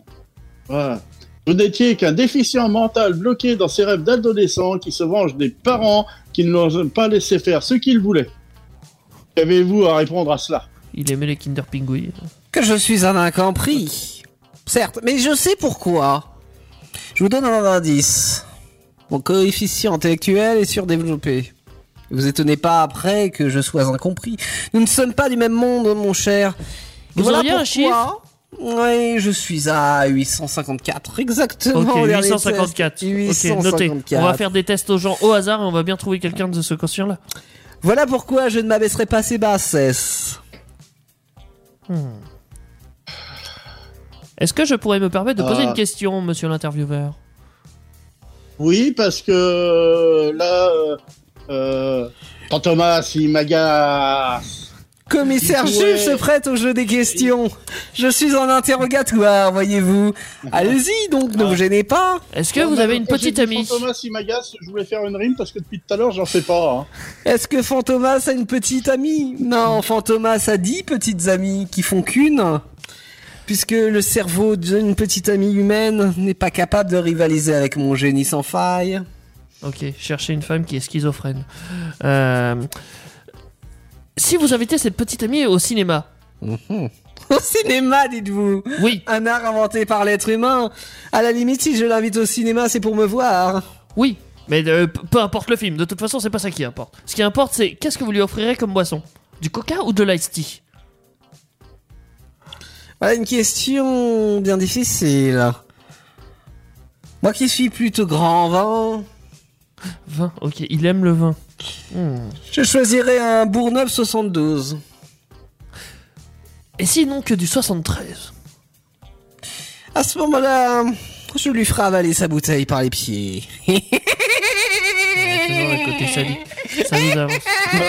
Voilà. Vous n'étiez qu'un déficient mental bloqué dans ses rêves d'adolescent qui se venge des parents qui ne l'ont pas laissé faire ce qu'il voulait. Qu'avez-vous à répondre à cela Il aimait les Kinder Pingouin. Que je suis un incompris. Certes, mais je sais pourquoi. Je vous donne un indice. Mon coefficient intellectuel est surdéveloppé. Ne vous étonnez pas après que je sois incompris. Nous ne sommes pas du même monde, mon cher. Et Vous voilà auriez un pourquoi- Oui, je suis à 854, exactement. Ok, au dernier 854. test. Ok, 854. notez. On va faire des tests aux gens au hasard et on va bien trouver quelqu'un de ce quotient-là. Voilà pourquoi je ne m'abaisserai pas ces bassesses. Est-ce que je pourrais me permettre de poser Ah. une question, monsieur l'intervieweur Oui, parce que euh, là, euh, euh, quand Thomas, il m'agace. Commissaire Ouais. Jules se prête au jeu des questions. Je suis en interrogatoire, voyez-vous. Allez-y donc, ne vous gênez pas. Est-ce que vous avez une Quand j'ai petite dit amie Quand Thomas, il m'agace, je voulais faire une rime parce que depuis tout à l'heure, j'en fais pas. hein. Est-ce que Fantomas a une petite amie Non, Fantomas a dix petites amies qui font qu'une. Puisque le cerveau d'une petite amie humaine n'est pas capable de rivaliser avec mon génie sans faille. Ok, chercher une femme qui est schizophrène. Euh, Si vous invitez cette petite amie au cinéma, Au cinéma, dites-vous oui, Un art inventé par l'être humain. À la limite, si je l'invite au cinéma, c'est pour me voir. oui, mais euh, p- peu importe le film, de toute façon, c'est pas ça qui importe. Ce qui importe, c'est qu'est-ce que vous lui offrirez comme boisson Du coca ou de l'iced tea Voilà une question bien difficile. Moi qui suis plutôt grand vin, Vin, ok, il aime le vin. Hmm. je choisirais un Bourneuf 72. Et sinon que du 73 À ce moment-là, je lui ferai avaler sa bouteille par les pieds. Toujours le côté sadique. Ça nous avance. Bah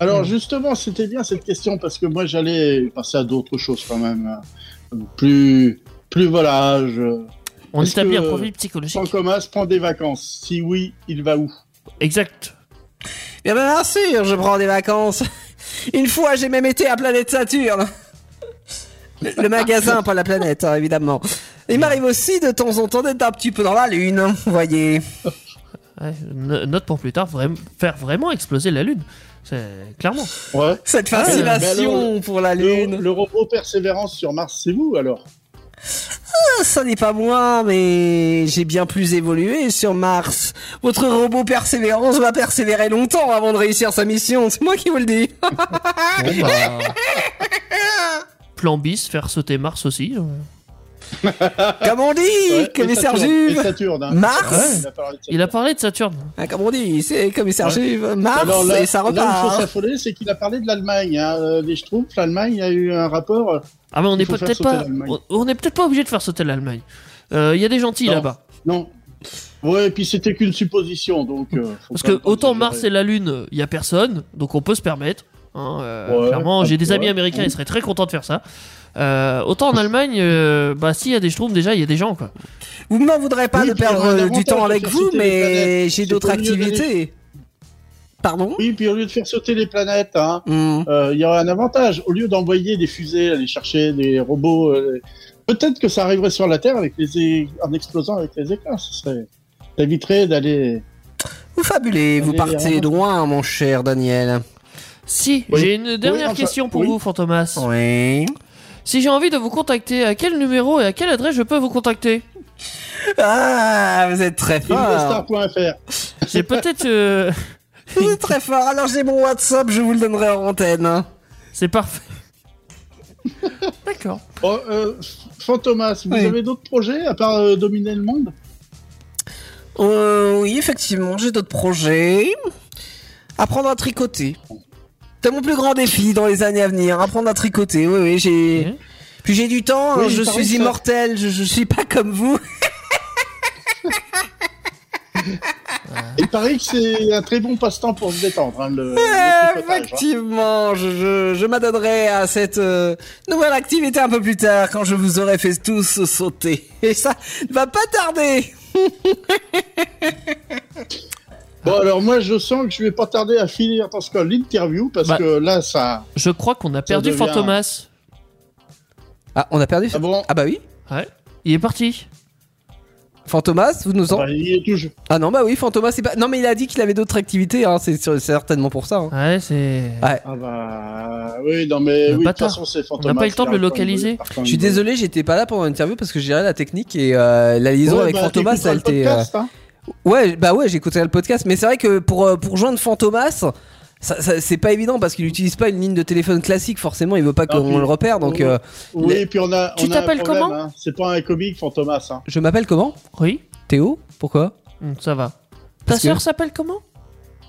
Alors justement, c'était bien cette question parce que moi, j'allais passer à d'autres choses quand même. hein. Plus, plus volage. On Est-ce établit que, euh, un profil Sans psychologique. Thomas prend des vacances. Si oui, il va où Exact. Bien, bien sûr, je prends des vacances. Une fois, j'ai même été à Planète Saturne. Le le magasin, pas la planète, hein, évidemment. Il m'arrive aussi de temps en temps d'être un petit peu dans la lune, vous voyez. Ouais, no- note pour plus tard, vraim- faire vraiment exploser la lune. C'est clairement. Ouais. Cette Ah, mais alors, fascination pour la lune. Le, le robot Persévérance sur Mars, c'est vous alors Ça n'est pas moi, mais j'ai bien plus évolué sur Mars. Votre robot Persévérance va persévérer longtemps avant de réussir sa mission, c'est moi qui vous le dis. Plan bis, faire sauter Mars aussi. euh. Comme on dit, Ouais, et commissaire Saturne, et Juve. Saturne, hein. Il Mars. a parlé de Il Saturne. a parlé de Saturne. Ah, Comme on dit, c'est commissaire Juve, Mars, Alors là, et Ah, ça là où il faut repart. hein. s'affoler, c'est qu'il a parlé de l'Allemagne. Hein. Euh, Les Schtroumpfs, l'Allemagne a eu un rapport. euh, Ah mais on Il n'est faut faire peut-être sauter pas, l'Allemagne. on on est peut-être pas obligé de faire sauter l'Allemagne. Euh, Il y a des gentils Non. là-bas. Non. Ouais, et puis c'était qu'une supposition, donc. euh, faut Parce quand même que pas autant exagérer. Mars et la Lune, il y a personne, donc on peut se permettre. hein, euh, Ouais, clairement, ah, j'ai des amis ouais, américains, ouais. ils seraient très contents de faire ça. Euh, autant en Allemagne, euh, bah s'il y a des schtroumpfs déjà, il y a des gens quoi. Vous ne m'en voudrez pas Oui, de puis il y aura perdre un euh, avantage du temps de avec faire vous, sauter les mais planètes. j'ai C'est d'autres pour mieux d'aller. activités. Pardon Oui, puis au lieu de faire sauter les planètes, hein, Hmm. euh, il y aurait un avantage. Au lieu d'envoyer des fusées, aller chercher des robots, euh, peut-être que ça arriverait sur la Terre avec les é- en explosant avec les éclats. Ça serait. ça éviterait d'aller. Vous fabulez, vous Allez, partez rentre. loin, mon cher Daniel. Si, Oui. j'ai une dernière enfin, question pour oui. vous, Fantomas. Oui. Si j'ai envie de vous contacter, à quel numéro et à quelle adresse je peux vous contacter Ah, vous êtes très fort. Investar.fr. J'ai peut-être. euh, Vous êtes très fort. Alors j'ai mon WhatsApp, je vous le donnerai en antenne. C'est parfait. D'accord. Oh, euh, Fantomas, vous Oui. avez d'autres projets à part euh, dominer le monde Euh, oui, effectivement, j'ai d'autres projets. Apprendre à tricoter. C'est mon plus grand défi dans les années à venir. Apprendre à tricoter. Oui, oui, j'ai. Mhm. Puis j'ai du temps. Oui, hein, je il paraît suis que- immortel. Je, je suis pas comme vous. Il paraît que c'est un très bon passe-temps pour se détendre, hein, le, le tricotage, hein. Effectivement, je, je, je m'adonnerai à cette euh, nouvelle activité un peu plus tard quand je vous aurai fait tous sauter. Et ça ne va pas tarder. Bon, alors moi, je sens que je vais pas tarder à finir dans ce cas l'interview parce Bah. que là, ça. Je crois qu'on a perdu devient- Fantomas. Ah, on a perdu Ah bon Ah bah oui. Ouais. Il est parti. Fantomas, vous nous en... Bah, il est toujours. Ah non, bah oui, Fantomas, c'est pas... Non, mais il a dit qu'il avait d'autres activités, hein, c'est c'est certainement pour ça. hein. Ouais, c'est. Ah, Ah bah oui, non Le mais oui, de toute bâtard. façon c'est On Fantomas. euh, n'a pas eu le temps de le localiser. Je suis désolé, j'étais pas là pendant l'interview parce que j'ai la technique et euh, la liaison bah, avec Fantomas, elle était... euh, hein. Ouais, bah ouais, j'écoutais le podcast, mais c'est vrai que pour, euh, pour joindre Fantomas, ça, ça- c'est pas évident parce qu'il n'utilise pas une ligne de téléphone classique, forcément, il veut pas Ah, qu'on oui. le repère, donc Oui. euh, Oui, et puis on a. Tu on a un t'appelles problème, comment hein. C'est pas un comique Fantomas. Hein. je m'appelle comment Oui. Théo Pourquoi Hum, Ça va. Ta Parce que- sœur s'appelle comment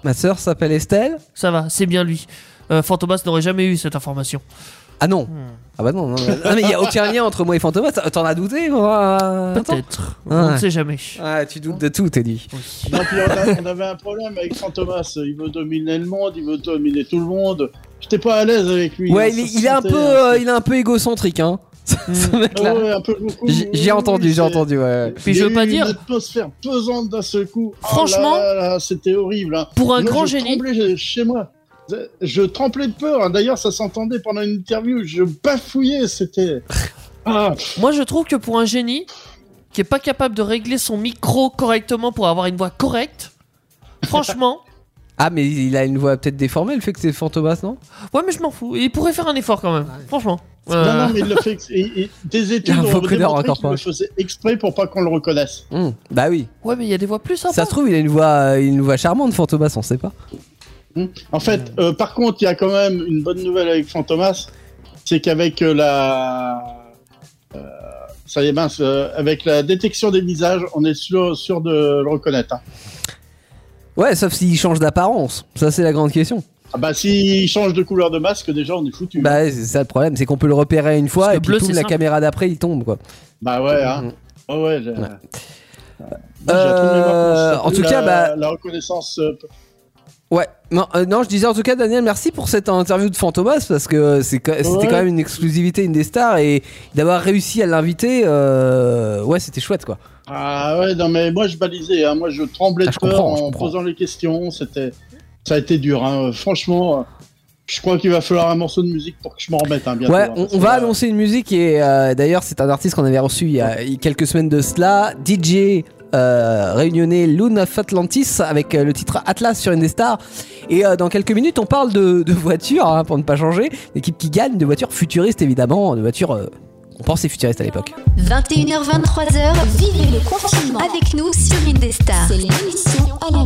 Ma sœur s'appelle Estelle Ça va, c'est bien lui. Euh, Fantomas n'aurait jamais eu cette information. Ah non Hmm. Ah bah non, non, non. Ah, mais il y a aucun lien entre moi et Fantomas, t'en as douté euh, attends. Peut-être. On ne Ouais. sait jamais. Ah, tu doutes de tout, t'es dit. Non, puis on, a- on avait un problème avec Fantomas. Il veut dominer le monde, il veut dominer tout le monde. J'étais pas à l'aise avec lui. Ouais, hein, il, est- ça se il est un sentait, peu, hein. euh, il est un peu égocentrique, hein. Ce Ah mec-là. ouais, un peu beaucoup. J'ai- J'ai entendu, j'ai C'est- entendu. Ouais. Puis il y je a veux eu pas une dire- atmosphère pesante d'un seul coup. Oh là Franchement- là là, c'était horrible. hein. Pour un Moi, grand je génie. tremblais chez moi. Je tremblais de peur. hein. D'ailleurs, ça s'entendait pendant une interview. Je bafouillais. C'était. Ah, Moi, je trouve que pour un génie qui est pas capable de régler son micro correctement pour avoir une voix correcte, franchement, Ah, mais il a une voix peut-être déformée, le fait que c'est Fantomas, non ouais, mais je m'en fous. Il pourrait faire un effort quand même, franchement. Euh, non, non, mais il le fait. et- et des études Il y a un ont vocodeur démontré encore qu'il pas. le faisait exprès pour pas qu'on le reconnaisse. Hmm, Bah oui. Ouais, mais il y a des voix plus sympas. Ça se trouve, il a une voix, euh, une voix charmante, Fantomas, on sait pas. En fait, euh, par contre, il y a quand même une bonne nouvelle avec Fantomas, c'est qu'avec euh, la, euh, ça y est mince, euh, avec la détection des visages, on est sûr, sûr de le reconnaître. hein. Ouais, sauf s'il change d'apparence. Ça, c'est la grande question. Ah bah s'il change de couleur de masque, déjà on est foutu. Bah, Bah, ouais, c'est ça le problème, c'est qu'on peut le repérer une fois Parce que et puis bleu, tout, c'est la simple. caméra d'après, il tombe, quoi. ouais. Hein. Mm. Ah ouais. j'ai- Ouais. J'ai un trou de mémoire, comment ça Euh, en s'appelle, tout cas, la, bah- la reconnaissance. euh, p- Ouais, non, euh, non, je disais en tout cas, Daniel, merci pour cette interview de Fantomas parce que c'est que- c'était Ouais. quand même une exclusivité, une des stars et d'avoir réussi à l'inviter, euh, ouais, c'était chouette quoi. Ah ouais, non mais moi je balisais, hein. moi je tremblais Ah, de je peur comprends, je en comprends. posant les questions. C'était, ça a été dur. Hein. Franchement, euh, je crois qu'il va falloir un morceau de musique pour que je m'en remette. Hein, bientôt, ouais, hein, on, parce on que va là- annoncer une musique et euh, d'ailleurs, c'est un artiste qu'on avait reçu il y a quelques semaines de cela, DJ. Euh, réunionnais Loon of Atlantis avec euh, le titre Atlas sur Indestar et euh, dans quelques minutes on parle de, de voitures hein, pour ne pas changer l'équipe qui gagne de voitures futuristes évidemment de voitures euh, on pensait futuristes à l'époque 21h23h, vivez le confinement avec nous sur Indestar. C'est l'émission à la maison.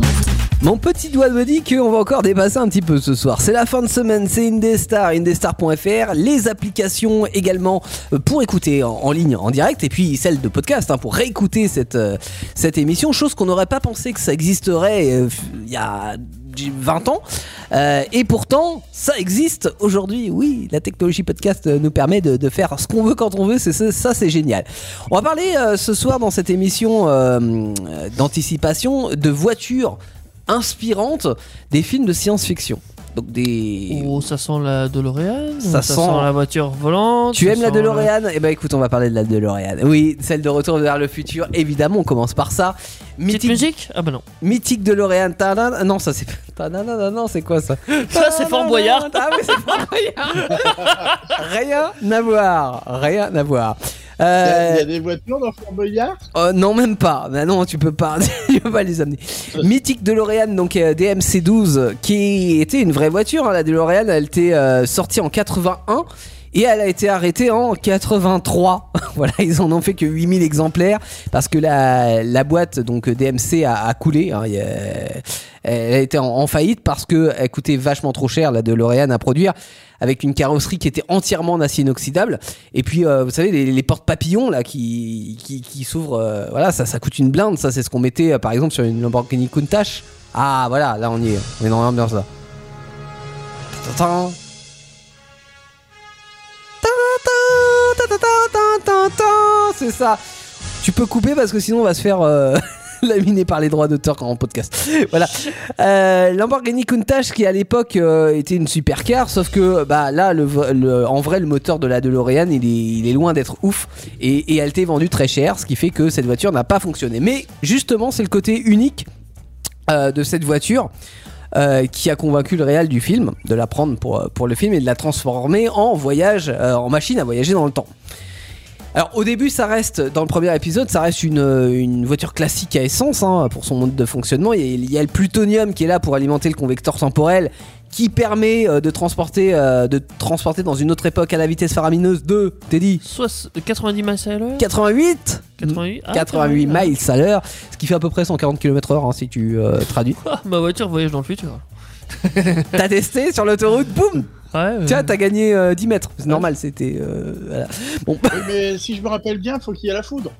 Mon petit doigt me dit qu'on va encore dépasser un petit peu ce soir. C'est la fin de semaine, c'est Indestar, indestar.fr, les applications également euh, pour écouter en, en ligne, en direct, et puis celle de podcast hein, pour réécouter cette, euh, cette émission, chose qu'on n'aurait pas pensé que ça existerait euh, il y a 20 ans. Euh, et pourtant, ça existe aujourd'hui. Oui, la technologie podcast euh, nous permet de, de faire ce qu'on veut quand on veut. C'est ça, ça, c'est génial. On va parler euh, ce soir dans cette émission euh, euh, d'anticipation de voitures inspirantes des films de science-fiction. Donc des. Oh, ça sent la DeLorean, Ça ça, sent- sent la voiture volante. Tu ça aimes la sent DeLorean Eh ben écoute, on va parler de la DeLorean. Oui, celle de Retour vers le futur. Évidemment, on commence par ça. Petite Mythique, musique Ah bah non. mythique DeLorean. Tadam- Non, ça c'est. tadam- Non, c'est quoi ça Ça, c'est Fort Boyard. Ah oui, c'est Fort Boyard. Rien à voir. Rien à voir. Il y, a- il y Euh, a des voitures dans Fort Boyard euh, non, même pas. Bah non, tu peux pas, tu peux pas les amener. Mythique DeLorean, donc euh, DMC12, euh, qui était une vraie voiture. hein. la DeLorean, elle était euh, sortie en 81 et elle a été arrêtée en 83. voilà, ils en ont fait que 8000 exemplaires parce que la, la boîte, donc euh, DMC, a, a coulé. hein. Il y a- elle a été en, en faillite parce que elle coûtait vachement trop cher, la DeLorean, à produire. avec une carrosserie qui était entièrement en acier inoxydable. Et puis, euh, vous savez, les, les portes papillons là qui, qui, qui s'ouvrent, euh, voilà, ça, ça coûte une blinde. Ça, c'est ce qu'on mettait euh, par exemple sur une Lamborghini Countach. Ah, voilà, là on y est, on est dans l'ambiance là. Tintin. Tintin, tintin, tintin, C'est ça. Tu peux couper parce que sinon on va se faire euh, laminer par les droits d'auteur quand on podcast. voilà. Euh, Lamborghini Countach qui à l'époque euh, était une supercar, sauf que bah là le, v- le- en vrai le moteur de la DeLorean il est, il est loin d'être ouf et, et elle t'est vendue très cher, ce qui fait que cette voiture n'a pas fonctionné. Mais justement c'est le côté unique euh, de cette voiture euh, qui a convaincu le réal du film de la prendre pour, euh, pour le film et de la transformer en voyage, euh, en machine à voyager dans le temps. Alors au début ça reste, dans le premier épisode, ça reste une, euh, une voiture classique à essence hein, pour son mode de fonctionnement. Il y, a, il y a le plutonium qui est là pour alimenter le convecteur temporel qui permet euh, de, transporter, euh, de transporter dans une autre époque à la vitesse faramineuse de, t'es dit, Soit 90 miles à l'heure 88 88 ah, 88 miles à l'heure, ce qui fait à peu près 140 km/h si tu euh, traduis. Ah, ma voiture voyage dans le futur. T'as testé sur l'autoroute, boum Ouais, euh, Tiens, t'as gagné euh, 10 mètres. C'est normal, c'était. euh, voilà. Bon, Oui, mais si je me rappelle bien, faut qu'il y ait la foudre.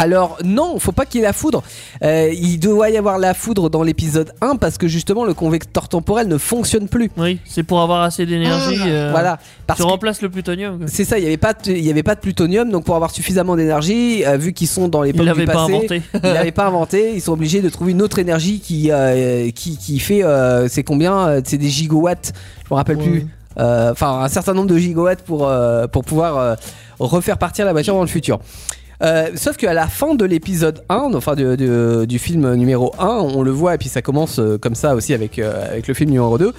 alors non, faut pas qu'il y ait la foudre. Euh, il doit y avoir la foudre dans l'épisode 1 parce que justement le convecteur temporel ne fonctionne plus. Oui, c'est pour avoir assez d'énergie. euh, Ah, Voilà. Parce Tu que remplaces le plutonium. quoi. c'est ça, il n'y avait, pas de- il y avait pas de plutonium, donc pour avoir suffisamment d'énergie, euh, vu qu'ils sont dans Il l'époque du l'avait passé, pas inventé. ils l'avaient pas inventé, ils sont obligés de trouver une autre énergie qui, euh, qui, qui fait, euh, c'est combien euh, C'est des gigawatts, je me rappelle Ouais. plus. Euh, Enfin, un certain nombre de gigawatts pour, euh, pour pouvoir euh, refaire partir la voiture dans le futur. Euh, sauf qu'à la fin de l'épisode 1, enfin de- de- du film numéro 1, on le voit et puis ça commence euh, comme ça aussi avec, euh, avec le film numéro 2.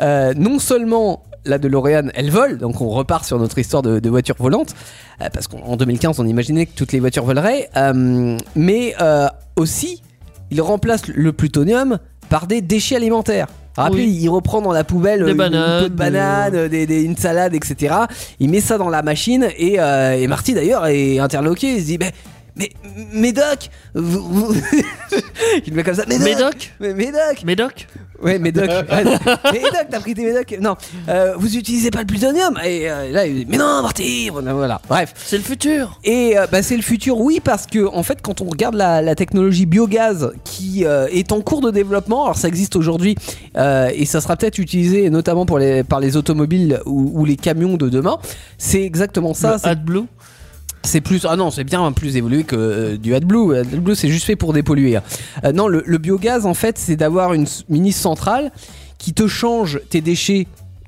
Euh, non seulement la DeLorean elle vole, donc on repart sur notre histoire de, de voiture volante, euh, parce qu'en 2015 on imaginait que toutes les voitures voleraient, euh, mais euh, aussi il remplace le plutonium par des déchets alimentaires. Rappelez, Oui. il reprend dans la poubelle euh, Des une- une peau de bananes, euh. banane, des- des- une salade, etc. Il met ça dans la machine et, euh, et Marty d'ailleurs est interloqué. Il se dit mais mais, mais Doc, vous, vous- il met comme ça. Mais Doc, Médoc mais, mais Doc, Médoc ouais mais Doc, ouais, mais Doc, t'as pris tes médocs Non, euh, vous utilisez pas le plutonium et euh, là il dit mais non Marty, voilà. Bref. C'est le futur Et euh, bah, c'est le futur, oui, parce que en fait, quand on regarde la, la technologie biogaz qui euh, est en cours de développement, alors ça existe aujourd'hui euh, et ça sera peut-être utilisé notamment pour les, par les automobiles ou, ou les camions de demain, c'est exactement ça. Le c'est- AdBlue C'est plus, ah non, c'est bien plus évolué que euh, du AdBlue. AdBlue, c'est juste fait pour dépolluer. Euh, non, le, le biogaz, en fait, c'est d'avoir une s- mini centrale qui te change tes déchets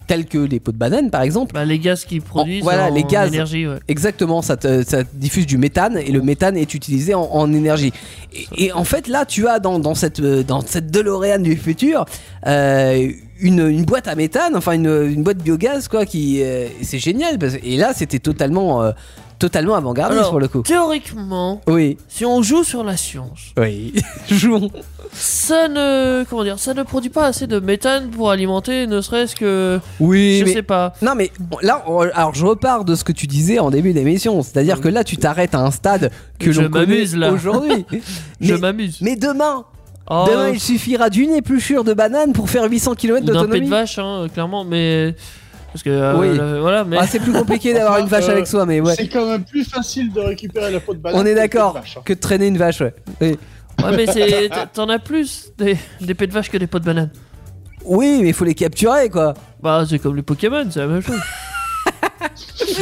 tels que les pots de banane, par exemple. Bah, les gaz qu'ils produisent Oh, voilà, en les gaz. énergie, ouais. Exactement, ça, te- ça diffuse du méthane et le méthane est utilisé en, en énergie. Et, et en fait, là, tu as dans, dans cette, euh, dans cette DeLorean du futur euh, une, une boîte à méthane, enfin une, une boîte biogaz, quoi, qui. euh, c'est génial. parce- et là, c'était totalement, euh, totalement avant-gardiste Alors, Ah pour le coup. Théoriquement, Oui. si on joue sur la science, Oui. Jouons. ça ne, comment dire, ça ne produit pas assez de méthane pour alimenter, ne serait-ce que, Oui, je mais- sais pas. Non mais bon, là, on- alors je repars de ce que tu disais en début d'émission, c'est-à-dire que là tu t'arrêtes à un stade que Je l'on connaît m'amuse, là. aujourd'hui. Je Mais- m'amuse. mais demain, Oh, Demain, il suffira d'une épluchure de banane pour faire 800 km ou d'un pet de d'autonomie. vache, hein, clairement, mais parce que euh, Oui. euh, voilà, mais Ah, c'est plus compliqué d'avoir une vache Euh, avec soi, mais ouais. C'est quand même plus facile de récupérer la peau de banane. On que est la peau de d'accord vache, hein. que de traîner une vache, ouais. Oui, ouais, mais c'est- t'en as plus des, des pets de vache que des pots de banane. Oui, mais il faut les capturer, quoi. Bah, c'est comme les Pokémon, c'est la même chose.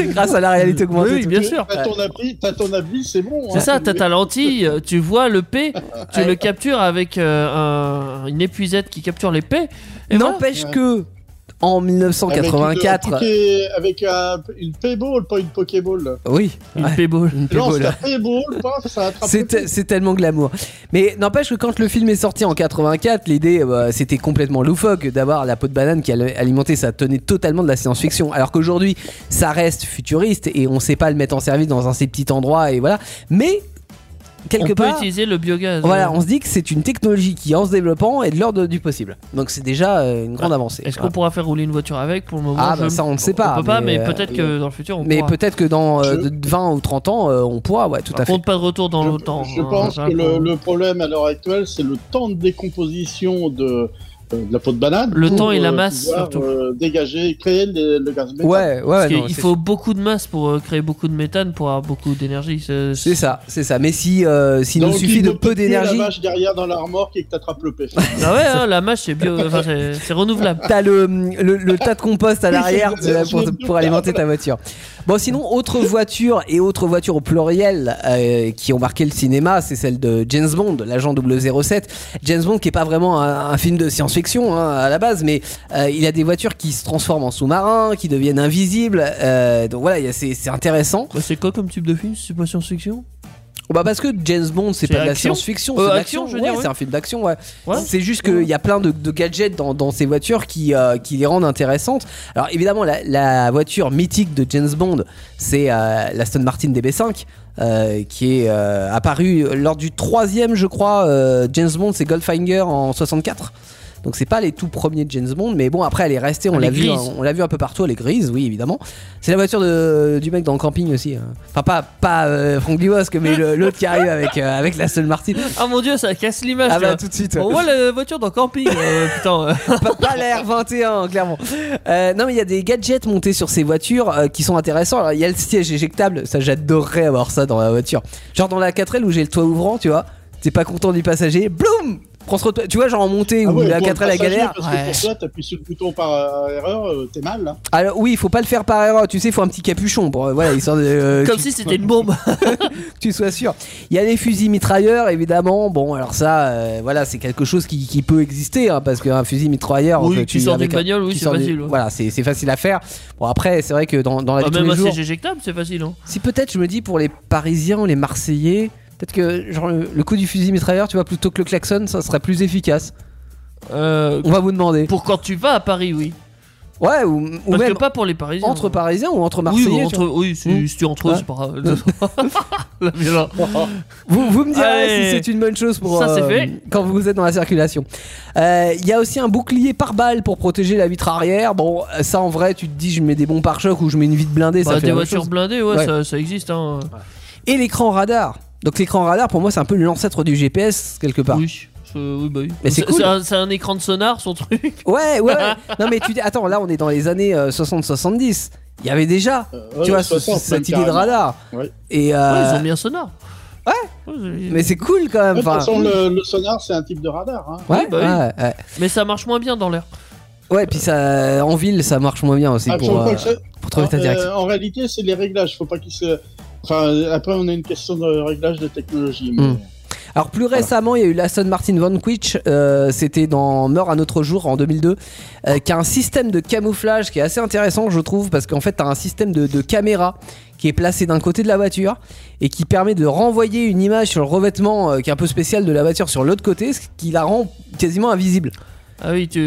Grâce à la réalité augmentée. Oui, oui, tout. bien Tu- sûr. T'as ton abri, t'as ton abri, c'est bon. C'est hein. ça, t'as ta lentille, tu vois le P, tu Ouais. le captures avec euh, un- une épuisette qui capture les P. Et voilà. N'empêche Ah, que, en Avec une- 1984... un poké- Avec, un- une payball, pas une pokéball. Oui, Une Ouais. Payball. une Lance pébole. la payball, paf, ça attrape. C'est, le truc. te- c'est tellement glamour. Mais n'empêche que quand le film est sorti en 84, l'idée euh, c'était complètement loufoque d'avoir la peau de banane qui allait alimenter, ça tenait totalement de la science-fiction. Alors qu'aujourd'hui, ça reste futuriste et on sait pas le mettre en service dans un de ces petits endroits et voilà. Mais On quelque peut part, utiliser le biogaz. voilà, euh. on se dit que c'est une technologie qui en se développant est de l'ordre du possible. Donc c'est déjà euh, une grande Ah, avancée. Est-ce Voilà. qu'on pourra faire rouler une voiture avec pour le moment Ah, bah, je- ça, on ne sait pas, On peut pas, mais, mais, euh, peut-être que dans le futur on Mais pourra. peut-être que dans euh, Je- de- 20 ou 30 ans, euh, on pourra, ouais, tout à Par fait. contre, pas de retour dans le temps. Je hein, pense ça, que le, pour- le problème à l'heure actuelle, c'est le temps de décomposition de, euh, de la peau de banane. Le pour, temps et la euh, masse, pouvoir, surtout. euh, dégager, créer le, le gaz méthane. Ouais, ouais, Parce qu'il non, il c'est- faut beaucoup de masse pour euh, créer beaucoup de méthane, pour avoir beaucoup d'énergie. C'est- C'est ça, c'est ça. Mais si, euh, s'il Donc, nous suffit il de ne peut peu plus d'énergie, La vache derrière dans la remorque et que t'attrapes le pêche. Ah ouais, hein, la mâche, c'est bio... enfin, c'est c'est renouvelable. t'as le, le, le tas de compost à l'arrière c'est- de la- pour, pour alimenter ta voiture. Bon, sinon, autre voiture et autre voiture au pluriel euh, qui ont marqué le cinéma, c'est celle de James Bond, l'agent 007. James Bond qui est pas vraiment un, un film de science-fiction hein, à la base, mais euh, il a des voitures qui se transforment en sous-marins, qui deviennent invisibles. euh, donc voilà, il y a- c'est c'est intéressant. Bah, c'est quoi comme type de film C'est pas science-fiction Bah parce que James Bond c'est C'est pas de la action science-fiction, Euh, c'est de action, l'action, je veux dire, ouais, ouais. c'est un film d'action. Ouais. Ouais. C'est juste qu'il y a plein de, de gadgets dans, dans ces voitures qui, euh, qui les rendent intéressantes. Alors évidemment la, la voiture mythique de James Bond c'est euh, l'Aston Martin DB5 euh, qui est euh, apparue lors du troisième je crois euh, James Bond c'est Goldfinger en 64. Donc c'est pas les tout premiers de James Bond, mais bon après elle est restée, on Elle l'a est vu, grise. hein, on l'a vu un peu partout, elle est grise, oui évidemment. C'est la voiture de- du mec dans le camping aussi. hein. Enfin pas pas euh, Franck Dubosc, mais le- l'autre qui arrive avec euh, avec la seule Martin. Ah mon dieu, ça casse l'image. Ah tu bah vois. tout de suite. On ouais. voit la voiture dans camping. euh, putain, euh. pas, pas l'air 21 clairement. Euh, non mais il y a des gadgets montés sur ces voitures euh, qui sont intéressants. Alors il y a le siège éjectable, ça j'adorerais avoir ça dans la voiture. Genre dans la 4L où j'ai le toit ouvrant, tu vois. T'es pas content du passager, bloum Prends sur le toit. Tu vois genre en montée Ah où ouais, la pour le 4L la passager, galère. Parce ouais. que pour toi, t'appuies sur le bouton par euh, erreur, euh, t'es mal. Là. Alors oui, il faut pas le faire par erreur, tu sais, il faut un petit capuchon pour euh, voilà, histoire de euh, Comme tu- si c'était une bombe. tu sois sûr. Il y a les fusils mitrailleurs évidemment. Bon, alors ça euh, voilà, c'est quelque chose qui, qui peut exister hein, parce qu'un fusil mitrailleur Oui, que qui sort d'une avec un- bagnole, oui, qui c'est sort du- facile, ouais. Voilà, c'est c'est facile à faire. Bon après, c'est vrai que dans, dans la Ah, vie de tous même les un jours, siège éjectable, c'est facile. Hein. si peut-être je me dis pour les Parisiens ou les Marseillais, peut-être que genre le, le coup du fusil mitrailleur, tu vois, plutôt que le klaxon, ça serait plus efficace. Euh, On va vous demander. pour quand tu vas à Paris, oui. Ouais, ou, ou Parce même que pas pour les Parisiens. entre Paris Parisiens ou entre Oui, Marseillais. ou tu entre, oui si, Mm. si tu entre eux, Ouais. c'est pas grave. La violence. Vous, vous me direz Allez. si c'est une bonne chose pour Ça, c'est euh, fait. quand vous êtes dans la circulation. Euh, Il y a aussi un bouclier par balle pour protéger la vitre arrière. Bon, ça en vrai, tu te dis, je mets des bons pare-chocs ou je mets une vitre blindée, Bah, ça fait des la même voitures chose. blindées, ouais, Ouais. Ça, ça existe. Hein. Et l'écran radar. Donc l'écran radar, pour moi, c'est un peu l'ancêtre du GPS quelque part. Oui. Euh, oui, bah oui. Mais c'est C'est- cool. Euh, c'est un, c'est un écran de sonar, son truc. Ouais, ouais. ouais. non mais tu dis, attends, là, on est dans les années 60-70. Il y avait déjà, Euh, tu ouais, vois, ce- 60, même cette idée de carrément. radar. Ouais. Et Ouais, euh, ils ont mis un sonar. Ouais. mais Mais, c'est cool quand même. Ouais, de toute enfin, façon, le, le sonar, c'est un type de radar. Hein. Ouais, bah ouais, ouais. ça marche moins bien dans l'air. Ouais, puis ça, en ville, ça marche moins bien aussi Ah, je pour, crois euh, que c'est- pour Ah, trouver ta euh, direction. en réalité, c'est les réglages. Faut pas qu'ils se. Enfin, après, on a une question de réglage de technologie. mais- Hmm. Alors plus récemment, il y a eu l'Aston Martin Vanquish, euh, c'était dans Meurt un autre jour en 2002, euh, qui a un système de camouflage qui est assez intéressant je trouve, parce qu'en fait tu as un système de, de caméra qui est placé d'un côté de la voiture et qui permet de renvoyer une image sur le revêtement euh, qui est un peu spécial de la voiture sur l'autre côté, ce qui la rend quasiment invisible. Ah oui, tu.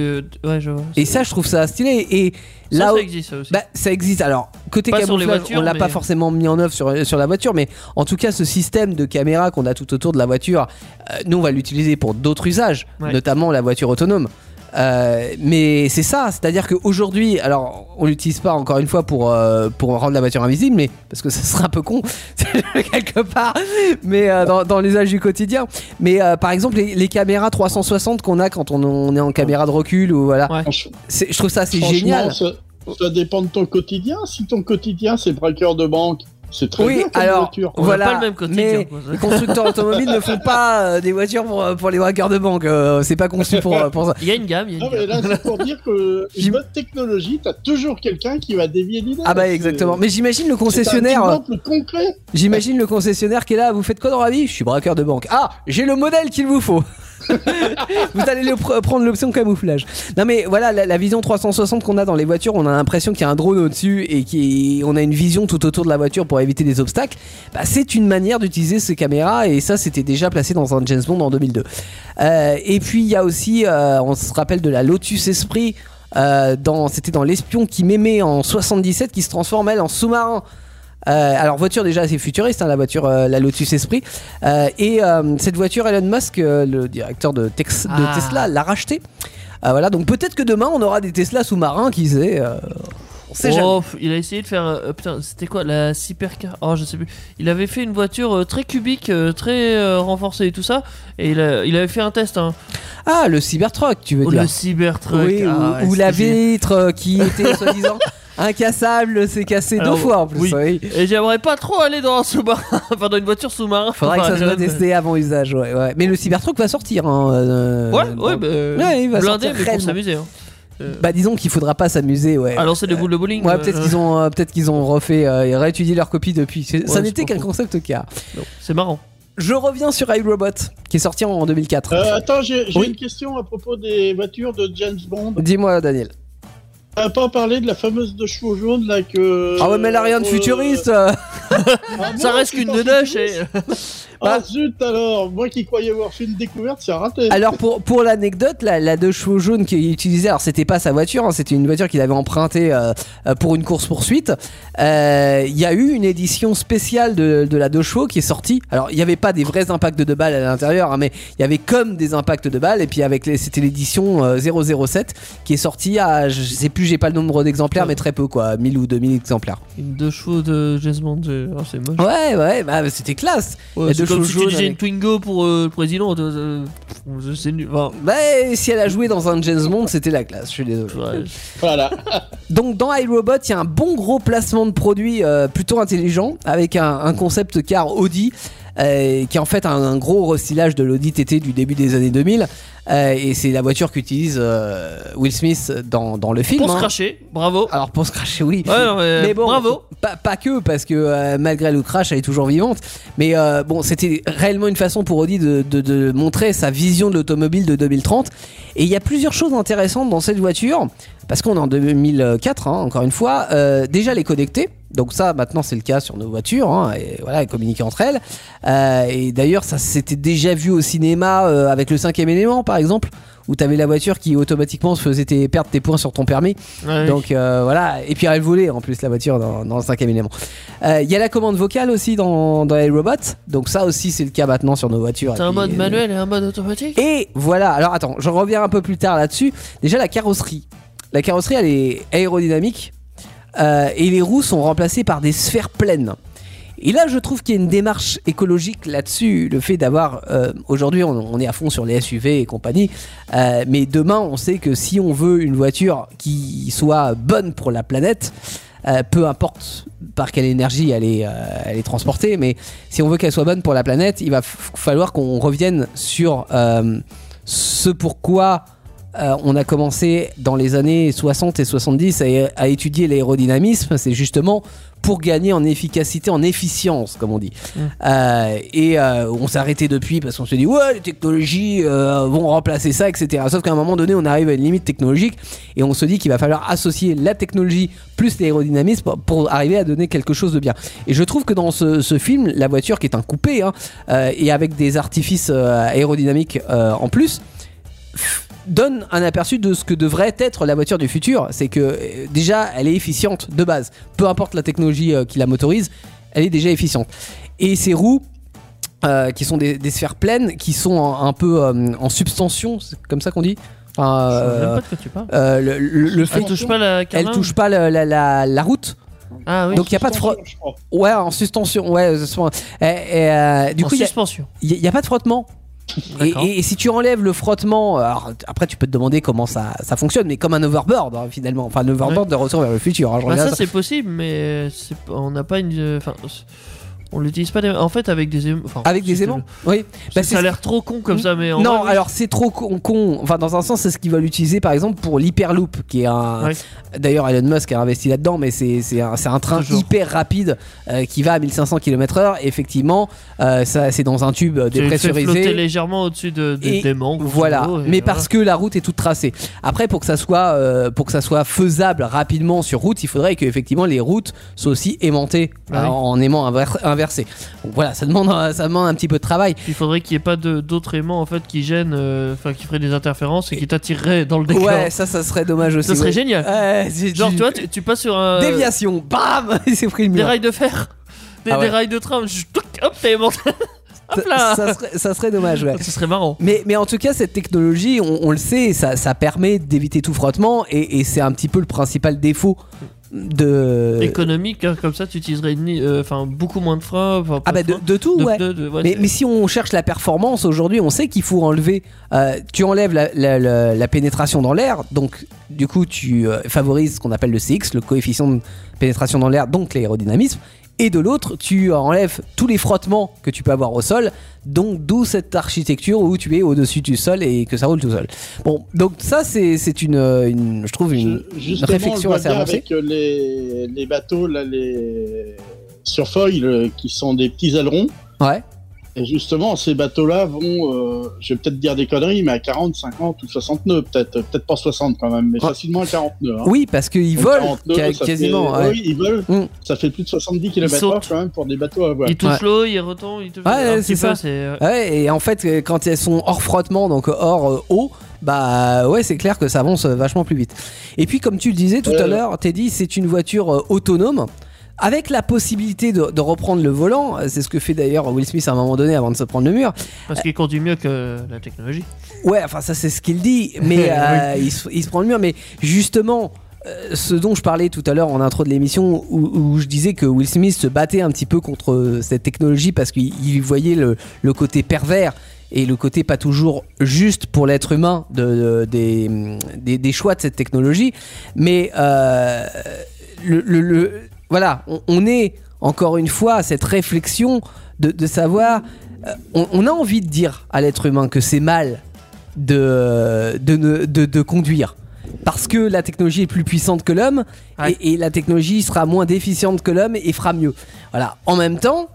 Ouais, je vois. Et ça je trouve ça stylé. Et Ça, là ça où- existe ça aussi. bah, ça existe. Alors, côté Pas sur les camouflage, voitures, on l'a mais- pas forcément mis en œuvre sur, sur la voiture, mais en tout cas, ce système de caméra qu'on a tout autour de la voiture, euh, nous, on va l'utiliser pour d'autres usages, Ouais. notamment la voiture autonome. Euh, mais c'est ça, c'est-à-dire qu'aujourd'hui, alors on l'utilise pas encore une fois pour, euh, pour rendre la voiture invisible, mais parce que ça serait un peu con quelque part, mais euh, dans, dans l'usage du quotidien. Mais euh, par exemple, les, les caméras 360 qu'on a quand on, on est en caméra de recul ou voilà, Ouais. Franch- C'est- je trouve ça assez franchement, génial. Ça, ça dépend de ton quotidien. Si ton quotidien, c'est braqueur de banque, c'est très Oui, bien comme alors, voiture. On a voilà, pas le même quotidien. mais- quoi. Les constructeurs automobiles ne font pas euh, des voitures pour, euh, pour les braqueurs de banque. euh, c'est pas conçu pour, euh, pour ça. Il y a une gamme, il y a Non, une mais gamme. là, c'est pour dire que J'im- une autre technologie, t'as toujours quelqu'un qui va dévier l'idée. Ah bah C'est- exactement. Mais j'imagine le c'est un concessionnaire. euh, exemple concret. J'imagine le concessionnaire qui est là. Vous faites quoi dans la vie Je suis braqueur de banque. Ah, j'ai le modèle qu'il vous faut. vous allez le pr- prendre l'option camouflage. Non mais voilà, la, la vision 360 qu'on a dans les voitures, on a l'impression qu'il y a un drone au-dessus et qui on a une vision tout autour de la voiture pour éviter les obstacles. Bah, c'est une manière d'utiliser ces caméras et ça c'était déjà placé dans un James Bond en 2002. Euh, et puis il y a aussi, euh, on se rappelle de la Lotus Esprit. euh, dans- c'était dans l'espion qui m'aimait en 77 qui se transforme elle en sous-marin. Euh, alors voiture déjà assez futuriste, hein, la voiture, euh, la Lotus Esprit. Euh, et euh, cette voiture, Elon Musk, euh, le directeur de, Tex- de Ah. Ah, Tesla, l'a rachetée. Euh, voilà, donc peut-être que demain on aura des Tesla sous-marins qui sait. euh, On sait jamais. Oh, pff, il a essayé de faire. euh, putain, c'était quoi la Cypercar Oh, je sais plus. Il avait fait une voiture euh, très cubique, euh, très euh, renforcée et tout ça. Et il, a- il avait fait un test. Hein. Ah, le Cybertruck, tu veux Oh, dire le Cybertruck. Oui, Ah, ou, ou ouais, la c'était génial. vitre euh, qui était soi-disant incassable, s'est cassée deux Alors, fois en plus. oui. oui. Et j'aimerais pas trop aller dans un sous-marin. enfin, dans une voiture sous-marin. Faudrait que ça Enfin, euh. soit testé avant usage, ouais, ouais. Mais le Cybertruck va sortir. hein, euh, Ouais, euh, ouais, bah, ouais, il va blindé, sortir mais pour réellement. s'amuser. Hein. Bah disons qu'il faudra pas s'amuser, ouais. Ah, lancer des boules de bowling. Ouais, euh, peut-être qu'ils ont, euh, peut-être qu'ils ont refait, euh, et réétudié leur copie depuis. C'est- ça c'est n'était pas qu'un faux. concept car. non, C'est marrant. Je reviens sur iRobot, qui est sorti en- en 2004. Euh, attends, j'ai j'ai Oui. une question à propos des voitures de James Bond. Dis-moi, Daniel. T'as pas parlé de la fameuse de chevaux jaunes là que. Ah ouais, mais elle a rien de Euh, futuriste. euh. ah bon, ça reste eh. c'est qu'une pas dedoche. futuriste Et... eh. Bah. Ah zut alors, moi qui croyais avoir fait une découverte, c'est raté. Alors pour, pour l'anecdote, la, la deux chevaux jaunes qu'il utilisait, alors c'était pas sa voiture, hein, c'était une voiture qu'il avait empruntée euh, euh, pour une course poursuite. Euh, Il y a eu une édition spéciale de, de la deux chevaux qui est sortie. Alors il n'y avait pas des vrais impacts de deux balles à l'intérieur, hein, mais il y avait comme des impacts de balles. Et puis avec les, c'était l'édition euh, 007 qui est sortie à, je sais plus, j'ai pas le nombre d'exemplaires, mais très peu quoi, 1000 ou 2000 exemplaires. Une deux chevaux de James Bond, euh, ah, c'est moche. Ouais, ouais, bah, c'était classe. Ouais, Et c'est deux chevaux comme si tu jaunes disais une avec- Twingo pour euh, le président. euh, euh, je sais nul. Enfin, Bah si elle a joué dans un James Bond, c'était la classe. Je suis désolé. ouais, Voilà. Donc dans iRobot, il y a un bon gros placement de produits euh, plutôt intelligent avec un, un concept car Audi euh, qui est en fait un, un gros restylage de l'Audi TT du début des années 2000 euh, et c'est la voiture qu'utilise euh, Will Smith dans, dans le film. Pour se hein. cracher, bravo. Alors pour se cracher, oui. Ouais, non, mais, Mais bon, bravo. Pas, pas que, parce que euh, malgré le crash, elle est toujours vivante. Mais euh, bon, c'était réellement une façon pour Audi de, de- de montrer sa vision de l'automobile de 2030. Et il y a plusieurs choses intéressantes dans cette voiture, parce qu'on est en 2004, hein, encore une fois. Euh, déjà, les connecter. Donc ça, maintenant, c'est le cas sur nos voitures. hein, et voilà, elles communiquent entre elles. Euh, et d'ailleurs, ça s'était déjà vu au cinéma euh, avec le cinquième élément, par exemple, où t'avais la voiture qui automatiquement se faisait tes- perdre tes points sur ton permis. Ouais, Donc euh, voilà, et puis elle volait en plus la voiture dans, dans le cinquième élément. Euh, Il y a la commande vocale aussi dans, dans les robots, donc ça aussi c'est le cas maintenant sur nos voitures. T'as Et un puis, mode euh, manuel et un mode automatique. Et voilà, alors attends, j'en reviens un peu plus tard là-dessus. Déjà la carrosserie. La carrosserie elle est aérodynamique euh, et les roues sont remplacées par des sphères pleines. Et là, je trouve qu'il y a une démarche écologique là-dessus. Le fait d'avoir. euh, Aujourd'hui, on, on est à fond sur les SUV et compagnie. euh, mais demain, on sait que si on veut une voiture qui soit bonne pour la planète, euh, peu importe par quelle énergie elle est, euh, elle est transportée, mais si on veut qu'elle soit bonne pour la planète, il va f- falloir qu'on revienne sur euh, ce pourquoi euh, on a commencé dans les années 60 et 70 à, à étudier l'aérodynamisme, c'est justement pour gagner en efficacité, en efficience, comme on dit. Mm. Euh, et euh, on s'est arrêté depuis parce qu'on se dit, ouais, les technologies euh, vont remplacer ça, etc. Sauf qu'à un moment donné, on arrive à une limite technologique et on se dit qu'il va falloir associer la technologie plus l'aérodynamisme pour, pour arriver à donner quelque chose de bien. Et je trouve que dans ce, ce film, la voiture qui est un coupé, hein, euh, et avec des artifices euh, aérodynamiques euh, en plus, donne un aperçu de ce que devrait être la voiture du futur. C'est que euh, déjà, elle est efficiente de base. Peu importe la technologie euh, qui la motorise, elle est déjà efficiente. Et ces roues... euh, qui sont des, des sphères pleines, qui sont en- un, peu euh, en substension, c'est comme ça qu'on dit. Enfin, Je sais euh, même pas de quoi tu parles. euh, le, le- le fait Elle touche pas la qu'elle carlingue touche pas le- la, la- la route. Ah oui. Donc il y a pas de frottement. Je crois. Ouais, en suspension. Ouais, euh, ce sont- et- et, euh, du En coup, il y a- suspension. il n'y a, pas de frottement. Et, D'accord. et- et si tu enlèves le frottement, alors, après tu peux te demander comment ça, ça fonctionne, mais comme un overboard hein, finalement, enfin un overboard de retour vers le futur. hein, je Bah, reviens à ça ça. c'est possible, mais c'est pas- on n'a pas une. Enfin, c'est- on l'utilise pas. des- En fait, avec des aimants. enfin, Avec des c'est- aimants, oui. c'est- Bah, c'est ça a l'air trop con comme ça, mais en non, vrai, oui. alors c'est trop con, con. Enfin, dans un sens, c'est ce qu'ils veulent utiliser par exemple pour l'hyperloop, qui est un. Ouais. D'ailleurs, Elon Musk a investi là-dedans, mais c'est c'est un, c'est un train Toujours. hyper rapide euh, qui va à 1500 km/h. Effectivement, euh, ça c'est dans un tube euh, Tu le fais flotter dépressurisé. légèrement au-dessus de, de- Et des manques. Voilà, mais parce que la route est toute tracée. Après, pour que ça soit, euh, pour que ça soit faisable rapidement sur route, il faudrait que effectivement les routes soient aussi aimantées Ah euh, oui. en aimant inver- inversé. Donc voilà, ça demande, un- ça demande un petit peu de travail. Il faudrait qu'il n'y ait pas de- d'autres aimants en fait qui gênent, euh, enfin qui feraient des interférences et qui t'attireraient dans le décor. Ouais, ça, ça serait dommage aussi. ça serait ouais. génial. Ouais, c'est- Euh, Genre, tu- tu euh, vois, tu, tu passes sur un. déviation, bam, il s'est pris le des mur. rails de fer, des, Ah ouais. des rails de train. je- touc, hop, t'es aimanté. hop là. Ça, ça serait, ça serait dommage, ouais. Ce serait marrant. Mais, mais en tout cas, cette technologie, on, on le sait, ça, ça permet d'éviter tout frottement et, et c'est un petit peu le principal défaut de Économique, hein, comme ça, tu utiliserais une- euh, enfin, beaucoup moins de freins. enfin, pas ah bah de, freins. de tout De ouais. pneus, de- ouais, Mais, c'est- mais si on cherche la performance aujourd'hui, on sait qu'il faut enlever. euh, tu enlèves la, la- la- la pénétration dans l'air, donc du coup tu euh, favorises ce qu'on appelle le CX, le coefficient de pénétration dans l'air, donc l'aérodynamisme. Et de l'autre, tu enlèves tous les frottements que tu peux avoir au sol, donc d'où cette architecture où tu es au-dessus du sol et que ça roule tout seul. Bon, donc ça c'est c'est une, euh, une- je trouve une, Je- justement, réflexion on le voit assez bien avancée. avec euh, les, les bateaux là, les sur foil euh, qui sont des petits ailerons. ouais. Et justement, ces bateaux-là vont, euh, je vais peut-être dire des conneries, mais à 40, 50 ou 60 nœuds, peut-être, euh, peut-être pas 60 quand même, mais Ouais. facilement à 40 nœuds. hein. Oui, parce qu'ils Donc, volent 40 nœuds, ca- ça quasiment. fait- ouais. Oui, ils volent. Mm. Ça fait plus de 70 km/h sautent. quand même pour des bateaux à voile. Il touche Ouais. l'eau, il retombe, il touche. Ouais, un Ah, ouais, petit c'est peu, ça. Ouais, et en fait, euh, quand elles sont hors frottement, donc hors euh, eau, bah ouais, c'est clair que ça avance euh, vachement plus vite. Et puis, comme tu le disais tout Ouais. à l'heure, Teddy, c'est une voiture euh, autonome. Avec la possibilité de, de reprendre le volant, euh, c'est ce que fait d'ailleurs Will Smith à un moment donné avant de se prendre le mur. Parce qu'il conduit mieux que euh, la technologie. Ouais, enfin ça c'est ce qu'il dit, mais euh, il, se, il se prend le mur. Mais justement, euh, ce dont je parlais tout à l'heure en intro de l'émission, où, où je disais que Will Smith se battait un petit peu contre cette technologie parce qu'il il voyait le, le côté pervers et le côté pas toujours juste pour l'être humain de, de- des, des, des choix de cette technologie. Mais euh, le, le- le- voilà, on, on est encore une fois à cette réflexion de, de savoir. euh, on- on a envie de dire à l'être humain que c'est mal de, de, ne- de, de conduire. Parce que la technologie est plus puissante que l'homme Ouais. et, et la technologie sera moins déficiente que l'homme et fera mieux. Voilà. En même temps,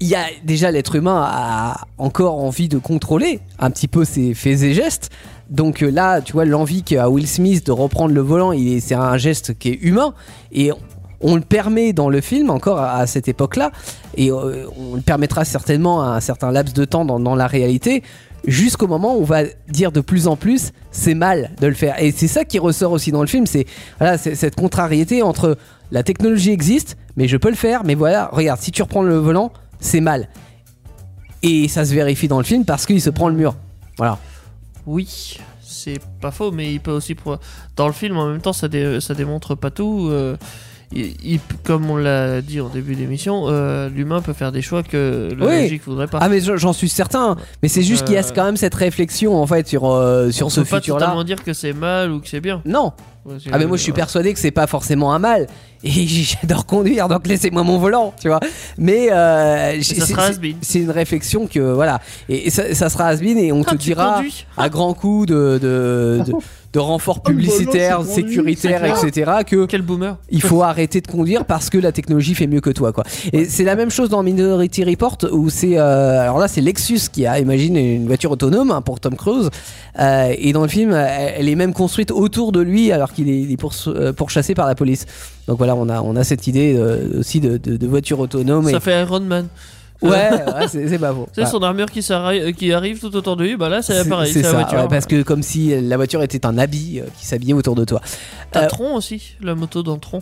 il y a déjà l'être humain a encore envie de contrôler un petit peu ses faits et gestes. Donc euh, là, tu vois, l'envie qu'a Will Smith de reprendre le volant, il est- c'est un geste qui est humain et on, on le permet dans le film encore à, à cette époque-là et euh, on le permettra certainement à un certain laps de temps dans, dans la réalité jusqu'au moment où on va dire de plus en plus c'est mal de le faire et c'est ça qui ressort aussi dans le film c'est voilà c'est cette contrariété entre la technologie existe mais je peux le faire mais voilà regarde si tu reprends le volant c'est mal et ça se vérifie dans le film parce qu'il se prend le mur voilà Oui, c'est pas faux, mais il peut aussi. pro- Dans le film, en même temps, ça, dé- ça démontre pas tout. euh, il- il- Comme on l'a dit en début d'émission, euh, l'humain peut faire des choix que la Oui. logique voudrait pas. ah mais je- j'en suis certain mais c'est juste qu'il y a Euh, quand même cette réflexion en fait sur euh, sur On ce peut pas futur là totalement dire que c'est mal ou que c'est bien. non Parce que, Ah mais moi je suis euh, persuadé que c'est pas forcément un mal et j'adore conduire donc laissez-moi mon volant tu vois mais euh, j'ai- ça c'est- sera c'est- has-been. c'est une réflexion que voilà et, et ça, ça sera has-been et on Quand te tu dira conduis. à grands coups de de, de, de renforts Ah, bah Oh, le volant, publicitaires c'est conduit, sécuritaires c'est etc que Quel boomer il faut arrêter de conduire parce que la technologie fait mieux que toi quoi. Et c'est la même chose dans Minority Report où c'est euh, alors là c'est Lexus qui a imaginé une voiture autonome hein, pour Tom Cruise Euh, et dans le film euh, elle est même construite autour de lui alors qu'il est, il est poursu- euh, pourchassé par la police. Donc voilà on a on a cette idée euh, aussi de, de- de voiture autonome. et- Ça fait Iron Man. Ouais, ouais, c'est c'est pas faux. Tu sais, son armure qui, s'arri- euh, qui arrive tout autour de lui, bah là, c'est Bah. C'est- pareil. c'est la ça, voiture. hein. ouais, parce que comme si la voiture était un habit euh, qui s'habillait autour de toi. T'as euh, Tron aussi, la moto dans Tron.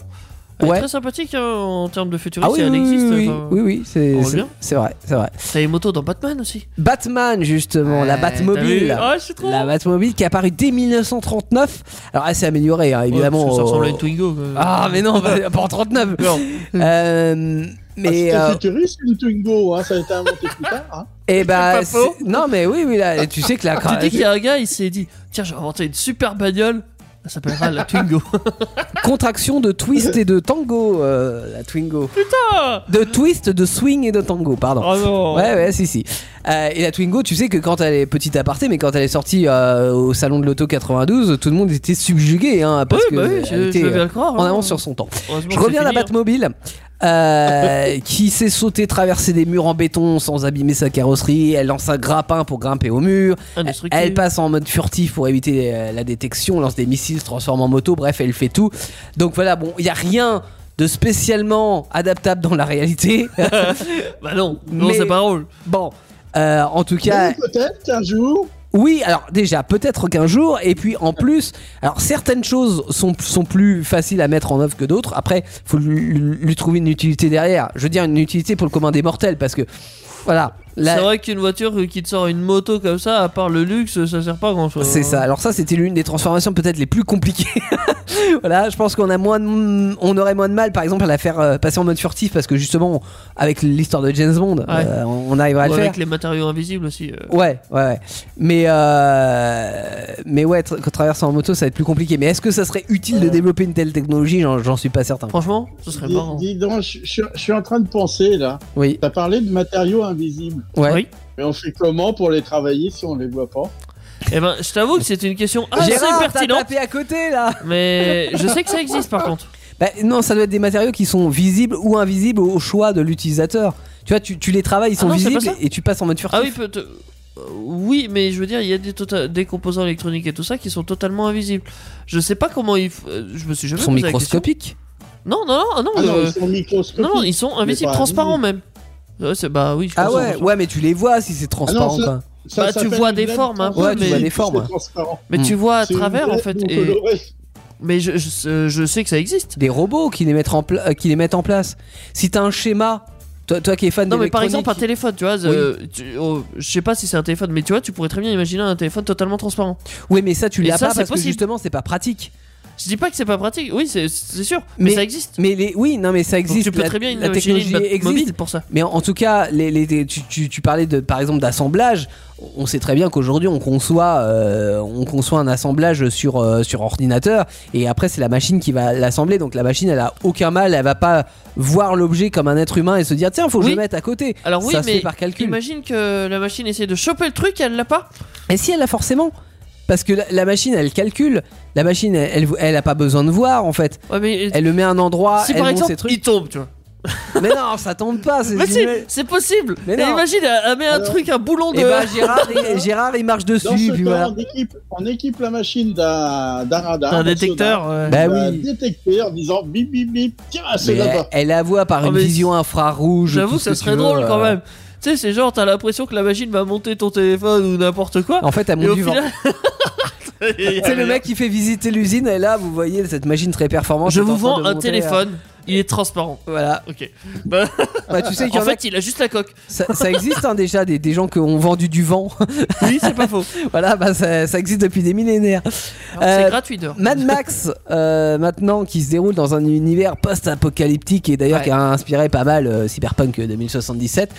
Elle Ouais. est très sympathique hein, en termes de futurisme, ah oui, elle oui, existe. oui, enfin, oui, oui, c'est on c'est- revient. c'est vrai, c'est vrai. T'as les motos dans Batman aussi. Batman justement, la Ouais, t'as Batmobile. vu Ah, c'est trop La Batmobile qui est apparue dès 1939. Alors elle s'est améliorée, hein, évidemment. Ouais, parce que ça au- ressemble à une Twingo. quoi. Ah, mais non, bah, pas en 39. Non. Euh, Ah, mais. c'était euh, futuriste, le Twingo, hein, ça a été inventé plus tard. hein. eh bah, pas faux. Ah, c'est- non, mais oui, oui, là, tu sais que la. Tu dis qu'il y a un gars, il s'est dit Tiens, j'ai inventé une super bagnole. Elle s'appellera la Twingo. Contraction de twist et de tango, euh, la Twingo. Ah De twist, de swing et de tango, pardon. oh non Ouais, ouais, si, si. Euh, et la Twingo, tu sais que quand elle est petite aparté, mais quand elle est sortie euh, au salon de l'auto 92, tout le monde était subjugué, hein, parce Oui, que bah oui, elle je, était, je veux bien euh, le croire. en hein. avance sur son temps. Heureusement Je que reviens à c'est la fini, hein. Batmobile euh, qui s'est sauter, traverser des murs en béton sans abîmer sa carrosserie. Elle lance un grappin pour grimper au mur. Indestructible. Elle passe en mode furtif pour éviter euh, la détection, lance des missiles, se transforme en moto. Bref, elle fait tout. Donc voilà, bon, il n'y a rien de spécialement adaptable dans la réalité. Bah non, non, Mais- c'est pas drôle. bon, euh, en tout cas, Mais Peut-être qu'un jour, Oui, alors déjà, peut-être qu'un jour, et puis en plus, alors certaines choses sont, sont plus faciles à mettre en œuvre que d'autres. Après, faut lui, lui- lui trouver une utilité derrière. Je veux dire, une utilité pour le commun des mortels, parce que voilà, La- C'est vrai qu'une voiture qui te sort une moto comme ça, à part le luxe, ça sert pas à hein. grand chose. C'est ça. Alors ça, c'était l'une des transformations peut-être les plus compliquées. voilà, je pense qu'on a moins, de- on aurait moins de mal, par exemple, à la faire euh, passer en mode furtif parce que justement, avec l'histoire de James Bond, euh, on on arrivera à Ou le faire. avec les matériaux invisibles aussi. euh. Ouais, ouais, ouais. Mais, euh... mais ouais, tra- traverser en moto, ça va être plus compliqué. Mais est-ce que ça serait utile Euh. de Ouais. développer une telle technologie J'en j'en suis pas certain. Franchement, ce serait Dis, marrant. dis donc, je, je- je suis en train de penser là. Oui, T'as parlé de matériaux invisibles. ouais. Oui. Mais on fait comment pour les travailler si on les voit pas Eh ben, je t'avoue que Ah, c'est une question assez Gérard, t'as pertinente, tapé à côté là. mais je sais que ça existe par contre. Bah, non, ça doit être des matériaux qui sont visibles ou invisibles au choix de l'utilisateur. Tu vois, tu, tu les travailles, ils Ah sont non, c'est visibles pas ça et tu passes en mode furtif. Ah oui, peut euh, oui, mais je veux dire, il y a des, tota- des composants électroniques et tout ça qui sont totalement invisibles. Je sais pas comment ils. f- euh, Je me suis Ils jamais sont posé la question. microscopiques. Non, non, non, non, Ah non, euh, ils sont microscopiques. non, non, ils sont invisibles, pas transparents même. Ouais, c'est- bah oui, je Ah pense ouais, qu'on- ouais, mais tu les vois si c'est Ah transparent. ça- quoi. Ça Bah, tu s'appelle vois une des LED formes, hein, Ouais, tu mais vois des c'est formes, ouais. transparent. Mais Hmm. tu vois à C'est une travers en LED fait. non et- colorée. Mais je, euh, je, je sais que ça existe. Des robots qui les mettent en, pla- euh, qui les mettent en place. Si t'as un schéma, toi, toi qui es fan Non, mais par d'électronique- exemple, un téléphone, tu vois, euh, tu- oh, je sais pas si c'est un téléphone, mais tu vois, tu pourrais très bien imaginer un téléphone totalement transparent. Oui, mais ça, tu Et l'as ça, pas c'est parce que possible. justement, c'est pas pratique. Je dis pas que c'est pas pratique, oui, c'est c'est sûr, Mais mais ça existe. Mais les, oui, non, mais ça Donc existe. tu peux la, très bien la imaginer technologie une map existe. mobile pour ça. Mais en, en tout cas, les, les- les- tu, tu- tu parlais de, par exemple d'assemblage. On sait très bien qu'aujourd'hui, on conçoit, euh, on conçoit un assemblage sur euh, sur ordinateur, et après, c'est la machine qui va l'assembler. Donc la machine, elle a aucun mal, elle va pas voir l'objet comme un être humain et se dire tiens, faut que je Oui. le mette à côté. Alors oui, ça se mais fait par calcul. imagine que la machine essaie de choper le truc, elle l'a pas. Et si elle a forcément. Parce que la, la machine, elle calcule. La machine, elle, elle, elle a pas besoin de voir en fait. Ouais, mais Elle le met à un endroit. si elle par monte exemple ses trucs. il tombe, tu vois. Mais non, ça tombe pas. c'est Mais du si, mal. c'est possible. Mais Et non. imagine, elle, elle met un truc, un boulon de. Et bah Gérard, il- Gérard, il marche dessus. Dans ce puis cas, voilà. on, équipe, on équipe la machine d'un d'un radar. un d'un détecteur. ouais. Bah sonar, d'un oui. détecteur en disant bip bip bip, tiens, c'est Mais là-bas. elle, elle la voit par Oh, une mais vision infrarouge. J'avoue tout que ce ça tu serait veux, drôle quand euh. même. Tu sais, c'est genre, t'as l'impression que la machine va monter ton téléphone ou n'importe quoi. En fait, à et mon au du vent. final. Tu sais, le mec qui fait visiter l'usine, et là, vous voyez cette machine très performante. Je est Oh, en vous train vends de un monter, téléphone, il est transparent. euh, Voilà. Ok. Bah, tu sais qu'il y En en a- fait, il a juste la coque. ça, ça existe hein, déjà des, des gens qui ont vendu du vent. Oui, c'est pas faux. voilà, bah, ça, ça existe depuis des millénaires. C'est Euh, gratuit d'heure. Mad Max, euh, maintenant, qui se déroule dans un univers post-apocalyptique et d'ailleurs Ouais. qui a inspiré pas mal euh, Cyberpunk 2077.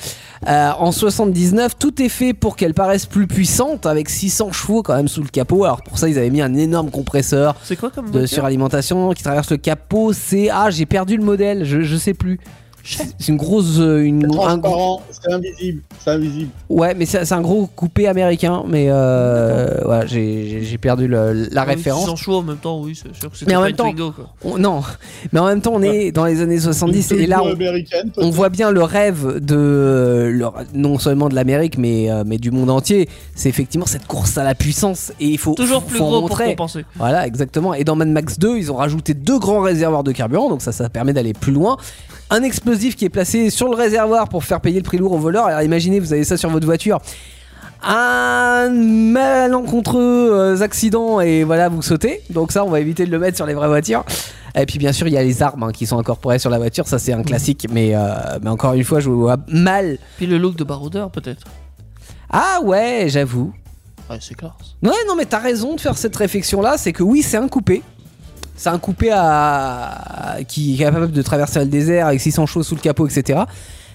Euh, en 79, tout est fait pour qu'elle paraisse plus puissante avec 600 chevaux quand même sous le capot. Alors pour ça, ils avaient mis un énorme compresseur C'est quoi comme. de voiture suralimentation qui traverse le capot. C'est ah, j'ai perdu le modèle, je, je sais plus. C'est une grosse, euh, une, C'est un gros- transparent, c'est invisible, c'est invisible. ouais, mais c'est c'est un gros coupé américain. Mais euh, ouais, j'ai- j'ai j'ai perdu le- la Ouais, référence. Euh, Ils en chouent en même temps, oui, c'est sûr que c'était Mais en pas même une temps- Twingo, quoi. On- non, mais en même temps, on est dans les années 70 Une et là, culture on, américaine, on peut-être. voit bien le rêve de euh, le- non seulement de l'Amérique, mais euh, mais du monde entier. C'est effectivement cette course à la puissance et il faut Toujours faut plus en gros pour montrer. compenser. Voilà, exactement. Et dans Mad Max 2, ils ont rajouté deux grands réservoirs de carburant, donc ça, ça permet d'aller plus loin. Un explosif qui est placé sur le réservoir pour faire payer le prix lourd au voleur. Alors imaginez, vous avez ça sur votre voiture. Un malencontreux euh, accident et voilà, vous sautez. Donc ça, on va éviter de le mettre sur les vraies voitures. Et puis bien sûr, il y a les armes hein, qui sont incorporées sur la voiture. Ça, c'est un classique, mais, euh, mais encore une fois, je vois mal. Puis le look de baroudeur, peut-être. Ah ouais, j'avoue. Ouais, c'est classe. Ouais, non, mais t'as raison de faire cette réflexion là. C'est que oui, c'est un coupé. C'est un coupé à... qui est capable de traverser le désert avec 600 chevaux sous le capot, etc.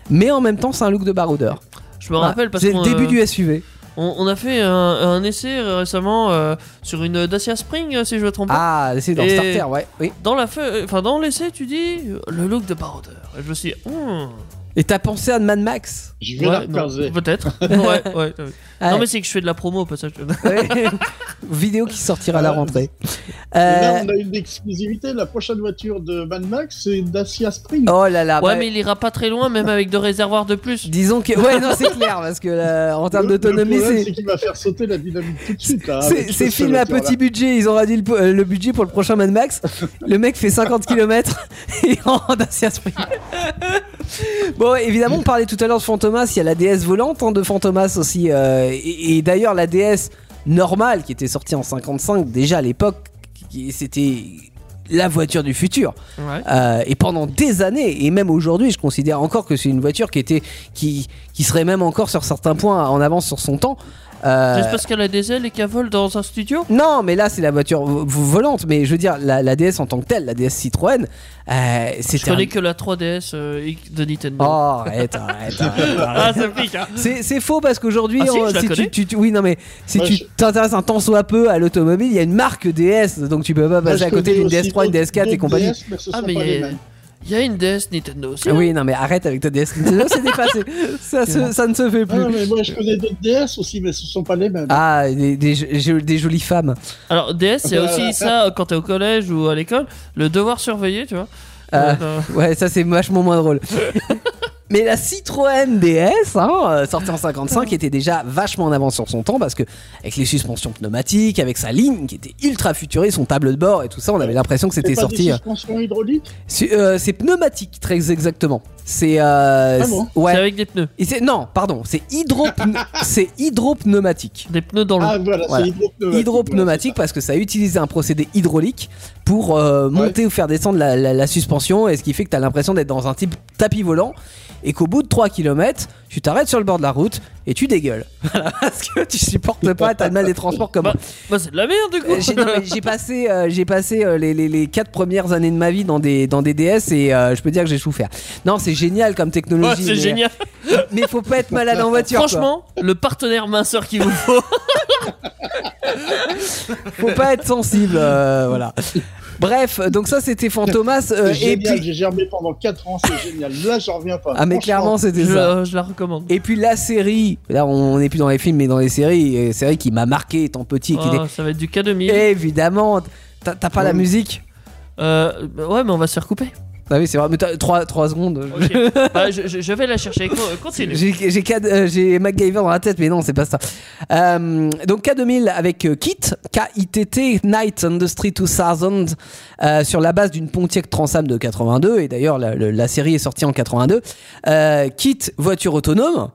Mais en même temps, c'est un look de baroudeur. Je me rappelle parce Bah, c'est qu'on le début euh, du SUV. on, on a fait un, un essai euh, récemment euh, sur une Dacia Spring, euh, si je me trompe pas. Ah, c'est dans Et- Starter, ouais. Oui. Dans la feu- enfin dans l'essai, tu dis euh, le look de baroudeur. Et je me suis dit, hmm, Et t'as pensé à Mad Max Je vais ouais, la non, recaser. peut-être. ouais, ouais, ouais. Non Ouais. mais c'est que je fais de la promo au passage. Ouais. Vidéo qui sortira à la rentrée. Et Euh, Là, on a une exclusivité. La prochaine voiture de Mad Max, c'est une Dacia Spring. Oh là là. ouais, bah, mais il ira pas très loin, même avec deux réservoirs de plus. Disons que. Ouais, non, c'est clair, parce que là, en termes Le- le d'autonomie, problème, c'est. c'est qu'il va faire sauter la dynamique tout de suite. là, C'est avec c'est cette film à voiture-là. petit budget, ils ont réduit le, po- euh, le budget pour le prochain Mad Max. Le mec fait 50 km et en Dacia Spring. bon, évidemment, on parlait tout à l'heure de Fantomas, il y a la DS volante hein, de Fantomas aussi. euh, et et d'ailleurs, la DS normale qui était sortie en 55 déjà à l'époque, qui- c'était la voiture du futur. Ouais. Euh, et pendant des années, et même aujourd'hui, je considère encore que c'est une voiture qui était, qui, qui serait même encore sur certains points en avance sur son temps. Euh, Juste parce qu'elle a des ailes et qu'elle vole dans un studio non, mais là c'est la voiture vo- volante, mais je veux dire la, la DS en tant que telle, la DS Citroën, euh, Je c'était. un- connais que la 3DS euh, et de Oh, Nintendo. arrête, arrête, arrête, Ah, arrête. ça pique, hein C'est c'est faux parce qu'aujourd'hui, Ah si, on- je la si connais. tu, tu- tu- oui non mais si Moi, tu je- t'intéresses un tant soit peu à l'automobile, il y a une marque DS, donc tu peux pas passer à côté d'une DS3, une DS4 et compagnie. Ah, mais il y a- il y a une DS Nintendo aussi. hein. Oui, non, mais arrête avec ta DS Nintendo, c'est dépassé. Ça, se- ça ne se fait Ah, plus. mais moi je connais d'autres DS aussi, mais ce sont pas les mêmes. Ah, des, des jo- jo- des jolies femmes. Alors, DS, c'est aussi ça euh, quand t'es au collège ou à l'école, le devoir surveillé, tu vois. Euh, Euh, ouais, ça, c'est vachement moins drôle. Mais la Citroën DS, hein, euh, sortie en 55, était déjà vachement en avance sur son temps parce que avec les suspensions pneumatiques, avec sa ligne qui était ultra futurée, son tableau de bord et tout ça, on avait l'impression que C'est c'était pas sorti. Des euh, suspensions hydrauliques su- euh, c'est pneumatique, très exactement. C'est euh, Ah bon c'est- ouais. C'est avec des pneus. Et c'est- non, pardon, c'est hydro c'est hydropneumatique. Des pneus dans l'eau. Ah voilà, Voilà. c'est hydropneumatique. hydropneumatique parce que ça utilisait un procédé hydraulique pour euh, monter ou faire descendre la, la- la suspension et ce qui fait que t'as l'impression d'être dans un type tapis volant et qu'au bout de 3 km tu t'arrêtes sur le bord de la route et tu dégueules Voilà, parce que tu supportes pas t'as le mal des transports comme Bah, moi. bah, c'est de la merde, du coup. Euh, j'ai- non, mais j'ai passé, euh, j'ai passé euh, les, les, les quatre premières années de ma vie dans des, dans des DS et euh, je peux dire que j'ai souffert. Non, c'est génial comme technologie. Ouais, Oh, c'est mais- génial. Mais faut pas être malade en voiture. euh, quoi. Franchement, le partenaire minceur qu'il vous faut. faut pas être sensible, euh, voilà. Bref, donc ça c'était Fantomas euh, C'est et génial, puis j'ai germé pendant 4 ans, c'est génial. Là, j'en reviens pas. ah mais Franchement, clairement c'était ça. Je, je la recommande. Et puis la série, là on n'est plus dans les films mais dans les séries, et série qui m'a marqué étant petit, qui Ah, ça va être du K2000. est évidemment t'as t'as pas la Oui. musique. Euh, bah ouais, mais on va se faire couper. Ah oui c'est vrai, mais 3 trois secondes. Ok. Bah, je, je- je vais la chercher. Co- Continue. J'ai j'ai K- euh, j'ai MacGyver dans la tête, mais non, c'est pas ça. Euh, donc K2000 avec euh, Kit, K-I-T-T, Night Industry 2000, euh, sur la base d'une Pontiac Transam de 82, et d'ailleurs la, le- la série est sortie en 82. Euh, Kit, voiture autonome.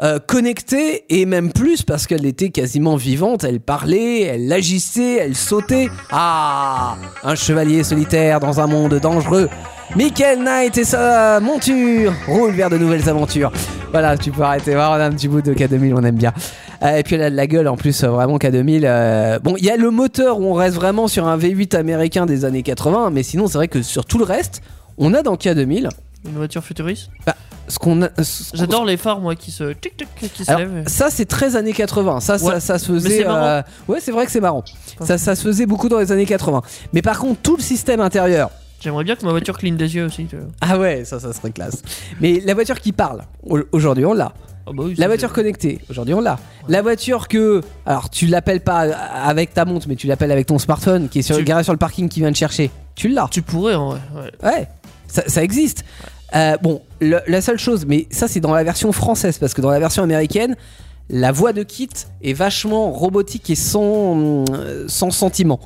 euh, connectée et même plus parce qu'elle était quasiment vivante, elle parlait, elle agissait, elle sautait. Ah Un chevalier solitaire dans un monde dangereux. Michael Knight et sa monture roulent vers de nouvelles aventures. Voilà, tu peux arrêter. Voilà, on a un petit bout de K2000, on aime bien. Euh, et puis elle a de la gueule en plus, euh, vraiment K2000. euh, Bon, il y a le moteur où on reste vraiment sur un V8 américain des années 80, mais sinon c'est vrai que sur tout le reste, on a dans K2000 Une voiture futuriste. ce qu'on a. ce- J'adore les phares, moi, qui se. Tic, tic, qui se Alors, lèvent. ça c'est très années 80, ça ça, Ouais, ça se mais faisait c'est marrant. euh, Ouais, c'est vrai que c'est marrant. Ça ça se faisait beaucoup dans les années 80. Mais par contre, tout le système intérieur J'aimerais bien que ma voiture cligne des yeux aussi. tu vois. Ah ouais, ça ça serait classe. Mais la voiture qui parle, au- aujourd'hui on l'a. Ah bah oui, La ça, voiture c'est- connectée, aujourd'hui on l'a. La voiture que, alors tu l'appelles pas avec ta montre, mais tu l'appelles avec ton smartphone qui est sur, Tu- garé sur le parking qui vient te chercher. Tu l'as. Tu pourrais, en vrai. ouais. Ouais, ça, ça existe. Euh, bon, le- la seule chose, mais ça c'est dans la version française, parce que dans la version américaine, la voix de Kit est vachement robotique et sans, euh, sans sentiment.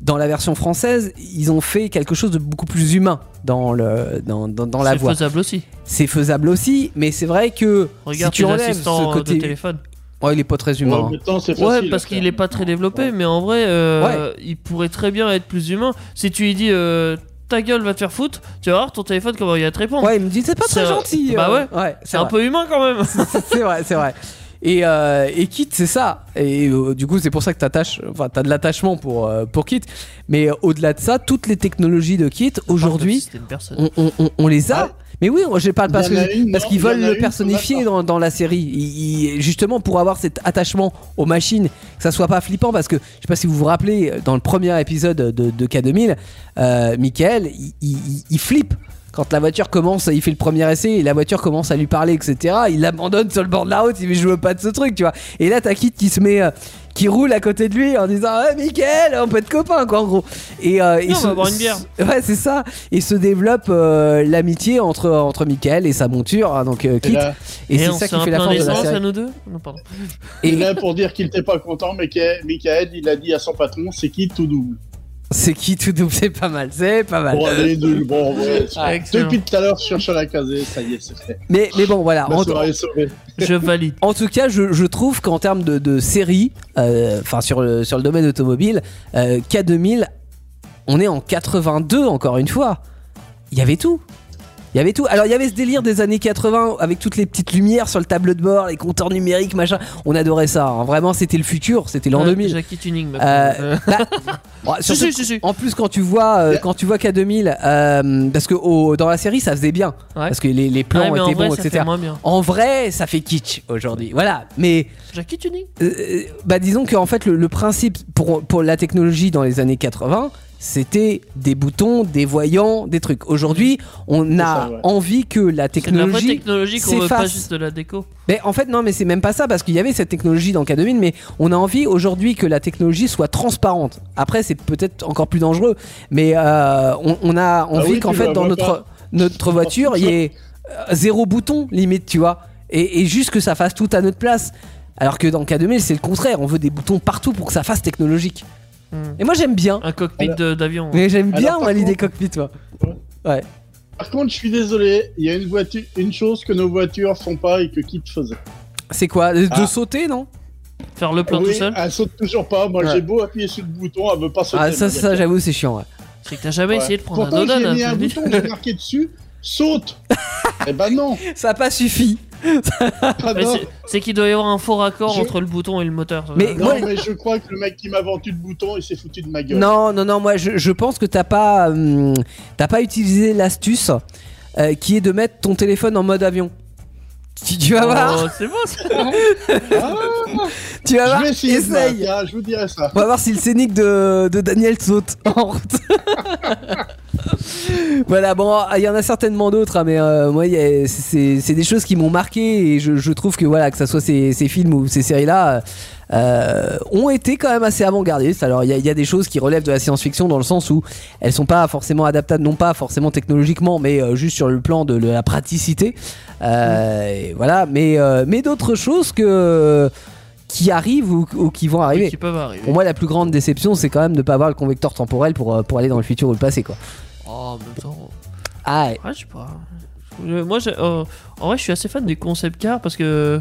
Dans la version française, ils ont fait quelque chose de beaucoup plus humain dans, le, dans, dans- dans la C'est voix. faisable aussi. C'est faisable aussi, mais c'est vrai que Regarde si tu tes enlèves assistants ce euh, côté de téléphone. Oh, il est pas très Ouais, humain. en même temps, c'est Ouais, facile parce à qu'il faire. est pas très développé, mais en vrai, euh, il pourrait très bien être plus humain. Si tu lui dis euh, ta gueule va te faire foutre, tu vas voir ton téléphone comment il va te hein. répondre. Ouais, il me dit c'est pas très C'est- gentil. bah euh. ouais. c'est un vrai. peu humain quand même. c'est vrai, c'est vrai. Et, euh, et Kit, c'est ça. Et euh, du coup, c'est pour ça que t'attaches, enfin, t'as de l'attachement pour, euh, pour Kit. Mais euh, au-delà de ça, toutes les technologies de Kit, aujourd'hui, C'était une personne. on, on- on- on les a. Ouais. Mais oui, je parle parce Il y en a que une, parce non, qu'ils il y en veulent a le une, personnifier ce dans, dans la série, Il- il- justement pour avoir cet attachement aux machines, que ça soit pas flippant. Parce que je sais pas si vous vous rappelez, dans le premier épisode de, de K2000, euh, Michael, il, il- il- il flippe quand la voiture commence, il fait le premier essai et la voiture commence à lui parler, etc. Il abandonne sur le bord de la route, il dit je veux pas de ce truc, tu vois. Et là, t'as Kit qui se met, euh, qui roule à côté de lui en disant hey, Michael, on peut être copains, quoi, en gros. Et, euh, et on va boire une bière. Ouais, c'est ça. Et se développe euh, l'amitié entre entre Michael et sa monture, hein, donc euh, Et Kit. là, Et, c'est on ça s'est qui un fait peu la force de la indécence à série. nous deux Non, pardon. il Et est là pour dire qu'il n'était pas content, mais que Michael, il a dit à son patron, c'est qui tout double c'est Kit tout double, c'est pas mal, c'est pas mal. Bon, allez, nul. Bon, ouais. Ah, excellent. Depuis tout à l'heure, je cherche à la caser, ça y est, c'est fait. Mais mais bon, voilà. Ma En- soirée est sauvée. Je valide. En tout cas, je, je trouve qu'en termes de, de série, euh, enfin sur, le, sur le domaine automobile, euh, K2000 on est en 82 encore une fois. Il y avait tout. Il y avait tout. Alors il y avait ce délire des années 80 avec toutes les petites lumières sur le tableau de bord, les compteurs numériques, machin. On adorait ça. hein. Vraiment, c'était le futur, c'était l'an Ouais, 2000. Jackie Tuning. maintenant. Euh, Euh, bah, ouais, Si, surtout- si, si, si. en plus, quand tu vois, euh, quand tu vois qu'à 2000, euh, parce que au- dans la série, ça faisait bien, Ouais. parce que les, les plans Ouais, mais en étaient vrai, bons, ça etc. fait moins bien. En vrai, ça fait kitsch aujourd'hui. Voilà, mais Jackie Tuning. euh, euh, bah disons que en fait le, le principe pour, pour la technologie dans les années 80 c'était des boutons, des voyants, des trucs. Aujourd'hui, on a ça, ouais. envie que la C'est de la vraie technologie. technologie qu'on veut pas s'efface. juste de la déco. Mais en fait, non, mais c'est même pas ça parce qu'il y avait cette technologie dans K2000, mais on a envie aujourd'hui que la technologie soit transparente. Après, c'est peut-être encore plus dangereux, mais euh, on, on a envie Ah oui, qu'en tu fait la dans vois notre, pas. notre voiture, il y ait euh, zéro bouton limite, tu vois, et, et juste que ça fasse tout à notre place. Alors que dans K2000, c'est le contraire, on veut des boutons partout pour que ça fasse technologique. Hmm. Et moi, j'aime bien. Un cockpit Alors- de- d'avion. Mais j'aime Alors, bien par moi, l'idée contre- cockpit, toi. Par contre, je suis désolé, il y a une, voiture, une chose que nos voitures font pas et que Kit faisait. C'est quoi De Ah. sauter, non Faire le plein oui, tout seul. elle saute toujours pas. Moi, Ouais. j'ai beau appuyer sur le bouton, elle veut pas sauter. Ah, ça, ma ça voiture. j'avoue, c'est chiant. ouais. C'est que t'as jamais Ouais. essayé de prendre Pourtant, un j'ai donut. mis hein, un tu dis. bouton, j'ai marqué dessus, saute. eh ben non. Ça a pas suffi. Ah Mais non. c'est- C'est qu'il doit y avoir un faux raccord Je- entre le bouton et le moteur. Mais- Non, Moi, mais je crois que le mec qui m'a vendu le bouton, il s'est foutu de ma gueule. Non, non, non, moi je, je pense que t'as pas, hum, t'as pas utilisé l'astuce euh, qui est de mettre ton téléphone en mode avion. Tu, tu vas voir, Oh, c'est bon ça. Ah, tu vas je voir, vais essayer. de essaye. m'arrêter, hein, je vous dirai ça. On va voir si le scénic de, de Daniel saute en route. voilà, bon, il y en a certainement d'autres, hein, mais euh, moi, il y a- c'est c'est des choses qui m'ont marqué et je, je trouve que voilà, que ça soit ces, ces films ou ces séries-là. euh, ont été quand même assez avant-gardistes. Alors il y, a- il y a des choses qui relèvent de la science-fiction dans le sens où elles sont pas forcément adaptables, non pas forcément technologiquement, mais euh, juste sur le plan de la praticité. Euh, et Voilà, mais euh, mais d'autres choses que qui arrivent ou, ou qui vont arriver. Qui peuvent arriver. Pour moi, la plus grande déception, c'est quand même de pas avoir le convecteur temporel pour, euh, pour aller dans le futur ou le passé, quoi. Oh, en même temps. Ah, ouais. Ouais, je sais pas. Je- moi, j'ai- euh, en vrai, je suis assez fan des concept cars parce que.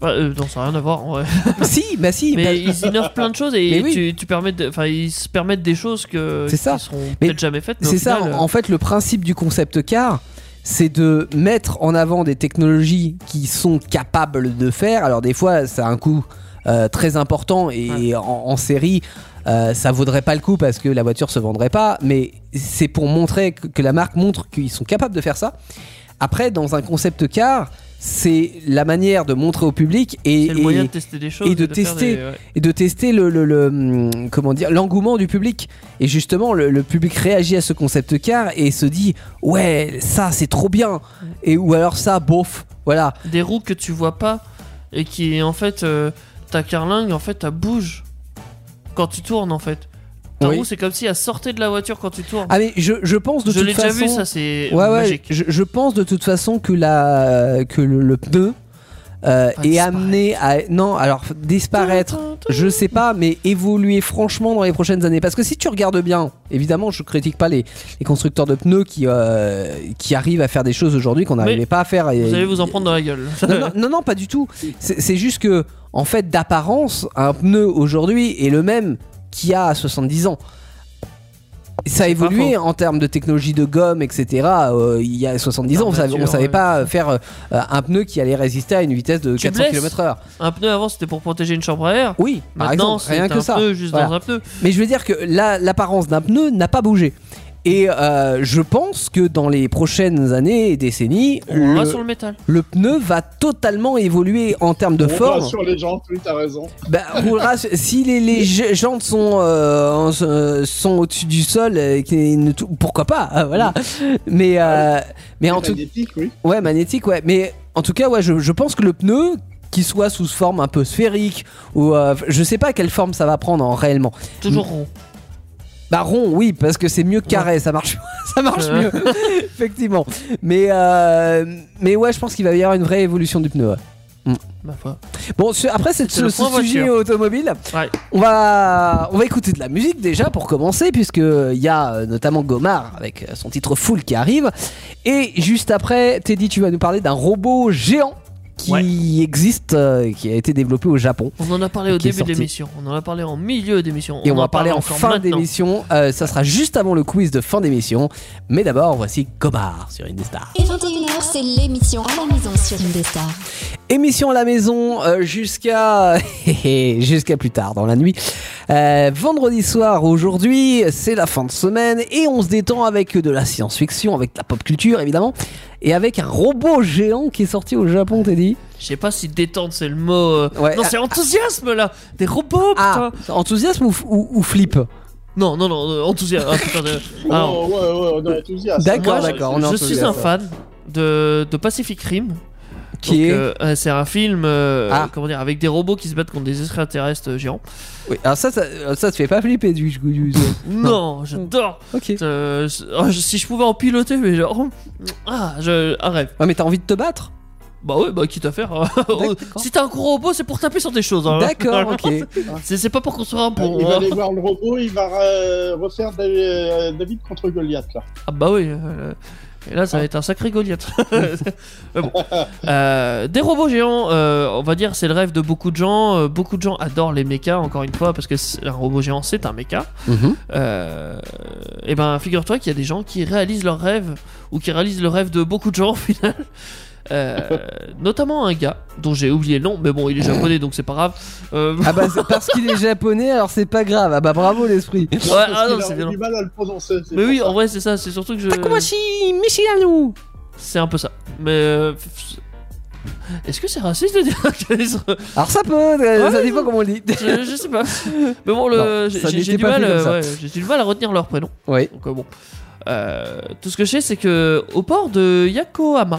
Bah, euh, non, ça n'a rien à voir en vrai. si, bah si. bah- Mais ils innovent plein de choses Mais et oui. tu, tu permets de- enfin, ils se permettent des choses que, C'est ça. qui seront Mais peut-être jamais faites. mais au bah, C'est ça, final, euh, en en fait, le principe du concept car, c'est de mettre en avant des technologies qui sont capables de faire. Alors, des fois, ça a un coût euh, très important et en, en série. euh, ça vaudrait pas le coup parce que la voiture se vendrait pas, mais c'est pour montrer que, que la marque montre qu'ils sont capables de faire ça. Après, dans un concept car, c'est la manière de montrer au public et, c'est le moyen et- de tester des choses et de faire tester. des- ouais. et de tester le, le- le, hum, comment dire l'engouement du public et justement le, le public réagit à ce concept car et se dit ouais ça c'est trop bien et ou alors ça bof voilà des roues que tu vois pas et qui en fait euh, ta carlingue en fait elle bouge quand tu tournes en fait. Ta Oui. roue c'est comme si elle sortait de la voiture quand tu tournes. ah mais je, je pense de je toute l'ai déjà façon vu ça c'est ouais ouais magique. je, je pense de toute façon que la que le, le pneu euh, Pas est disparaître. amené à non alors disparaître je sais pas, mais évoluer franchement dans les prochaines années. Parce que si tu regardes bien, évidemment, je critique pas les, les constructeurs de pneus qui, euh, qui arrivent à faire des choses aujourd'hui qu'on n'arrivait pas à faire. Vous allez vous en prendre dans la gueule. non, non, non, non, pas du tout. C'est c'est juste que, en fait, d'apparence, un pneu aujourd'hui est le même qu'il y a 70 ans. Ça a pas évolué en termes de technologie de gomme, etc. euh, il y a 70 ans, on savait, on Armature, savait ouais. pas faire euh, un pneu qui allait résister à une vitesse de Tu 400 blesses. km/h. Un pneu avant c'était pour protéger une chambre à air. Oui, par Maintenant, exemple, c'est rien un que ça. pneu juste Voilà. dans un pneu. Mais je veux dire que la- l'apparence d'un pneu n'a pas bougé. Et euh, je pense que dans les prochaines années et décennies, On va le, sur le métal. le pneu va totalement évoluer en termes de On forme. va sur les gens, oui, t'as raison. Bah, roulera sur- si les, les je- jantes sont, euh, en- euh, sont au-dessus du sol, euh, qui ne tou- pourquoi pas euh, Voilà. Mais, euh, mais en tout Magnétique, oui. Ouais, magnétique, ouais. Mais en tout cas, ouais, je, je pense que le pneu, qu'il soit sous forme un peu sphérique, ou euh, je sais pas quelle forme ça va prendre en réellement. Toujours rond. Bah rond, oui, parce que c'est mieux que carré, ça marche, ça marche Ouais. mieux, effectivement. Mais euh, mais ouais, je pense qu'il va y avoir une vraie évolution du pneu. ouais. Ma foi. Bon, ce- après c'est C'est ce, le ce point sujet voiture. automobile. Ouais. On va on va écouter de la musique déjà pour commencer, puisque il y a euh, notamment Gomard avec euh, son titre Full qui arrive. Et juste après, Teddy, tu vas nous parler d'un robot géant. qui existe, euh, qui a été développé au Japon. On en a parlé au Qui est début de sorti. l'émission, on en a parlé en milieu d'émission. Et on, va en parle parler en encore fin maintenant. d'émission. Euh, ça sera juste avant le quiz de fin d'émission. Mais d'abord, voici Gomard sur Indestar. Et 21h, c'est l'émission à la maison sur Indestar. Émission à la maison euh, jusqu'à jusqu'à plus tard dans la nuit. Euh, vendredi soir aujourd'hui, c'est la fin de semaine et on se détend avec de la science-fiction, avec de la pop culture évidemment, et avec un robot géant qui est sorti au Japon, t'es dit Je sais pas si détente c'est le mot. euh, Ouais, non, ah, c'est enthousiasme là Des robots, Ah, putain enthousiasme ou, f- ou- ou flip Non, non, non, euh, enthousiasme. Ah, putain, de- Oh, Alors, ouais, ouais, on est enthousiaste. D'accord, Moi, je- d'accord, on est Je suis un enthousiaste. fan de, de Pacific Rim. Qui Donc, est euh, euh, C'est un film euh, Ah. comment dire, avec des robots qui se battent contre des extraterrestres euh, géants. Oui, alors ça, ça, ça te fait pas flipper du coup du- Non, j'adore Ok. Euh, je- oh, je- Si je pouvais en piloter, mais genre. Ah, je, un rêve. Ouais, mais t'as envie de te battre Bah ouais, bah quitte à faire. hein. D'accord. si t'as un gros robot, c'est pour taper sur des choses. hein. D'accord, ok. C'est c'est pas pour construire un pont. Il va hein. aller voir le robot, il va euh, refaire David, euh, David contre Goliath là. Ah bah oui. euh, et là, Ah. ça va être un sacré Goliath. Mais bon. Euh, des robots géants, euh, on va dire, c'est le rêve de beaucoup de gens. Euh, beaucoup de gens adorent les mechas, encore une fois, parce que c'est- un robot géant, c'est un méca. Mhm. Euh, et ben, figure-toi qu'il y a des gens qui réalisent leur rêve, ou qui réalisent le rêve de beaucoup de gens, au final. Euh, notamment un gars dont j'ai oublié le nom, mais bon, il est japonais donc c'est pas grave. Euh, Ah bah c'est parce qu'il est japonais, alors c'est pas grave. Ah bah bravo l'esprit. ouais, Parce ah qu'il non, a c'est eu violent. du mal à le prononcer. c'est Mais pour oui, ça. en vrai, c'est ça, c'est surtout que je. Michirano C'est un peu ça. Mais. euh, f- Est-ce que c'est raciste de dire que les- Alors ça peut, euh, Ouais, ça ouais, dépend comment on le dit. je, je sais pas. Mais bon, le, Non, j'ai ça j'ai- j'ai n'était du pas mal, fait comme euh, ça. ouais, j'ai du mal à retenir leur prénom. Oui. Donc euh, bon, Euh, tout ce que je sais, c'est que au port de Yokohama,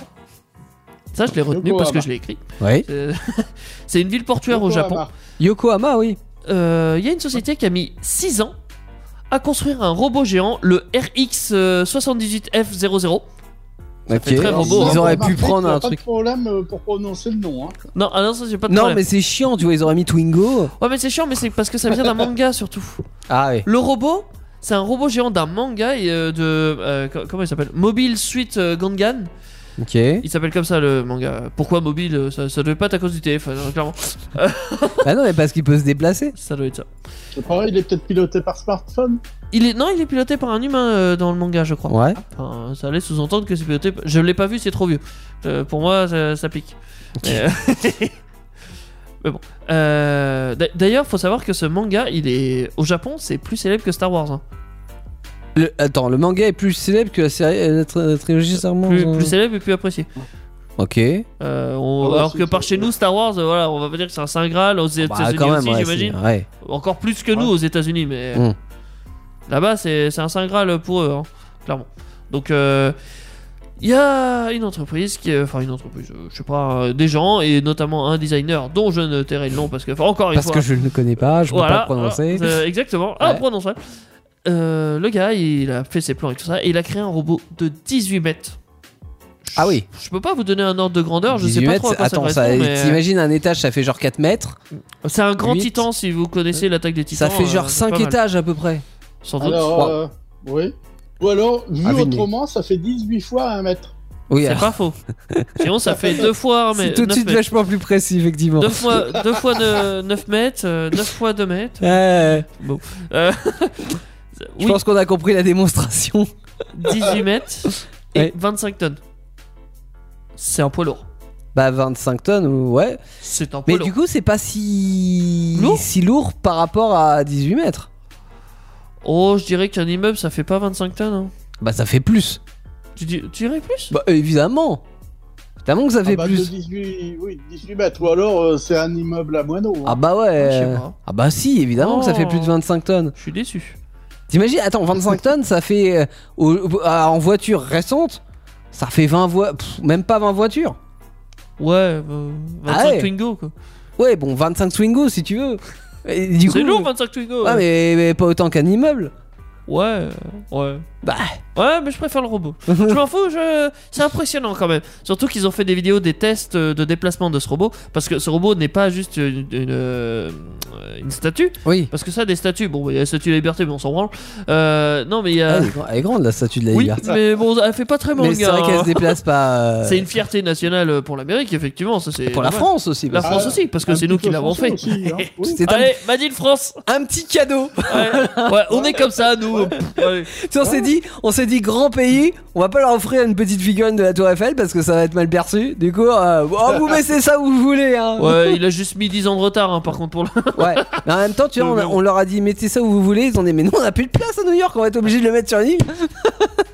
ça je l'ai retenu parce que Yokohama. je l'ai écrit. Oui. Euh, C'est une ville portuaire au Pourquoi, Japon. Marc Yokohama, oui. Euh, Il y a une société qui a mis 6 ans à construire un robot géant, le RX78F00. fait Ok. très robot, Ils hein. auraient Remarquez pu prendre qu'il y a un pas de truc. problème euh, pour prononcer le nom. Hein. Non, ah non, ça j'ai pas de Non, problème. mais c'est chiant, tu vois, ils auraient mis Twingo. Ouais, mais c'est chiant, mais c'est parce que ça vient d'un manga surtout. Ah oui. Le robot, c'est un robot géant d'un manga et euh, de. euh, co- comment il s'appelle Mobile Suit euh, Gangan. Ok. Ah Il s'appelle comme ça le manga. Pourquoi mobile euh, Ça, ça devait pas être à cause du téléphone, hein, clairement. Ah non, mais parce qu'il peut se déplacer. Ça doit être ça. C'est pareil, il est peut-être piloté par smartphone. Il est... Non, il est piloté par un humain euh, dans le manga, je crois. Ouais. Enfin, ça allait sous-entendre que c'est piloté. par- Je l'ai pas vu, c'est trop vieux. Euh, pour moi, ça, ça pique. Mais, euh, mais bon. Euh, d'a- D'ailleurs, faut savoir que ce manga, il est au Japon, c'est plus célèbre que Star Wars. hein. Le- attends, le manga est plus célèbre que la série, euh, la tri- trilogie Star Wars, Plus, euh. plus célèbre et plus apprécié. Ok. Euh, on- Ah ouais, alors c'est- que par c'est- chez nous, Star Wars, euh, voilà, on va pas dire que c'est un saint graal aux Bah, États-Unis quand même, aussi, ouais, j'imagine. c'est- ouais. Encore plus que nous aux États-Unis, mais Mm. là-bas, c'est c'est un saint graal pour eux, hein, clairement. Donc, euh, il y a une entreprise qui, enfin une entreprise, euh, je sais pas, euh, des gens et notamment un designer dont je ne tairai le nom parce que, enfin, encore une Parce fois, que je ne le connais pas, je peux voilà, pas le prononcer. euh, exactement, ah, Ouais. prononce Euh, le gars, il a fait ses plans et tout ça, et il a créé un robot de 18 mètres. Ah oui. Je peux pas vous donner un ordre de grandeur, je sais 18 pas mètres, trop à quoi attends, ça ça, correspond, mais, euh, t'imagines un étage, ça fait genre 4 mètres. C'est un grand huit. titan si vous connaissez l'attaque des titans. ça fait genre euh, c'est 5 pas mal. étages à peu près. Sans doute. Alors, Wow. euh, oui. Ou alors, vu Ah, Vigny. autrement, ça fait 18 fois un mètre. Oui, C'est pas faux. Sinon, ça fait deux fois. Mais C'est tout de suite vachement plus précis, effectivement. 2 fois, deux fois 9 mètres, 9 fois 2 mètres. Ouais, Bon. Euh, Eh, je oui, pense qu'on a compris la démonstration. 18 mètres et Ouais. 25 tonnes. C'est un poids lourd. Bah 25 tonnes, ou- ouais. C'est un poids Mais lourd. du coup, c'est pas si Lourd si lourd par rapport à 18 mètres. Oh, je dirais qu'un immeuble, ça fait pas 25 tonnes. hein. Bah ça fait plus. Tu, dis- tu dirais plus Bah évidemment. Évidemment que ça fait Ah bah, de plus. 18, oui, 18 mètres. Ou alors, euh, c'est un immeuble à hein. moineau. Ah bah ouais. Je sais pas. Ah bah si, évidemment que ça fait plus de Oh. 25 tonnes. Je suis déçu. T'imagines Attends, 25 tonnes, ça fait euh, au- à- en voiture récente, ça fait 20 voitures, même pas 20 voitures. Ouais, euh, 25 Ah ouais. Twingo quoi. Ouais, bon, 25 Twingo si tu veux. Et du C'est coup- Ah, lourd 25 Twingo. Ouais, mais, mais pas autant qu'un immeuble. Ouais, ouais. Bah. Ouais, mais je préfère le robot. je m'en fous, je... c'est impressionnant quand même. Surtout qu'ils ont fait des vidéos des tests euh, de déplacement de ce robot, parce que ce robot n'est pas juste une, une, euh, une statue, Oui. parce que ça, des statues, bon, bah, il y a la statue de la liberté, mais on s'en branle. Euh, non, mais il y a... Ah, Elle est grand- elle est grande la statue de la oui, liberté. mais bon, elle fait pas très Mais manga. c'est vrai qu'elle hein. se déplace pas. euh, C'est une fierté nationale euh, pour l'Amérique, effectivement. Ça, c'est Pour la normal. France aussi. La parce que- France aussi, parce que c'est nous qui l'avons fait. hein. C'est un, Allez, m'a dit le France un petit cadeau. Ouais, ouais, on est comme ça, nous. Pff, ouais. Tu sais, on s'est dit, on s'est dit grand pays, on va pas leur offrir une petite figurine de la Tour Eiffel parce que ça va être mal perçu. Du coup, euh, oh, vous mettez ça où vous voulez. Hein. Ouais, il a juste mis 10 ans de retard, hein, par contre, pour le. Ouais. Mais en même temps, tu vois, on, a- on leur a dit mettez ça où vous voulez. Ils ont dit mais nous on a plus de place à New York, on va être obligé de le mettre sur une île.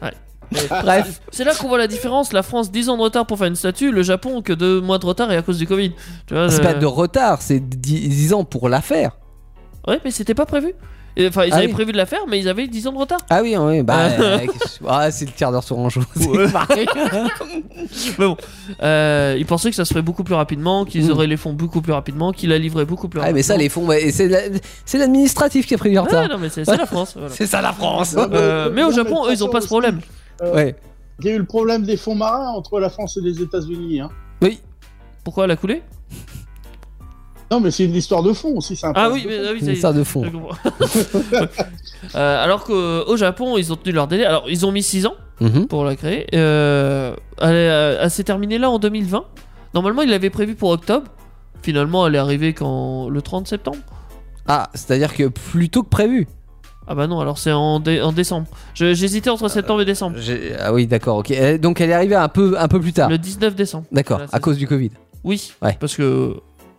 Ouais. Bref. C'est là qu'on voit la différence. La France, 10 ans de retard pour faire une statue. Le Japon, que 2 mois de retard et à cause du Covid. Tu vois, Ah, C'est euh, pas de retard, c'est 10, ans pour la faire. Ouais, mais c'était pas prévu. Et, Enfin, ils Ah avaient oui. prévu de la faire, mais ils avaient 10 ans de retard. Ah oui, oui, bah. Ah. euh, ah, c'est le quart d'heure sur un jour. C'est pareil. Mais bon, euh, ils pensaient que ça se ferait beaucoup plus rapidement, qu'ils Mm. auraient les fonds beaucoup plus rapidement, qu'ils la livraient beaucoup plus Ah, rapidement. mais ça, les fonds, ouais, et c'est la- c'est l'administratif qui a pris du Ouais, retard. non, mais c'est c'est la France. voilà. C'est ça la France. Euh, mais au Japon, eux, ils ont pas ce problème. Ouais. Il y a eu le problème des fonds marins entre la France et les États-Unis. Hein. Oui. Pourquoi elle a coulé Non, mais c'est une histoire de fonds aussi. c'est un Ah problème oui, de mais, fonds. ah oui, C'est c'est- ça de fond. Je comprends. Euh, alors qu'au au Japon, ils ont tenu leur délai. Alors, ils ont mis 6 ans Mhm. pour la créer. Euh, elle euh, elle s'est terminée là en 2020. Normalement, ils l'avaient prévu pour octobre. Finalement, elle est arrivée quand le 30 septembre. Ah, c'est-à-dire que plus tôt que prévu. Ah bah non, alors c'est en, dé- en décembre. Je- J'hésitais entre septembre et décembre. J'ai- Ah oui, d'accord, ok. Euh, Donc elle est arrivée un peu, un peu plus tard. Le 19 décembre. D'accord, Voilà, c'est à cause du Covid. Oui. Ouais. Parce que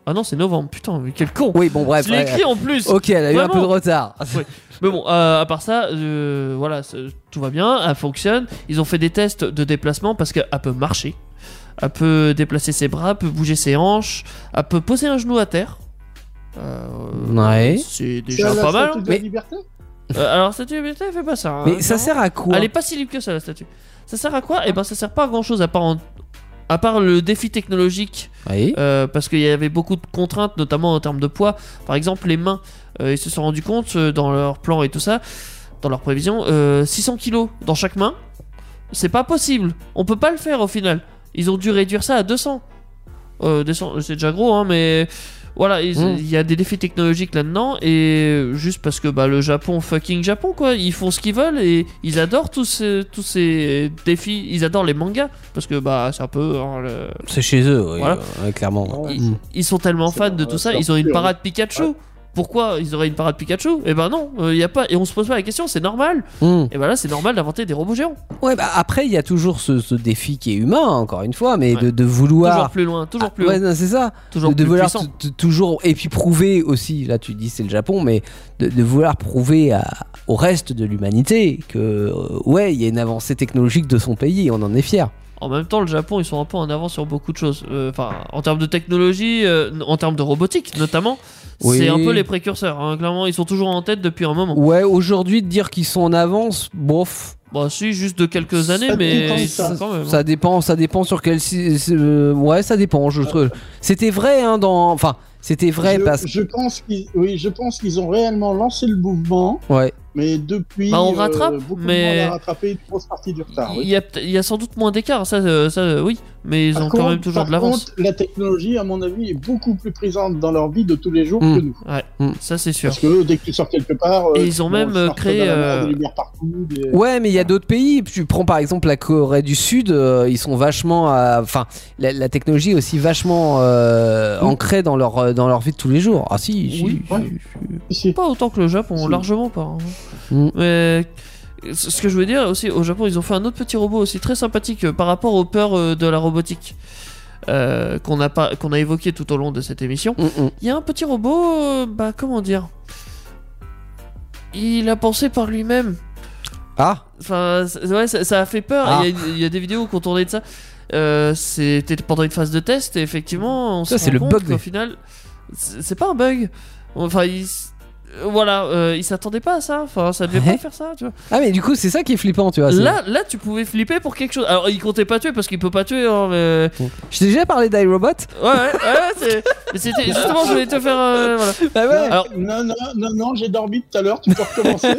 ah non, c'est novembre. Putain, mais quel con. Oui, bon, bref. Je l'ai ouais. Oh, écrit en plus. Ok, elle a eu un peu de Vraiment. retard. Ah, Mais bon, euh, à part ça, euh, voilà, c'est- tout va bien, elle fonctionne. Ils ont fait des tests de déplacement parce qu'elle peut marcher, elle peut déplacer ses bras, peut bouger ses hanches, elle peut poser un genou à terre. Euh, Ouais. C'est C'est déjà la pas mal. statue hein. de la Mais- liberté Euh, alors, statue, mais elle fait pas ça. hein, Mais ça clairement. sert à quoi Elle est pas si libre que ça, la statue. Ça sert à quoi Eh ben, ça sert pas à grand chose à part, en- à part le défi technologique Oui. euh, parce qu'il y avait beaucoup de contraintes, notamment en termes de poids. Par exemple, les mains, euh, ils se sont rendus compte euh, dans leur plan et tout ça, dans leurs prévisions, euh, 600 kilos dans chaque main, c'est pas possible. On peut pas le faire au final. Ils ont dû réduire ça à 200. Euh, 200, c'est déjà gros, hein, mais voilà, ils- Mm. il y a des défis technologiques là-dedans et juste parce que bah, le Japon, fucking Japon, quoi, ils font ce qu'ils veulent et ils adorent tous ces, tous ces défis. Ils adorent les mangas parce que bah c'est un peu hein, le- C'est chez eux, oui, Voilà. euh, ouais, clairement. Ouais. ils, ils sont tellement C'est fans bon, de on tout va ça, faire ils ont une plus, parade Pikachu. Ouais. Pourquoi ils auraient une parade Pikachu Eh ben non, il y a pas et on se pose pas la question, c'est normal. Mm. Et ben là, c'est normal d'inventer des robots géants. Ouais, bah après, il y a toujours ce, ce défi qui est humain, encore une fois, mais Ouais. de, de Toujours vouloir. plus loin, toujours plus Ah, Ouais, haut, non, c'est ça. toujours de, de plus vouloir puissant. t- t- toujours et puis prouver aussi là tu dis c'est le Japon mais de, de vouloir prouver à- au reste de l'humanité que euh, ouais il y a une avancée technologique de son pays et on en est fier En même temps, le Japon, ils sont un peu en avance sur beaucoup de choses. Euh, Enfin, en termes de technologie, euh, en termes de robotique notamment, Oui. c'est un peu les précurseurs. hein. Clairement, ils sont toujours en tête depuis un moment. ouais aujourd'hui de dire qu'ils sont en avance bof Bah si, juste de quelques Ça années, dépend, mais ils ça. sont quand même. hein. ça dépend ça dépend sur quel si- si- euh, ouais ça dépend je trouve c'était vrai hein dans enfin c'était vrai je, parce je pense qu'ils oui, je pense qu'ils ont réellement lancé le mouvement, ouais mais depuis, Bah, on euh, rattrape, beaucoup mais- de monde a rattrapé une grosse partie du retard. Il oui. y, a, peut- il y a sans doute moins d'écart, ça, euh, ça euh, oui, mais ils Par ont contre- quand même toujours par de l'avance. contre, la technologie, à mon avis, est beaucoup plus présente dans leur vie de tous les jours Mm. que nous. Ça, c'est sûr. Parce que dès que tu sors quelque part, Hmm, Et euh, ils ont bon, même, le euh, smartphone créé, à la main, euh, des lumières partout, des- Ouais, mais il y a d'autres pays. Tu prends par exemple la Corée du Sud, euh, ils sont vachement. à- Enfin, la, la technologie est aussi vachement euh, ancrée dans leur, euh, dans leur vie de tous les jours. Ah si, si, Oui, si, ouais. Si. Pas autant que le Japon, Si. largement pas. hein. Mm. Mais ce ce que je voulais dire aussi, au Japon, ils ont fait un autre petit robot aussi très sympathique euh, par rapport aux peurs euh, de la robotique euh, qu'on a pas, qu'on a évoqué tout au long de cette émission. Mm, mm. Il y a un petit robot, euh, bah comment dire, il a pensé par lui-même. Ah, Enfin, c- ouais, ça, ça a fait peur. Ah. Il, y a, il y a des vidéos qu'on tournait de ça. Euh, C'était pendant une phase de test et effectivement, on Ça, se c'est rend le compte bug des- qu'au final, c'est c'est pas un bug. Enfin, il s- euh, voilà, euh, ils s'attendaient pas à ça. Enfin, ça devait Ouais. pas faire ça, tu vois. Ah, mais du coup, c'est ça qui est flippant, tu vois. c'est- là, là, tu pouvais flipper pour quelque chose. Alors, il comptait pas tuer parce qu'il peut pas tuer. hein, mais- Je t'ai déjà parlé d'iRobot Ouais, ouais, ouais, c'est- mais c'était justement, je voulais te faire. euh, voilà. Bah ouais Alors, Non, non, non, non, j'ai dormi tout à l'heure, tu peux recommencer.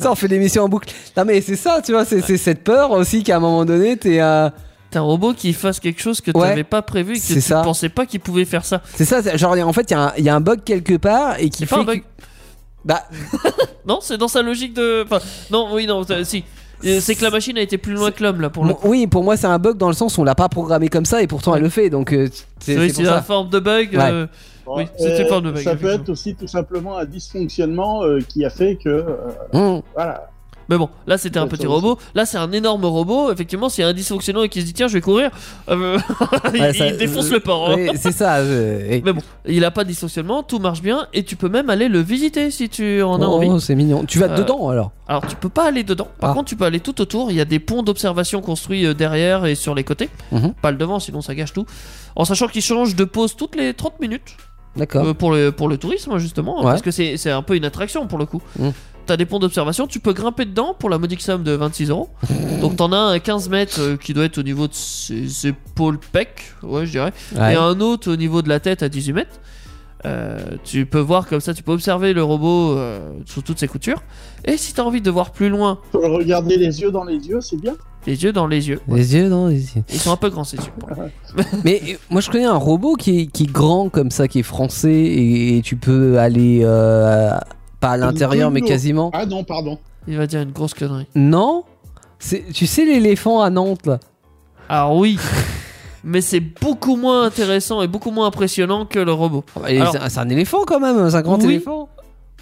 Ça, on fait l'émission en boucle. Non, mais c'est ça, tu vois, c'est c'est cette peur aussi qu'à un moment donné, t'es. euh, t'as un robot qui fasse quelque chose que Ouais. t'avais pas prévu et que C'est tu ça. pensais pas qu'il pouvait faire ça. C'est ça, c'est- genre, en fait, il y a un- il y, a un bug quelque part et qui C'est fait. pas un bug. que- Bah, Non, c'est dans sa logique de. Enfin, non, oui, non, t'as- si. Euh, C'est que la machine a été plus loin que l'homme là pour le bon, oui, pour moi, c'est un bug dans le sens où on l'a pas programmé comme ça et pourtant elle le fait, donc euh, c'est Oui, c'est pour c'est la ça. forme de bug. Ouais. euh, Oui, c'était Euh, pas le mec, Ça peut effectivement. être aussi tout simplement un dysfonctionnement euh, qui a fait que. euh, Mmh. voilà. Mais bon, là c'était un Ouais, petit ça robot. Là c'est un énorme robot. Effectivement, s'il y a un dysfonctionnant et qu'il se dit tiens, je vais courir, euh, il, Ouais, ça- euh, il défonce le port. hein. Oui, c'est ça. euh, je- oui. Mais bon, il a pas de dysfonctionnement, tout marche bien et tu peux même aller le visiter si tu en as Oh, envie. c'est mignon. Tu vas Euh, dedans alors Alors tu peux pas aller dedans. Par Ah. contre, tu peux aller tout autour. Il y a des ponts d'observation construits euh, derrière et sur les côtés. Mhm. Pas le devant, sinon ça gâche tout. En sachant qu'il change de pose toutes les 30 minutes D'accord. euh, pour, le, pour le tourisme, justement. hein, Hein Ouais. Parce que c'est c'est un peu une attraction pour le coup. Mhm. T'as des ponts d'observation, tu peux grimper dedans pour la modique somme de 26 euros. Donc t'en as un à 15 mètres euh, qui doit être au niveau de ses ses épaules pec, ouais, je dirais. Ouais. euh, Et un autre au niveau de la tête à 18 mètres. Euh, tu peux voir comme ça, tu peux observer le robot euh, sous toutes ses coutures. Et si t'as envie de voir plus loin, Faut le regarder les yeux dans les yeux, c'est bien. les yeux dans les yeux. Les yeux, non les yeux. Ils sont un peu grands ces yeux. pour le coup. Mais euh, moi, je connais un robot qui est, qui est grand comme ça, qui est français et, et tu peux aller. euh, pas à l'intérieur, mais Bruno. quasiment. Ah non, pardon. Il va dire une grosse connerie. Non C'est- Tu sais l'éléphant à Nantes là Ah oui Mais c'est beaucoup moins intéressant et beaucoup moins impressionnant que le robot. Et Alors- c'est- C'est un éléphant quand même, c'est un grand Oui. éléphant.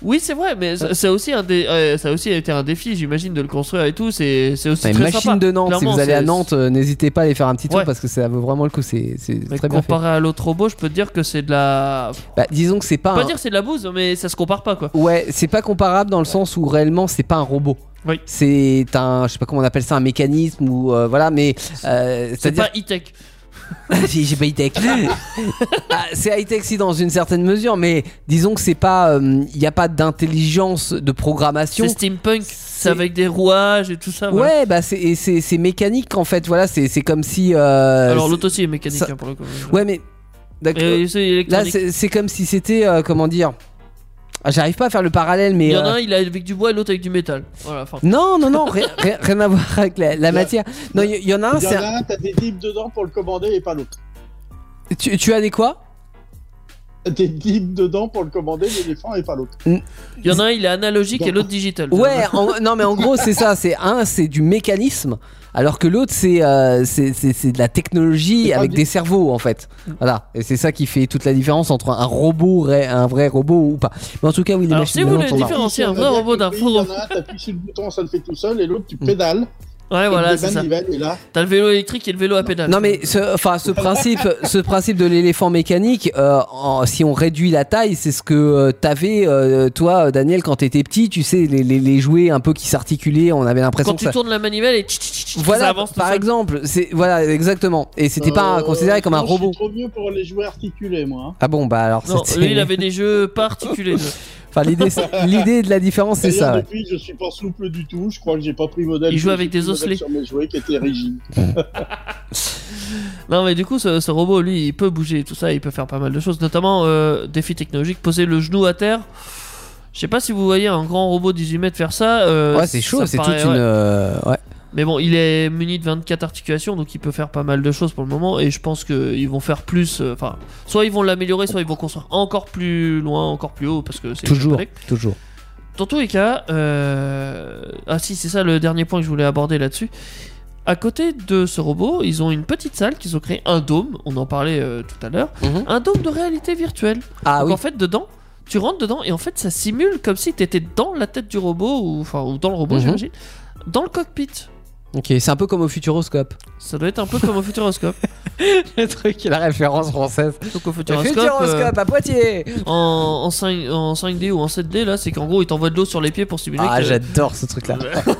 Oui, c'est vrai, mais ça, ça a aussi un dé- euh, ça a aussi été un défi, j'imagine, de le construire et tout. C'est c'est aussi C'est Bah, une très machine sympa. de Nantes. si Clairement, vous allez à c'est- Nantes, euh, n'hésitez pas à aller faire un petit tour Ouais. parce que ça vaut vraiment le coup. C'est c'est Mais très bien fait. comparé à l'autre robot, je peux te dire que c'est de la. Bah, disons que c'est pas. Pas un- dire c'est de la bouse, mais ça se compare pas quoi. Ouais, c'est pas comparable dans le sens où réellement c'est pas un robot. Oui. C'est un, je sais pas comment on appelle ça, un mécanisme ou euh, voilà, mais euh, C'est c'est-à-dire pas high-tech. J'ai j'ai pas high tech. Ah, c'est high tech si dans une certaine mesure, mais disons que c'est pas, il n'y a pas d'intelligence de programmation. C'est steampunk. c'est- C'est avec des rouages et tout ça. voilà. Ouais, bah c'est et c'est c'est mécanique en fait. Voilà, c'est c'est comme si. euh, Alors l'autre c'est- aussi est mécanique ça- hein, pour le coup. Ouais, mais d'accord. Et c'est Là, électronique. c'est c'est comme si c'était euh, comment dire. Ah, J'arrive pas à faire le parallèle, mais Il y en a euh, un, il est avec du bois et l'autre avec du métal. Voilà, enfin. non, non, non, rien, rien- rien à voir avec la, la matière. Non, il y, y en a un. Il y Ah, en c'est a un, t'as des dips dedans pour le commander et pas l'autre. un- Tu, tu as des quoi T'as des dips dedans pour le commander, l'éléphant et pas l'autre. Il y en a un, il est analogique et Bon. l'autre digital. Ouais, en- non, mais en gros, c'est ça. C'est un, c'est du mécanisme, alors que l'autre, c'est euh, c'est- c'est c'est de la technologie C'est pas avec du- des cerveaux, en fait. Voilà, et c'est ça qui fait toute la différence entre un robot, ré- un vrai robot ou pas. Mais en tout cas, oui, les Alors, machines si de vous Nantes voulez sont la marrantes. différencier Ici, un on a vrai bien robot d'un compris, faux Il y en robot. a un, t'appuies sur le bouton, ça le fait tout seul, et l'autre, Hmm. tu pédales. Ouais, voilà, avec des c'est ça. manivelles, Et là, T'as le vélo électrique et le vélo à pédale. Non mais ce, enfin ce principe, ce principe de l'éléphant mécanique, euh, en- si on réduit la taille, c'est ce que euh, t'avais euh, toi, euh, Daniel, quand t'étais petit. Tu sais les, les, les jouets un peu qui s'articulaient, on avait l'impression quand que tu ça. tournes la manivelle et tch, tch, tch, tch, ça Voilà, avance tout par seul. exemple, c'est voilà exactement. Et c'était pas euh, considéré comme un non, Je robot. suis trop vieux pour les jouer articulés, moi. hein. Ah bon, bah alors Non, c'était- lui il avait des jeux particuliers. Enfin, l'idée, c'est- l'idée de la différence, c'est D'ailleurs, ça. ouais. Depuis, je suis pas souple du tout. Je crois que j'ai pas pris modèle. Il joue j'ai avec pris des modèle osselets. Sur mes jouets qui étaient rigides. non mais du coup ce, ce robot lui il peut bouger et tout ça, il peut faire pas mal de choses, notamment euh, défi technologique, poser le genou à terre. Je sais pas si vous voyez un grand robot 18 mètres faire ça. euh, Ouais, c'est chaud, ça c'est toute paraît- une. ouais. euh, ouais. Mais bon, il est muni de 24 articulations, donc il peut faire pas mal de choses pour le moment. Et je pense qu'ils vont faire plus. euh, Enfin, soit ils vont l'améliorer, soit ils vont construire encore plus loin, encore plus haut, parce que c'est Toujours, japonais. toujours. Dans tous les cas, euh, ah si, c'est ça le dernier point que je voulais aborder là-dessus. À côté de ce robot, ils ont une petite salle qu'ils ont créée, un dôme. On en parlait euh, tout à l'heure, Mhm. un dôme de réalité virtuelle. Ah Donc oui. en fait, dedans, tu rentres dedans et en fait, ça simule comme si t'étais dans la tête du robot ou enfin ou dans le robot, Mhm. j'imagine, dans le cockpit. Ok, c'est un peu comme au Futuroscope. Ça doit être un peu comme un futuroscope. le truc, la référence française. Donc au futuroscope, euh, Futuroscope à Poitiers en, en, 5, en 5D ou en 7D, là, c'est qu'en gros, il t'envoie de l'eau sur les pieds pour stimuler. Ah, que- j'adore ce truc-là. Euh.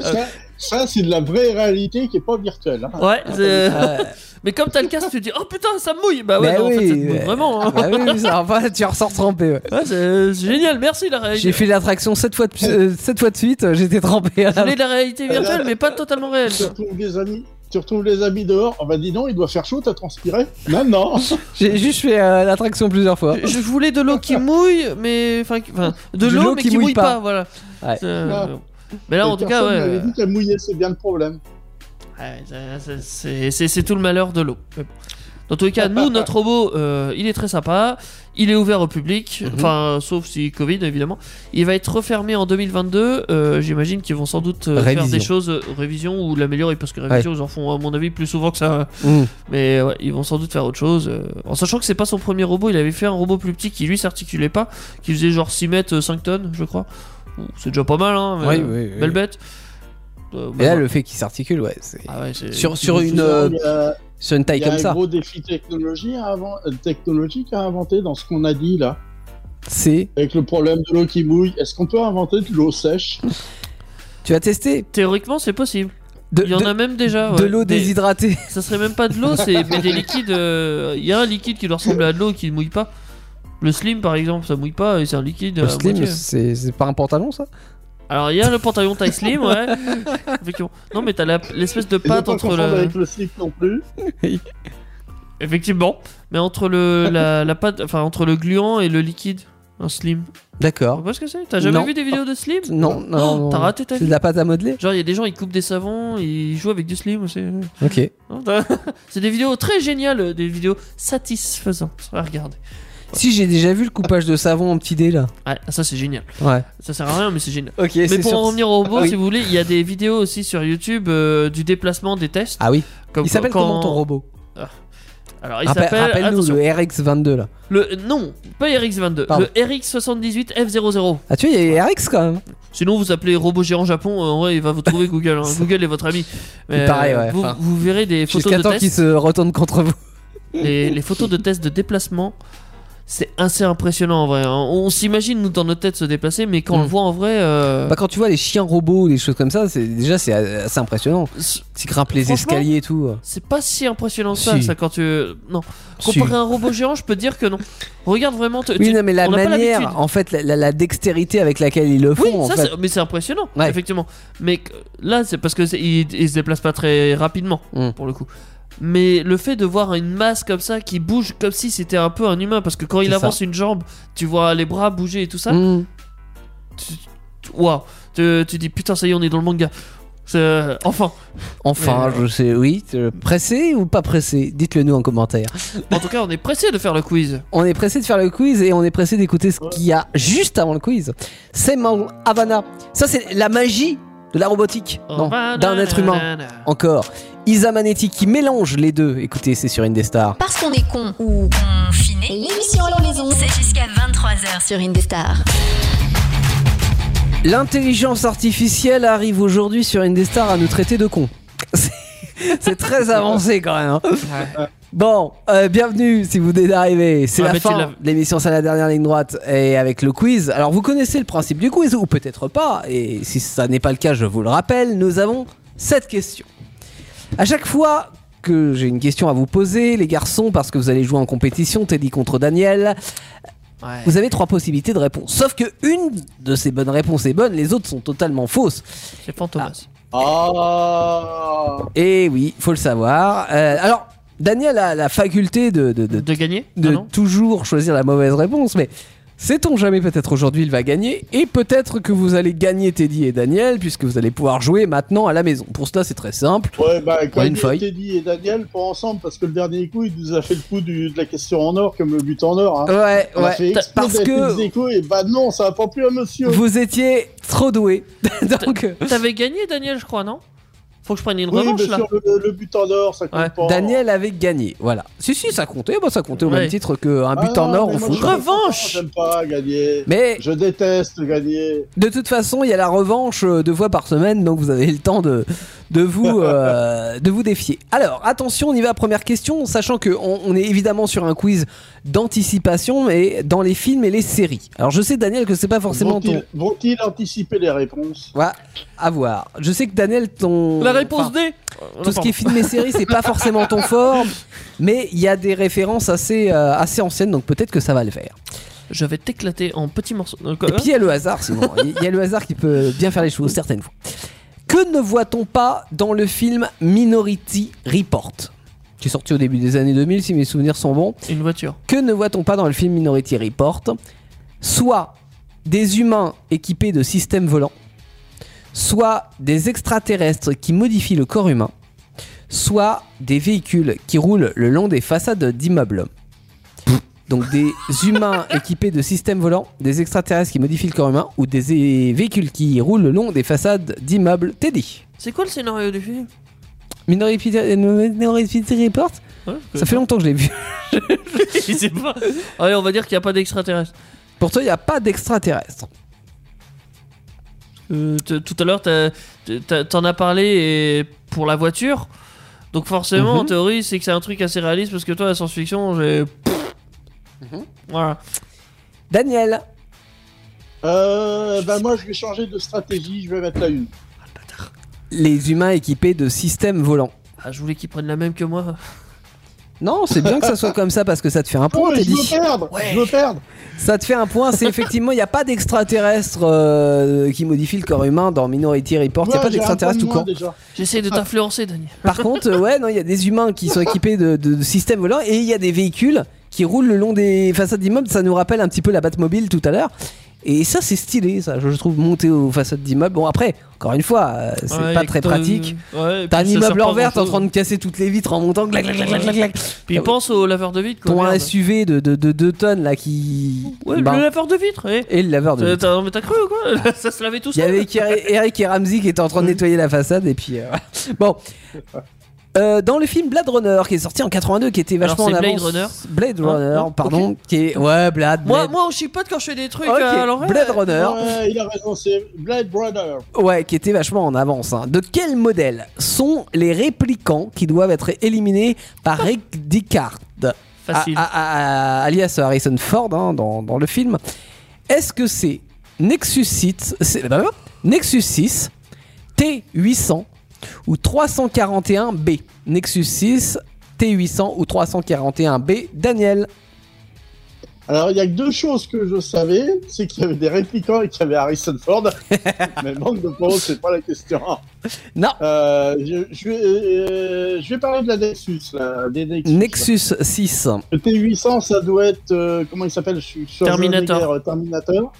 Ça, ça, c'est de la vraie réalité qui est pas virtuelle. hein. Ah, Ouais, c'est- Ouais. mais comme t'as le casque, tu te dis oh putain, ça me mouille. Bah ouais, Mais non, en fait, ça te oui, mouille mais- vraiment. hein. Ah oui, ça va pas, tu ressors trempé. ouais. Ouais, c'est c'est génial, merci la réalité. J'ai fait l'attraction 7 fois, de, euh, sept fois de suite, euh, j'étais trempé. à Je la- voulais de la réalité virtuelle, mais pas totalement réelle. Tu retrouves les amis. Tu retrouves les amis dehors, on va dis donc, il doit faire chaud, t'as transpiré Non, non J'ai juste fait euh, l'attraction plusieurs fois. Je voulais de l'eau qui mouille, mais enfin, qui- enfin, de l'eau mais qui mouille pas, voilà. Ouais. C'est, euh, Là. Mais là, en tout cas, Personne m'avait ouais, dit qu'à mouiller, c'est bien le problème. ouais, ça- ça- c'est c'est- c'est tout le malheur de l'eau. Mais bon. Dans tous les cas, nous, notre robot, euh, il est très sympa. Il est ouvert au Mhm. public, enfin, sauf si Covid, évidemment. Il va être refermé en 2022. euh, J'imagine qu'ils vont sans doute euh, faire Révision. des choses, euh, révision ou l'améliorer, parce que révision, ils en font, à mon avis, plus souvent que ça. Mm. Mais ouais, ils vont sans doute faire autre chose. euh, en sachant que c'est pas son premier robot, il avait fait un robot plus petit qui lui s'articulait pas, qui faisait genre 6 mètres, euh, 5 tonnes, je crois. Ouh, C'est déjà pas mal, hein. mais, Oui, euh, oui, oui. Belle bête. Euh, Et bah, là, bah, le fait qu'il s'articule, ouais, c'est- ah ouais, c'est- sur, sur, une, euh, Il y a, sur une il taille y a comme un ça, gros défi technologie à avant- euh, technologique à inventer dans ce qu'on a dit là. c'est. Avec le problème de l'eau qui mouille, est-ce qu'on peut inventer de l'eau sèche Tu as testé Théoriquement, c'est possible. De, Il y en de- a même déjà. de ouais. l'eau Des- déshydratée. Ça serait même pas de l'eau, c'est mais des liquides. euh, Il y a un liquide qui doit ressembler à de l'eau et qui ne mouille pas. Le slim, par exemple, ça mouille pas et c'est un liquide. à Le slim, moitié. c'est c'est pas un pantalon ça Alors, il y a le pantalon taille slim, ouais. Effectivement. Non, mais t'as la- l'espèce de Et ne pâte pas entre confondre le. avec le slip non plus. Effectivement, mais entre le la, la pâte, enfin entre le gluant et le liquide, un slim. Tu D'accord. vois ce que c'est T'as jamais Ah. Non. Ah. vu des vidéos de slim Non, non, Oh, non. T'as raté ta C'est de vie. la pâte à modeler Genre il y a des gens ils coupent des savons, ils jouent avec du slim aussi. Ok. Non, t'as- C'est des vidéos très géniales, euh, des vidéos satisfaisantes. à regarder. Si j'ai déjà vu le coupage de savon en petit dé là. Ouais, Ah, ça c'est génial. Ouais. Ça sert à rien mais c'est génial. Ok, Mais pour en revenir au robot, Ah oui. si vous voulez, il y a des vidéos aussi sur YouTube euh, du déplacement des tests. Ah oui. Comme Il s'appelle quand- comment ton robot Alors il Rappel- s'appelle. Rappelle-nous attention, le RX22 là. le... Non, pas RX22, Pardon. le RX78F00. Ah tu vois, il y a RX quand même. Sinon, vous appelez Robot Géant Japon, euh, en vrai, il va vous trouver Google. hein. Google est votre ami. Euh, C'est pareil, ouais, Vous, enfin. vous verrez des photos Jusqu'à de temps qu'il test. se retourne contre vous. Les, les photos de test de déplacement, c'est assez impressionnant en vrai. hein. On s'imagine, nous, dans nos têtes, se déplacer, mais quand on Mm. le voit en vrai. euh, Bah, quand tu vois les chiens robots, les choses comme ça, c'est déjà c'est assez impressionnant. c'est- Ils grimpent les Franchement, escaliers et tout. c'est pas si impressionnant que ça, Si. ça quand tu. euh, Non. Si. Comparé à un robot géant, je peux te dire que non. Regarde vraiment. te- Oui, tu- non, mais la on n'a pas manière, l'habitude. en fait, la, la- la dextérité avec laquelle ils le font, Oui, en ça, fait. c'est- mais c'est impressionnant, Ouais. effectivement. Mais que- là, c'est parce que c'est- il, il se déplace pas très rapidement, Mm. pour le coup. Mais le fait de voir une masse comme ça qui bouge comme si c'était un peu un humain, parce que quand il C'est ça. avance une jambe, tu vois les bras bouger et tout ça. Mm. tu- tu- Waouh, tu, tu dis putain, ça y est, on est dans le manga. C'est- Enfin, Enfin, Mais, je sais, oui. euh, Pressé ou pas pressé Dites-le nous en commentaire. en tout cas, on est pressé de faire le quiz. On est pressé de faire le quiz et on est pressé d'écouter ce qu'il y a juste avant le quiz. C'est Mang Havana. Ça, c'est la magie de la robotique. Oh, Non, bah, d'un être humain. Encore. Isa Manetti qui mélange les deux. Écoutez, c'est sur Indestar. Parce qu'on est con ou confiné, l'émission à la maison, c'est jusqu'à 23h sur Indestar. L'intelligence artificielle arrive aujourd'hui sur Indestar à nous traiter de cons. C'est- C'est très avancé quand même. hein. Bon, euh, bienvenue si vous venez d'arriver. C'est Ah, la mais tu fin l'as- de l'émission, c'est la dernière ligne droite et avec le quiz. Alors vous connaissez le principe du quiz ou peut-être pas. Et si ça n'est pas le cas, je vous le rappelle, nous avons cette question. À chaque fois que j'ai une question à vous poser, les garçons, parce que vous allez jouer en compétition, Teddy contre Daniel, Ouais. vous avez trois possibilités de réponse. Sauf que une de ces bonnes réponses est bonne, les autres sont totalement fausses. C'est fantomas. Ah Et Eh oui, faut le savoir. Euh, alors, Daniel a la faculté de, de- de- De gagner de Ah non toujours choisir la mauvaise réponse, mais sait-on jamais peut-être aujourd'hui il va gagner et peut-être que vous allez gagner Teddy et Daniel puisque vous allez pouvoir jouer maintenant à la maison. Pour cela, c'est très simple. Ouais, bah, quand Ouais, une il y a feuille. Teddy et Daniel, pas ensemble, parce que le dernier coup, il nous a fait le coup du- de la question en or, comme le but en or. Hein. Ouais, On a ouais. fait exploser parce la que- Félix Déco, et bah non, ça va pas plus à monsieur. Vous étiez trop doué. Donc, euh, T'avais gagné, Daniel, je crois, non Faut que je prenne une Oui, revanche mais là. sur le, le but en or, ça compte Ouais. pas. Daniel avait gagné. Voilà. Si, si, ça comptait. Bah, ça comptait au Ouais. même titre qu'un but Ah, en or mais au moi, foot. je suis Revanche content, J'aime pas gagner. Mais Je déteste gagner. De toute façon, il y a la revanche euh, deux fois par semaine, donc vous avez le temps de, de vous, euh, de vous défier. Alors, attention, on y va. Première question, sachant que on, on est évidemment sur un quiz d'anticipation, mais dans les films et les séries. Alors, je sais, Daniel, que c'est pas forcément ton. Vont-ils vont-ils anticiper les réponses Voilà, à voir. Je sais que Daniel, ton. La réponse enfin, D Tout ce qui est film et série, c'est pas forcément ton fort, mais il y a des références assez, euh, assez anciennes, donc peut-être que ça va le faire. Je vais t'éclater en petits morceaux. Donc, Et euh, puis il y a le hasard, sinon. Il y a le hasard qui peut bien faire les choses, certaines fois. Que ne voit-on pas dans le film Minority Report Qui est sorti au début des années 2000, si mes souvenirs sont bons. une voiture. Que ne voit-on pas dans le film Minority Report Soit des humains équipés de systèmes volants, soit des extraterrestres qui modifient le corps humain, soit des véhicules qui roulent le long des façades d'immeubles. Donc des humains équipés de systèmes volants, des extraterrestres qui modifient le corps humain ou des é- véhicules qui roulent le long des façades d'immeubles. Teddy. C'est quoi le scénario du film Minority, Minority Report Ça fait longtemps que je l'ai vu. Je sais pas. Allez, on va dire qu'il n'y a pas d'extraterrestre. Pour toi, il n'y a pas d'extraterrestres. Euh, t- tout à l'heure, t'as- t'as- t'en as parlé et pour la voiture. Donc forcément, en Mhm. théorie, c'est que c'est un truc assez réaliste parce que toi, la science-fiction, j'ai... Mhm. Voilà. Daniel. euh, Bah moi je vais changer de stratégie, je vais mettre la une. les humains équipés de systèmes volants. Ah, je voulais qu'ils prennent la même que moi. Non, c'est bien que ça soit comme ça parce que ça te fait un Oh, point, je veux Teddy. perdre Ouais. Je veux perdre Ça te fait un point, c'est effectivement, il n'y a pas d'extraterrestre euh, qui modifie le corps humain dans Minority Report, il n'y a Ouais, pas j'ai un d'extraterrestre point tout de court. moins, déjà. J'essaie Ah. de t'influencer, Daniel. Par contre, euh, ouais, non, il y a des humains qui sont équipés de, de- de systèmes volants et il y a des véhicules qui roulent le long des façades d'immeubles, ça nous rappelle un petit peu la Batmobile tout à l'heure. Et ça, c'est stylé, ça, je je trouve, monter aux façades d'immeubles. Bon, après, encore une fois, euh, c'est Ouais, pas et très que t'as- pratique. Ouais, et T'as un puis ça sert immeuble pas en verte en grand-chose. train de casser toutes les vitres en montant, glac, glac, glac, glac, glac, glac. Puis pense au laveur de vitre. Quoi, ton merde. SUV de 2 tonnes là qui. Ouais, Bah, le laveur de vitre. ouais. Et le laveur de. Ah. T'as- t'as- mais t'as cru ou quoi Ça se lavait tout Il y seul. avait Eric- Eric et Ramsey qui étaient en train de nettoyer la façade et puis. euh, bon. Euh, dans le film Blade Runner qui est sorti en 82 qui était vachement Alors, en c'est avance. Blade Runner Blade Hein Runner, Non pardon, qui est ouais Blade. Moi, Blade. Ah, moi, on chipote quand je fais des trucs Ok, à l'envers. Blade Runner, Ouais, il a raison, c'est Blade Runner. ouais, qui était vachement en avance. hein. De quel modèle sont les réplicants qui doivent être éliminés par Rick Deckard Facile. à- à- à- alias Harrison Ford hein, dans, dans le film. Est-ce que c'est Nexus 6, c'est- bah, bah, Nexus 6, T800 ou 341B Nexus 6, T800 ou 341B Daniel. Alors, il y a que deux choses que je savais, c'est qu'il y avait des réplicants et qu'il y avait Harrison Ford. Mais manque de points, c'est pas la question. Non. Euh, je, je vais, euh, je vais parler de la Nexus, là, des Nexus. Nexus 6. Le T800, ça doit être, euh, comment il s'appelle je suis sur Terminator. Schwarzenegger, euh, Terminator.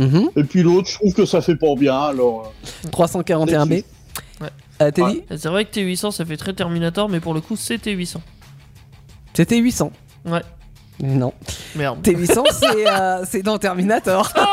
Mhm. Et puis l'autre, je trouve que ça fait pas bien, alors. euh, 341B. Ouais. Euh, Teddy, Ouais. C'est vrai que T800 ça fait très Terminator, mais pour le coup c'est T800. c'était 800. Ouais, Non. merde. T800, c'est euh, c'est dans Terminator. Ah,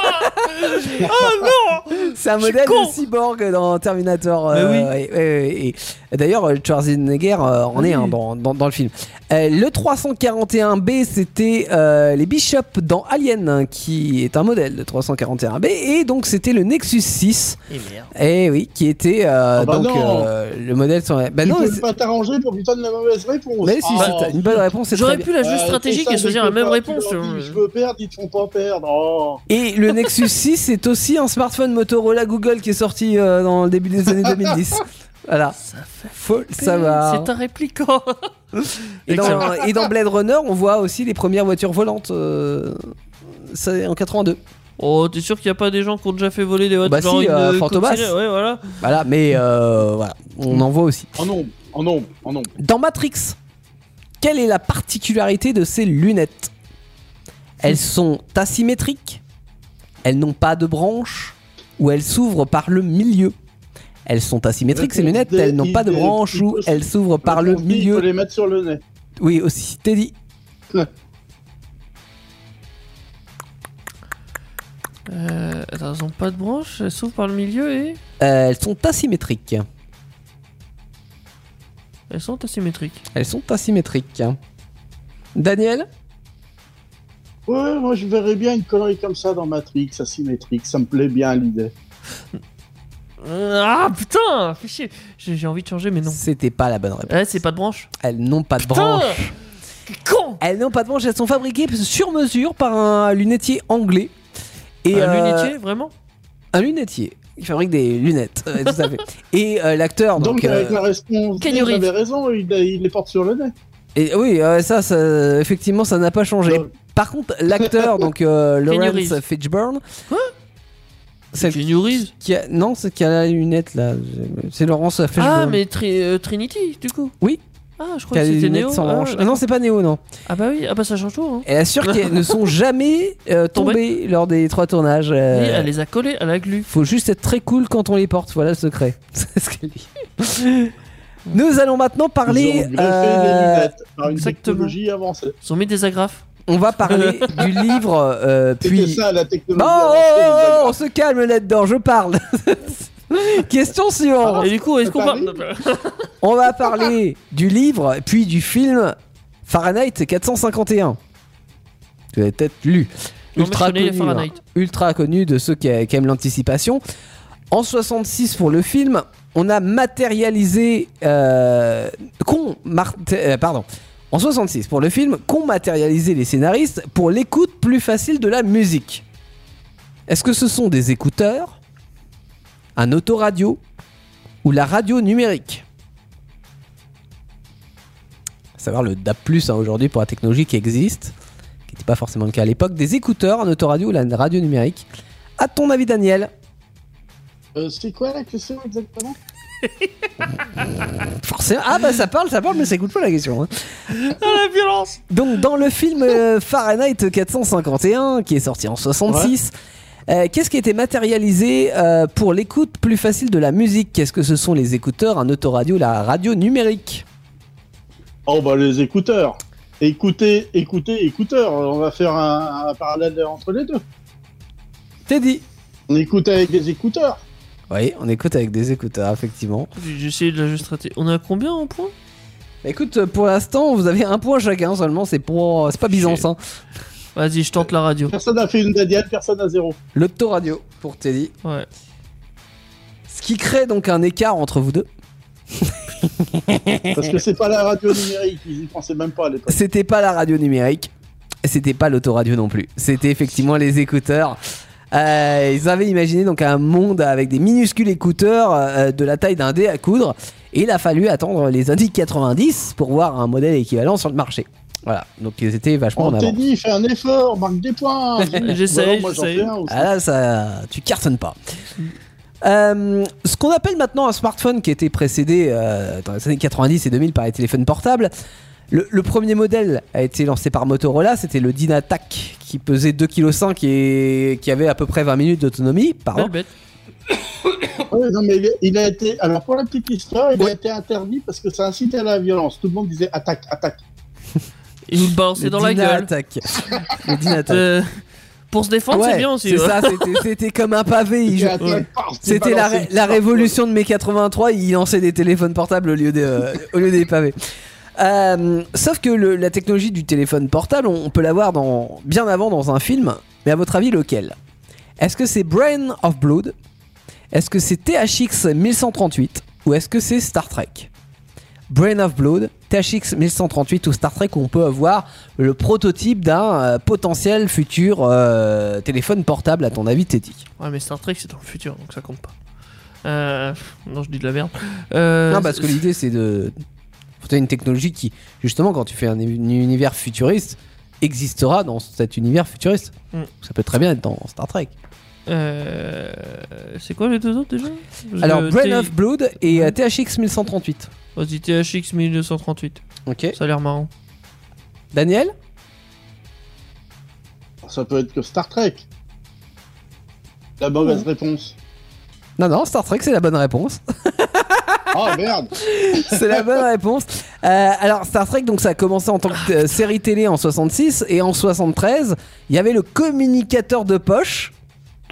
Oh non C'est un Je suis modèle con. de cyborg dans Terminator. euh, et- et- et- et D'ailleurs, euh, Schwarzenegger euh, en est Oui. un dans, dans, dans le film. Euh, le 341B, c'était euh, les Bishops dans Alien, hein, qui est un modèle de 341B. Et donc, c'était le Nexus 6, Et merde. et oui, qui était euh, Ah bah donc non. euh, le modèle. Sur... la- Bah tu non, mais peux c'est- pas t'arranger pour que tu donnes la mauvaise réponse. mais si, Ah, c'est une bonne réponse. c'est très J'aurais bien. pu la juste euh, stratégique c'est ça, et choisir je la peux même pas, réponse. hein. euh. tu tu leur dis, vois. Je veux perdre, ils te font pas perdre. Oh. Et le Nexus 6, c'est aussi un smartphone Motorola Google qui est sorti euh, dans le début des années 2010. Voilà. Ça fait Faut le peur. savoir. C'est un répliquant. Et dans, Excellent. et dans Blade Runner, on voit aussi les premières voitures volantes. euh, C'est en 82. Oh, t'es sûr qu'il n'y a pas des gens qui ont déjà fait voler des voitures Bah genre si, une, euh, euh, Fantomas. courtisée, Ouais, voilà. Voilà, mais euh, voilà, on en voit aussi. En nombre, en nombre, en nombre. Dans Matrix, quelle est la particularité de ces lunettes Elles sont asymétriques, elles n'ont pas de branches, ou elles s'ouvrent par le milieu. Elles sont asymétriques, ces Réponse lunettes, D, elles n'ont pas de idée, branches, ou plutôt, elles s'ouvrent par le Réponse D, Il milieu. faut les mettre sur le nez. Oui, aussi, Teddy. Euh, attends, elles ont pas de branches, elles s'ouvrent par le milieu et Euh, elles sont asymétriques. elles sont asymétriques. Elles sont asymétriques. Daniel Ouais, moi je verrais bien une connerie comme ça dans Matrix, asymétrique, ça me plaît bien l'idée. Ah putain, fais chier. J'ai j'ai envie de changer, mais non. C'était pas la bonne réponse. Ouais, c'est pas de branche. Elles n'ont pas de Putain branche. Con Elles n'ont pas de branche, elles sont fabriquées sur mesure par un lunetier anglais. Et Un euh, lunetier, vraiment Un lunetier. Il fabrique des lunettes, euh, tout à fait. Et euh, l'acteur, donc. Donc, avec euh, la réponse, Kenny vous avez Reeves. raison, il, il les porte sur le nez. et, oui, euh, ça, ça, effectivement, ça n'a pas changé. Non. Par contre, l'acteur, donc euh, Keanu Lawrence Reeves. Fitchburn. Quoi C'est Kenny Reeves qui a- Non, c'est qui a la lunette, là. C'est Laurence Fitchburn. Ah, mais Tri- euh, Trinity, du coup Oui. Ah, Qui je crois a que les c'était lunettes Neo. sans Ah, branche. Ah, d'accord. non, c'est pas Néo, non. Ah bah oui, ah bah ça change tout. Hein. Elle assure qu'elles ne sont jamais euh, tombées lors des trois tournages. euh, Oui, elle les a collés à la glu. Faut juste être très cool quand on les porte, voilà le secret. C'est ce qu'elle dit. Nous allons maintenant Ils parler. ont greffé euh, des lunettes par une exactement. technologie avancée. Ils ont mis des agrafes. on va parler du livre. euh, C'était puis. ça la Oh, technologie oh, avancée. oh, les oh, agrafes. on se calme là-dedans, je parle. Question suivante. Et du coup, est-ce qu'on Paris parle On va parler du livre, puis du film Fahrenheit 451. Tu l'avez peut-être lu. Non, mais je connais les Fahrenheit. hein. ultra connu de ceux qui, qui aiment l'anticipation. En 66 pour le film, on a matérialisé euh, qu'ont mar- euh, pardon. En 66 pour le film, qu'ont matérialisé les scénaristes pour l'écoute plus facile de la musique. Est-ce que ce sont des écouteurs, un autoradio ou la radio numérique à savoir le DAP+, hein, aujourd'hui pour la technologie qui existe, qui n'était pas forcément le cas à l'époque, des écouteurs, un autoradio ou la radio numérique. À ton avis, Daniel oh. Euh, C'est quoi la question exactement Forcément. Ah bah ça parle, ça parle, mais ça écoute pas la question. hein. Ah, la violence Donc dans le film euh, Fahrenheit 451, qui est sorti en 66, euh, qu'est-ce qui a été matérialisé euh, pour l'écoute plus facile de la musique Qu'est-ce que ce sont les écouteurs, un autoradio, la radio numérique Oh bah les écouteurs. Écoutez, écoutez, écouteurs. On va faire un, un parallèle entre les deux. Teddy On écoute avec des écouteurs. Oui, on écoute avec des écouteurs, effectivement. J'ai j'ai essayé de la juste rater. On a combien en points Bah, écoute, pour l'instant, vous avez un point chacun seulement, c'est pour... c'est pas Byzance, hein. Vas-y, je tente la radio. Personne n'a fait une dadiane, personne à zéro. L'autoradio pour Teddy. Ouais. Ce qui crée donc un écart entre vous deux. Parce que c'est pas la radio numérique, ils y pensaient même pas à l'époque. C'était pas la radio numérique, c'était pas l'autoradio non plus. C'était effectivement les écouteurs. Euh, ils avaient imaginé donc un monde avec des minuscules écouteurs euh, de la taille d'un dé à coudre. Et il a fallu attendre les années 90 pour voir un modèle équivalent sur le marché. Voilà, donc ils étaient vachement On en t'a avant. dit, fais un effort, marque des points. Eh, J'essaye, Ou alors, moi, j'en j'essaye. fais un aussi. Ah là, ça, tu cartonnes pas. Euh, ce qu'on appelle maintenant un smartphone qui était précédé euh, dans les années 90 et 2000 par les téléphones portables. Le, le premier modèle a été lancé par Motorola, c'était le Dynatac qui pesait 2,5 kg et qui avait à peu près 20 minutes d'autonomie. Pardon. Belle bête. Ouais, non, mais il, il a été. Alors, pour la petite histoire, il Oui. a été interdit parce que ça incitait à la violence. Tout le monde disait attaque, attaque. Et nous le balancer Le dans la gueule. Dynatac. le Dynatac. Euh, pour se défendre, Ouais, c'est bien aussi. c'est ouais. ça, c'était- c'était comme un pavé. il C'était jou- attaque, paf, tu C'était la, balançais ré- le la truc. révolution de mai 83, il lançait des téléphones portables au lieu des, euh, au lieu des pavés. Euh, sauf que le- la technologie du téléphone portable, on, on peut l'avoir dans, bien avant dans un film, mais à votre avis lequel Est-ce que c'est Brain of Blood Est-ce que c'est THX 1138 Ou est-ce que c'est Star Trek Brain of Blood, THX 1138 ou Star Trek, où on peut avoir le prototype d'un euh, potentiel futur euh, téléphone portable, à ton avis, Teddy Ouais, mais Star Trek, c'est dans le futur, donc ça compte pas. Euh, non, je dis de la merde. Euh, Non, parce que l'idée c'est de. faut une technologie qui, justement, quand tu fais un un univers futuriste, existera dans cet univers futuriste. Mm. Ça peut très bien être dans Star Trek. Euh, c'est quoi les deux autres déjà Alors, Je- Brain T- Mm. of Blood et euh, THX 1138. Vas-y, THX 1238. Ok. Ça a l'air marrant. Daniel Ça peut être que Star Trek. La mauvaise réponse. Non, non, Star Trek c'est la bonne réponse. Ah merde c'est la bonne réponse. Euh, alors, Star Trek, donc ça a commencé en tant que euh, série télé en 66 et en 73, il y avait le communicateur de poche.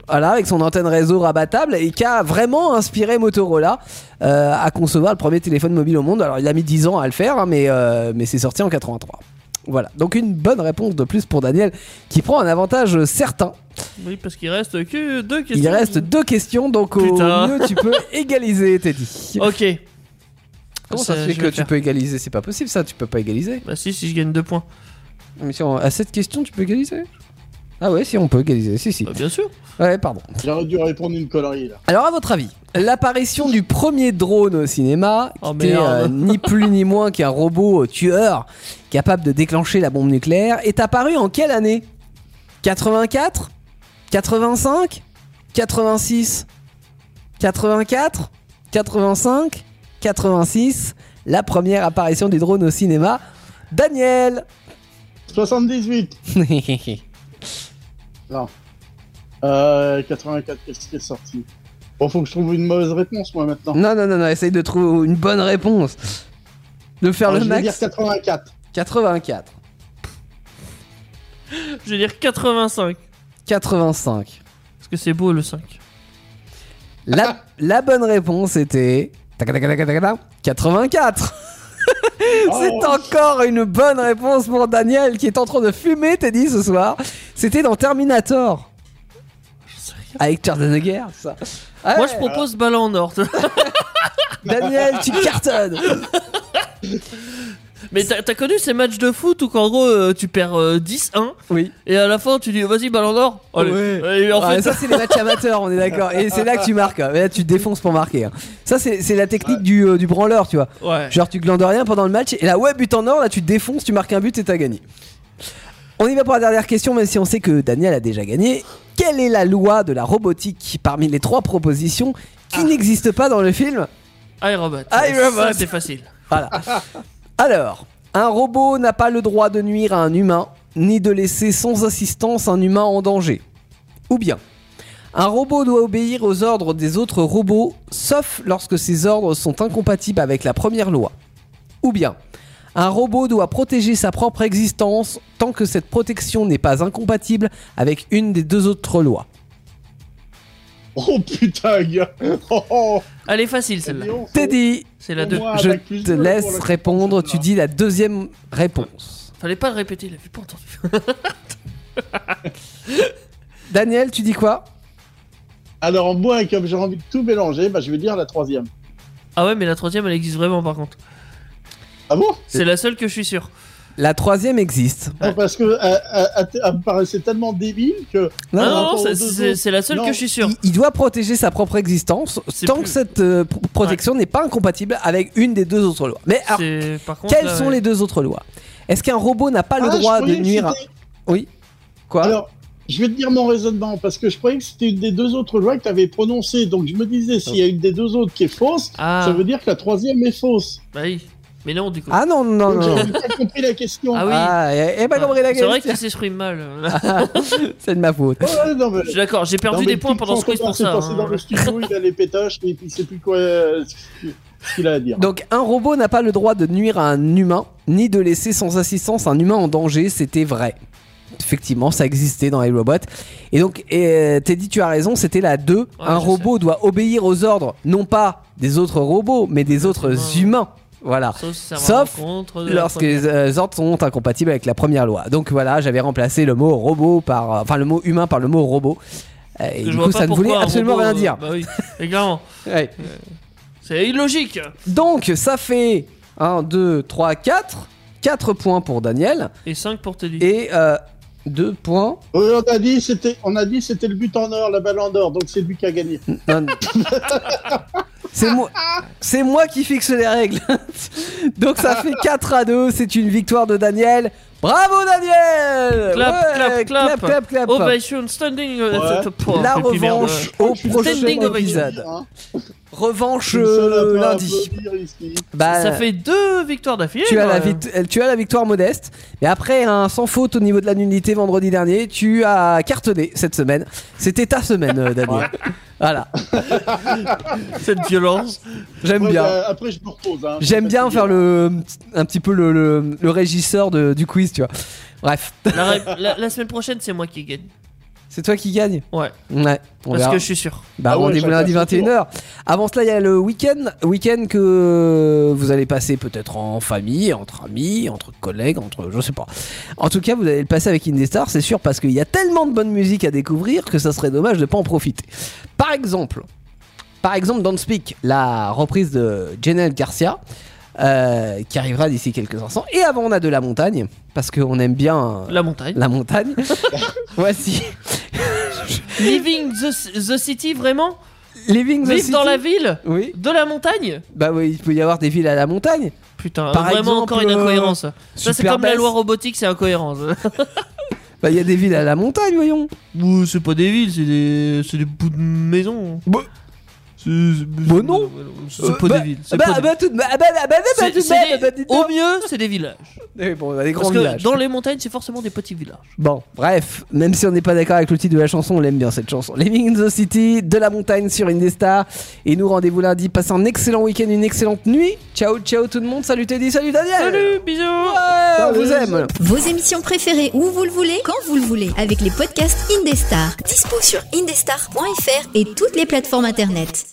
Voilà, avec son antenne réseau rabattable et qui a vraiment inspiré Motorola euh, à concevoir le premier téléphone mobile au monde. Alors il a mis 10 ans à le faire, hein, mais, euh, mais c'est sorti en 83. Voilà, donc une bonne réponse de plus pour Daniel qui prend un avantage certain. Oui, parce qu'il reste que deux questions. Il reste deux questions, donc Putain. au mieux tu peux égaliser, Teddy. Ok. Comment ça se je fait vais que le tu faire. peux égaliser C'est pas possible ça, tu peux pas égaliser. Bah si, si je gagne deux points. Mais si on- à cette question, tu peux égaliser Ah ouais, si on peut égaliser, si si. Bah, bien sûr. Ouais, pardon. J'aurais dû répondre une connerie là. Alors à votre avis, l'apparition du premier drone au cinéma, qui Oh, était, merde. euh, ni plus ni moins qu'un robot euh, tueur capable de déclencher la bombe nucléaire, est apparu en quelle année 84 85 86 84 85 86 La première apparition du drone au cinéma, Daniel 78 Non. Euh, 84, qu'est-ce qui est sorti Bon, faut que je trouve une mauvaise réponse moi maintenant. Non, non, non, non, essaye de trouver une bonne réponse. De faire Ah, Alors, le Ah, je vais dire max. 84. 84. Je vais dire 85. 85. Parce que c'est beau le 5. La, Ah. la bonne réponse était. tacatacatacatacata, 84. C'est Oh, encore une bonne réponse pour Daniel qui est en train de fumer, t'es dit ce soir. C'était dans Terminator. Avec Schwarzenegger, ça. Ouais, Moi je propose Ballon en or. Daniel, tu cartonnes. Mais t'as t'as connu ces matchs de foot où qu'en gros euh, tu perds euh, 10-1 Oui. et à la fin tu dis vas-y Ballon d'or Allez. Ouais. Et en Ah, fait, ça c'est les matchs amateurs, on est d'accord. Et c'est là que tu marques. hein. Là tu te défonces pour marquer. hein. Ça c'est c'est la technique du, euh, du branleur, tu vois. ouais. Genre tu glandes rien pendant le match et là ouais but en or, là tu te défonces, tu marques un but et t'as gagné. On y va pour la dernière question, même si on sait que Daniel a déjà gagné. Quelle est la loi de la robotique parmi les trois propositions qui n'existe pas dans le film iRobot. iRobot. Ça c'est facile. Voilà. Alors, un robot n'a pas le droit de nuire à un humain, ni de laisser sans assistance un humain en danger. Ou bien, un robot doit obéir aux ordres des autres robots, sauf lorsque ces ordres sont incompatibles avec la première loi. Ou bien, un robot doit protéger sa propre existence tant que cette protection n'est pas incompatible avec une des deux autres lois. oh putain, gars. Oh, oh. Elle est facile celle-là. Léon, faut- Teddy, C'est la Pour 2. moi. Ah, je avec plus te deux pour laisse la répondre, réponse, tu dis la deuxième réponse. Fallait pas le répéter, il avait pas entendu. Daniel, tu dis quoi Alors, moi, comme j'ai envie de tout mélanger, bah, je vais dire la troisième. Ah ouais mais la troisième elle existe vraiment par contre. Ah bon C'est la seule que je suis sûr. La troisième existe. Non, Parce que euh, euh, elle, te- elle me paraissait tellement débile que. Ah Non, non, non, non, pour c'est- deux c'est autres. c'est la seule Non. que je suis sûr. Il, il doit protéger sa propre existence C'est tant plus- que cette euh, pr- protection n'est pas incompatible avec une des deux autres lois. Mais alors, C'est- Par contre, quelles là, Ah. sont ouais. les deux autres lois Est-ce qu'un robot n'a pas Ah, le je droit de croyais que nuire à... c'était- Oui Quoi Alors, je vais te dire mon raisonnement, parce que je croyais que c'était une des deux autres lois que tu avais prononcées. Donc, je me disais, s'il y a une des deux autres qui est fausse, Ah. ça veut dire que la troisième est fausse. Bah oui. Mais non du coup. Ah non, non, Donc, non. non. j'avais pas compris la question. Ah oui. Ah, et, et pas Ouais. compris la C'est vrai question. qu'il s'exprime mal. C'est de ma faute. Ouais, non, mais- Je suis d'accord, j'ai perdu Non, mais des le points type pendant ce sans quiz pour savoir, c'est ça. passé hein. dans le studio, il a les pétaches, et puis il sait plus quoi euh, ce qu'il- ce qu'il a à dire. Donc un robot n'a pas le droit de nuire à un humain, ni de laisser sans assistance un humain en danger, c'était vrai. Effectivement, ça existait dans les robots. Et donc, euh, Teddy, tu as raison, c'était la 2. un je robot doit obéir aux ordres, non pas des autres robots, mais des autres humains. humains. Voilà. Sauf, si ça va Sauf contre Lorsque les euh, ordres sont incompatibles avec la première loi. Donc voilà, j'avais remplacé le mot robot par. euh, Enfin, le mot humain par le mot robot. Euh, Et du coup, ça ne voulait absolument rien dire. Bah oui, mais clairement, Ouais. c'est illogique. Donc, ça fait 1, 2, 3, 4. 4 points pour Daniel. Et 5 pour Teddy. et euh, deux points. Oui, Euh, on a dit c'était, on a dit c'était le but en or, la balle en or, donc c'est lui qui a gagné. Non. C'est moi, c'est moi qui fixe les règles. Donc ça fait 4 à 2, c'est une victoire de Daniel. Bravo Daniel Clap, Ouais, clap, clap. clap, clap, clap. Ovation, standing. euh, Ouais. c'est- oh, La et puis merde, revanche ouais. au Je suis prochain Standing ovation. épisode. Hein. Revanche Je suis le seul à euh, pas lundi. applaudir ici. Bah, Ça fait deux victoires d'affilée. tu as, la moi. vit- tu as la victoire modeste. Et après un sans faute au niveau de la nullité vendredi dernier, tu as cartonné cette semaine. C'était ta semaine, euh, Daniel. Voilà, Cette violence. j'aime Ouais, bien. bah, après je me repose. hein. J'aime bien faire le un petit peu le, le, le régisseur de- du quiz, tu vois. Bref, La, ré- la- la semaine prochaine, c'est moi qui gagne. C'est toi qui gagne Ouais. Ouais. on Parce verra. que je suis sûr. Bah, Ah ouais, rendez-vous chacun lundi son 21h. Avant cela, il y a le week-end. Week-end que vous allez passer peut-être en famille, entre amis, entre collègues, entre. Je sais pas. En tout cas, vous allez le passer avec Indestar, c'est sûr, parce qu'il y a tellement de bonne musique à découvrir que ça serait dommage de pas en profiter. Par exemple, par exemple, Don't Speak, la reprise de Janelle Garcia. euh, qui arrivera d'ici quelques instants. Et avant, on a de la montagne, parce qu'on aime bien euh, La montagne. la montagne. Voici Living the, the city, vraiment Living the Vivre City. dans la ville Oui. De la montagne Bah oui, il peut y avoir des villes à la montagne. Putain, Par vraiment exemple, encore une euh, incohérence. ça, c'est Super comme la Bass. loi robotique, c'est incohérent. ça. Bah il y a des villes à la montagne, voyons. Ouh, c'est pas des villes, c'est des, c'est des bouts de maison. Bah- C'est- c'est- Bah non. C'est pas bah, des villes. c'est Bah, pas des- bah, tout de même, bah, bah, bah, bah, c'est- tout de c'est même, des- bah, dites Au donc. mieux, c'est des villages. Oui, bon, on a des Parce grands que villages. dans les montagnes, c'est forcément des petits villages. Bon, bref, même si on n'est pas d'accord avec le titre de la chanson, on l'aime bien cette chanson. Living in the City, de la montagne sur Indestar. Et nous, rendez-vous lundi. Passez un excellent week-end, une excellente nuit. Ciao, ciao tout le monde. Salut Teddy, salut Daniel. Salut, bisous Euh. Ouais, on Salut. vous aime. Vos émissions préférées où vous le voulez, quand vous le voulez, avec les podcasts Indestar. Dispo sur indestar.fr et toutes les plateformes internet.